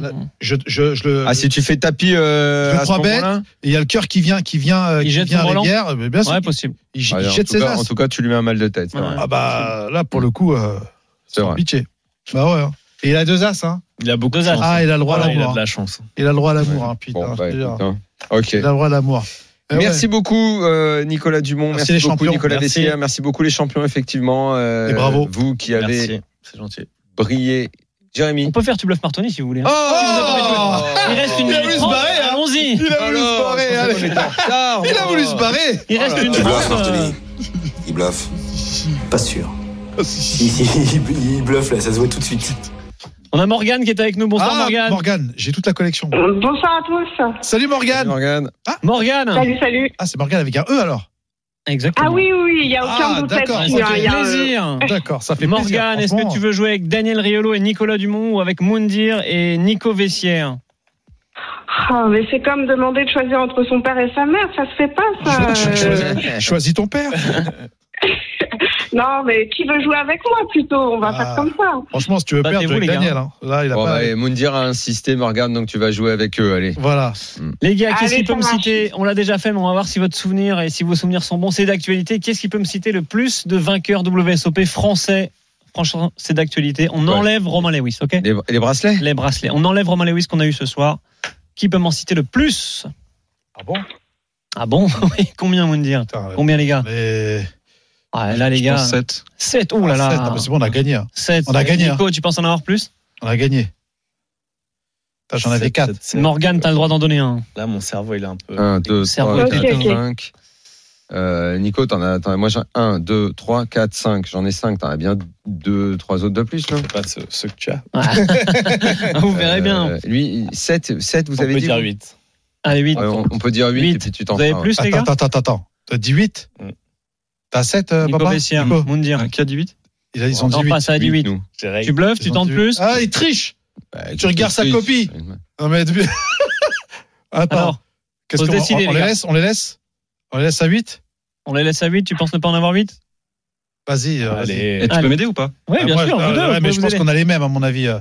Speaker 6: Là-
Speaker 11: Mhm.
Speaker 6: je, je, je le.
Speaker 5: Ah, si tu fais tapis euh,
Speaker 6: Je
Speaker 5: à ce
Speaker 6: crois bête.
Speaker 5: moment-là
Speaker 6: et Il y a le cœur qui vient, qui vient, euh,
Speaker 11: Il
Speaker 6: qui
Speaker 11: jette
Speaker 6: vient
Speaker 11: son Roland
Speaker 6: Rivière, mais bien sûr,
Speaker 11: Ouais,
Speaker 6: il-
Speaker 11: possible.
Speaker 6: il, il
Speaker 5: Ouais, Ah, en,
Speaker 6: jette
Speaker 5: tout
Speaker 6: ses
Speaker 5: cas,
Speaker 6: as.
Speaker 5: en tout cas, tu lui mets un mal de tête. c'est
Speaker 11: Ouais.
Speaker 5: vrai.
Speaker 6: Ah bah là pour le coup, euh,
Speaker 5: C'est vrai.
Speaker 6: pitié. Bah ouais. hein. Et il a deux as, hein.
Speaker 8: Il a beaucoup
Speaker 11: Deux
Speaker 8: de
Speaker 11: as.
Speaker 8: chance.
Speaker 6: Ah, il a le droit à
Speaker 8: Voilà, il a
Speaker 6: l'amour.
Speaker 8: de
Speaker 6: hein.
Speaker 8: la chance.
Speaker 6: Il a le droit à l'amour, hein, putain.
Speaker 5: Bon,
Speaker 6: je
Speaker 5: bah,
Speaker 6: te jure.
Speaker 5: écoute, hein. Ok.
Speaker 6: Il a le droit à l'amour. Eh ouais.
Speaker 5: Merci beaucoup euh, Nicolas Dumont, merci,
Speaker 6: Merci les
Speaker 5: beaucoup
Speaker 6: champions.
Speaker 5: Nicolas
Speaker 8: Merci.
Speaker 5: Vessière, merci beaucoup les champions effectivement. euh,
Speaker 6: Et bravo.
Speaker 5: Vous qui avez
Speaker 8: Merci. C'est gentil.
Speaker 5: brillé,
Speaker 11: On
Speaker 5: Jérémy.
Speaker 11: peut faire tu bluffes Martoni si vous voulez. hein.
Speaker 5: Oh
Speaker 11: Il reste une
Speaker 6: Il a
Speaker 11: minute
Speaker 6: voulu se
Speaker 11: trente,
Speaker 6: barrer, hein.
Speaker 11: Allons-y.
Speaker 6: Il a voulu se
Speaker 5: Alors,
Speaker 6: barrer.
Speaker 5: on
Speaker 6: allez.
Speaker 5: était en retard,
Speaker 6: Il a
Speaker 5: oh.
Speaker 6: voulu se barrer.
Speaker 11: Il reste une
Speaker 9: Il bluffe,
Speaker 11: trente, euh,
Speaker 9: Martelly. Il bluffe.
Speaker 12: Pas sûr. Il, il- il bluffe là, ça se voit tout de suite.
Speaker 11: On a Morgane qui est avec nous. Bonsoir
Speaker 6: Ah,
Speaker 11: Morgane.
Speaker 6: Morgane, j'ai toute la collection.
Speaker 13: Bonsoir à tous.
Speaker 6: Salut Morgane.
Speaker 5: Morgane.
Speaker 11: Morgane.
Speaker 13: Salut, salut.
Speaker 6: Ah, c'est Morgane avec un E alors.
Speaker 11: Exactement.
Speaker 13: Ah oui, oui, il n'y a aucun
Speaker 6: Ah,
Speaker 13: doute
Speaker 6: d'accord,
Speaker 13: là-dessus.
Speaker 11: Ça
Speaker 13: hein,
Speaker 6: ok.
Speaker 13: il
Speaker 11: fait
Speaker 13: y a, euh,
Speaker 11: plaisir.
Speaker 6: D'accord, ça fait plaisir.
Speaker 11: Morgane, est-ce que
Speaker 6: franchement.
Speaker 11: tu veux jouer avec Daniel Riolo et Nicolas Dumont ou avec Moundir et Nico Vessière
Speaker 13: ah, mais c'est comme demander de choisir entre son père et sa mère, ça se fait pas ça.
Speaker 6: Cho-
Speaker 13: Euh,
Speaker 6: choisis- Choisis ton père.
Speaker 13: Non, mais qui veut jouer avec moi plutôt On va
Speaker 6: Ah.
Speaker 13: faire comme ça.
Speaker 6: Franchement, si tu veux
Speaker 11: Battez-vous,
Speaker 6: perdre, tu veux
Speaker 11: les
Speaker 6: avec
Speaker 11: gars.
Speaker 6: Daniel. hein. Là, il a
Speaker 5: Bon,
Speaker 6: pas.
Speaker 5: bah, et Moundir a insisté Morgane, donc tu vas jouer avec eux, allez.
Speaker 6: Voilà.
Speaker 11: Les gars, qu'est-ce
Speaker 13: Allez,
Speaker 11: qui peut
Speaker 13: ça
Speaker 11: me
Speaker 13: marche.
Speaker 11: citer On l'a déjà fait, mais on va voir si votre souvenir et si vos souvenirs sont bons. C'est d'actualité. Qu'est-ce qui peut me citer le plus de vainqueurs WSOP français Franchement, c'est d'actualité. On
Speaker 5: Ouais.
Speaker 11: enlève Romain Lewis, ok
Speaker 5: Les, les bracelets
Speaker 11: Les bracelets. On enlève Romain Lewis qu'on a eu ce soir. Qui peut m'en citer le plus
Speaker 6: Ah bon
Speaker 11: Ah bon Oui, Combien, Moundir
Speaker 6: Putain,
Speaker 11: Combien, les gars
Speaker 6: mais...
Speaker 11: ah, Là, les
Speaker 7: je
Speaker 11: gars,
Speaker 7: pense 7.
Speaker 11: 7. Ouh là
Speaker 6: Ah, sept, ah,
Speaker 11: là
Speaker 6: bah, c'est bon, on a gagné. hein.
Speaker 11: 7.
Speaker 6: On a gagné,
Speaker 11: Nico, tu penses en avoir plus
Speaker 6: On a gagné. Putain, J'en avais
Speaker 8: Sept,
Speaker 6: quatre.
Speaker 8: sept, sept.
Speaker 11: Morgane, t'as le droit d'en donner un.
Speaker 8: Là, mon cerveau, il est un peu.
Speaker 5: 1, 2, 3,
Speaker 11: Euh, cerveau.
Speaker 5: 4,
Speaker 13: Ok, ok.
Speaker 5: 5. Euh, Nico, t'en as, t'en as- moi j'ai 1, 2, 3, 4, 5. J'en ai 5, t'en as bien 2, 3 autres de plus, là.
Speaker 8: C'est pas ce, ce que tu as.
Speaker 11: Ah, Vous verrez bien.
Speaker 5: Euh, lui, 7, 7 vous
Speaker 8: On
Speaker 5: avez
Speaker 8: peut
Speaker 5: dit
Speaker 8: dire
Speaker 5: vous
Speaker 8: 8.
Speaker 11: Allez, 8.
Speaker 5: Ouais, on, on peut dire 8,
Speaker 11: Huit.
Speaker 5: et puis tu t'en
Speaker 11: Vous avez
Speaker 5: feras,
Speaker 11: plus, les gars
Speaker 6: Attends, attends, attends, attends. T'as 18
Speaker 8: Mm.
Speaker 6: T'as 7,
Speaker 11: Nico
Speaker 6: papa
Speaker 11: Bessière,
Speaker 6: Nico Ah,
Speaker 11: Moundir.
Speaker 7: Un qui a dit 8
Speaker 6: ils, ils ont
Speaker 11: On
Speaker 6: 18.
Speaker 11: passe à
Speaker 5: ouais.
Speaker 11: 18.
Speaker 5: nous.
Speaker 11: Tu
Speaker 8: J'ai réglé.
Speaker 11: bluffes, tu
Speaker 6: Ils ont
Speaker 11: tentes
Speaker 6: 18.
Speaker 11: plus
Speaker 6: Ah, il triche
Speaker 5: Bah,
Speaker 6: Tu regardes sa
Speaker 5: oui.
Speaker 6: copie. Non, mais... Attends,
Speaker 11: Alors,
Speaker 6: qu'est-ce
Speaker 11: faut se
Speaker 6: qu'on- on-
Speaker 11: décider,
Speaker 6: on,
Speaker 11: les
Speaker 6: les
Speaker 11: gars.
Speaker 6: laisse On les laisse On les laisse à 8
Speaker 11: on les laisse à 8, tu penses ne pas en avoir 8
Speaker 6: Vas-y. euh, vas-y.
Speaker 8: Allez.
Speaker 7: Et tu
Speaker 11: Allez.
Speaker 7: peux m'aider ou pas
Speaker 11: Oui,
Speaker 6: Ah,
Speaker 11: bien
Speaker 6: moi,
Speaker 11: sûr,
Speaker 6: euh,
Speaker 11: vous deux.
Speaker 6: ouais,
Speaker 11: vous
Speaker 6: mais
Speaker 11: pouvez
Speaker 6: je
Speaker 11: vous
Speaker 6: pense
Speaker 11: aider.
Speaker 6: qu'on a les mêmes, à mon avis. euh.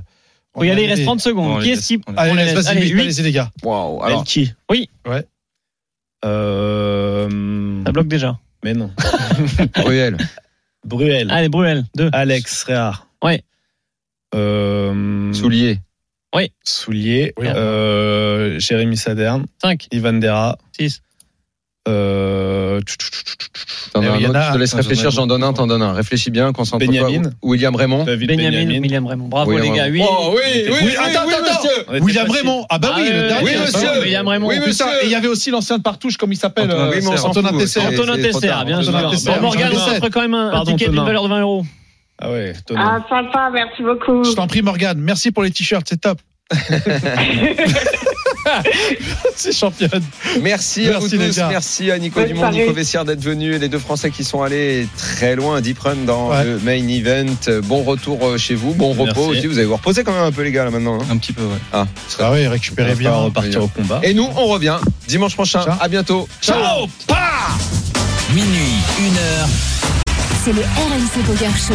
Speaker 6: On
Speaker 11: Faut y
Speaker 6: a
Speaker 11: aller, il
Speaker 6: les-
Speaker 11: reste 30
Speaker 7: Bon,
Speaker 11: secondes. Qui
Speaker 7: allez,
Speaker 11: est-ce qui.
Speaker 7: on est-
Speaker 6: Allez,
Speaker 11: on les
Speaker 6: laisse,
Speaker 11: laisse.
Speaker 6: vas-y,
Speaker 11: Allez,
Speaker 6: vite,
Speaker 11: huit.
Speaker 6: allez-y, les gars.
Speaker 5: Waouh, alors.
Speaker 8: Elki.
Speaker 11: Oui.
Speaker 6: Ouais.
Speaker 8: Euh.
Speaker 11: Ça bloque déjà.
Speaker 8: Mais non.
Speaker 5: Bruel.
Speaker 8: Bruel.
Speaker 11: Allez, Bruel, 2.
Speaker 8: Alex Réard.
Speaker 11: Ouais.
Speaker 8: Euh,
Speaker 5: Soulier.
Speaker 8: Soulier.
Speaker 6: Oui.
Speaker 8: Euh, Jérémy Saderne.
Speaker 11: 5,
Speaker 8: Ivan Dera.
Speaker 11: 6.
Speaker 8: Euh,
Speaker 5: T'en
Speaker 6: Eh
Speaker 5: as
Speaker 6: oui,
Speaker 5: un
Speaker 6: y en
Speaker 5: autre,
Speaker 6: a
Speaker 5: je
Speaker 6: un.
Speaker 5: te laisse
Speaker 6: J'en ai
Speaker 5: réfléchir,
Speaker 6: un.
Speaker 5: j'en donne un, t'en donnes un. Réfléchis bien, concentre-toi.
Speaker 8: Benjamin.
Speaker 5: Ou- William Raymond.
Speaker 8: David
Speaker 11: Benjamin,
Speaker 8: Benjamin.
Speaker 11: William Raymond. Bravo,
Speaker 5: William
Speaker 11: les gars.
Speaker 5: Raymond.
Speaker 11: 8.
Speaker 5: Oh oui, oui, oui,
Speaker 6: attends,
Speaker 5: oui,
Speaker 6: attends,
Speaker 5: monsieur.
Speaker 6: attends.
Speaker 8: On était
Speaker 6: William
Speaker 8: facile.
Speaker 6: Raymond. Ah bah
Speaker 11: Ah,
Speaker 6: oui, le
Speaker 11: oui,
Speaker 6: dernier.
Speaker 5: oui, monsieur.
Speaker 11: William Raymond.
Speaker 5: Oui, monsieur.
Speaker 6: Putain, et il y avait aussi l'ancien de partouche, comme il s'appelle.
Speaker 7: Antonin
Speaker 6: euh,
Speaker 7: Tesser.
Speaker 6: Antonin
Speaker 5: Antonin
Speaker 6: Tesser.
Speaker 5: Tesser.
Speaker 11: Antonin
Speaker 5: c'est-
Speaker 11: Tesser,
Speaker 5: Antonin
Speaker 11: bien sûr.
Speaker 6: Tesser.
Speaker 11: Bon, Morgane, on
Speaker 6: Antonin
Speaker 11: s'offre
Speaker 6: Tesser.
Speaker 11: quand même un
Speaker 8: Pardon,
Speaker 11: ticket d'une
Speaker 8: Thomas.
Speaker 11: valeur de 20 euros.
Speaker 8: Ah ouais, étonnant.
Speaker 13: Ah, sympa, merci beaucoup.
Speaker 6: Je t'en prie, Morgane. Merci pour les t-shirts, c'est top. c'est championne.
Speaker 5: Merci à vous
Speaker 6: Merci, les
Speaker 5: tous,
Speaker 6: gars.
Speaker 5: merci à Nico
Speaker 13: Bonne
Speaker 5: Dumont, Nico
Speaker 13: soirée.
Speaker 5: Vessière d'être venu et les deux Français qui sont allés très loin, deep run dans
Speaker 6: Ouais.
Speaker 5: le main event. Euh, Bon retour euh, chez vous, bon repos
Speaker 8: Merci.
Speaker 5: aussi. Vous allez vous reposer quand même un peu les gars là maintenant. hein.
Speaker 7: Un petit peu, ouais.
Speaker 5: Ah,
Speaker 6: Ah oui,
Speaker 8: On
Speaker 6: récupérez
Speaker 8: va
Speaker 6: bien.
Speaker 8: repartir au combat.
Speaker 5: Et nous, on revient dimanche prochain.
Speaker 6: Ciao.
Speaker 5: À bientôt.
Speaker 6: Ciao
Speaker 4: Minuit, 1 heure.
Speaker 3: C'est le RMC Poker Show.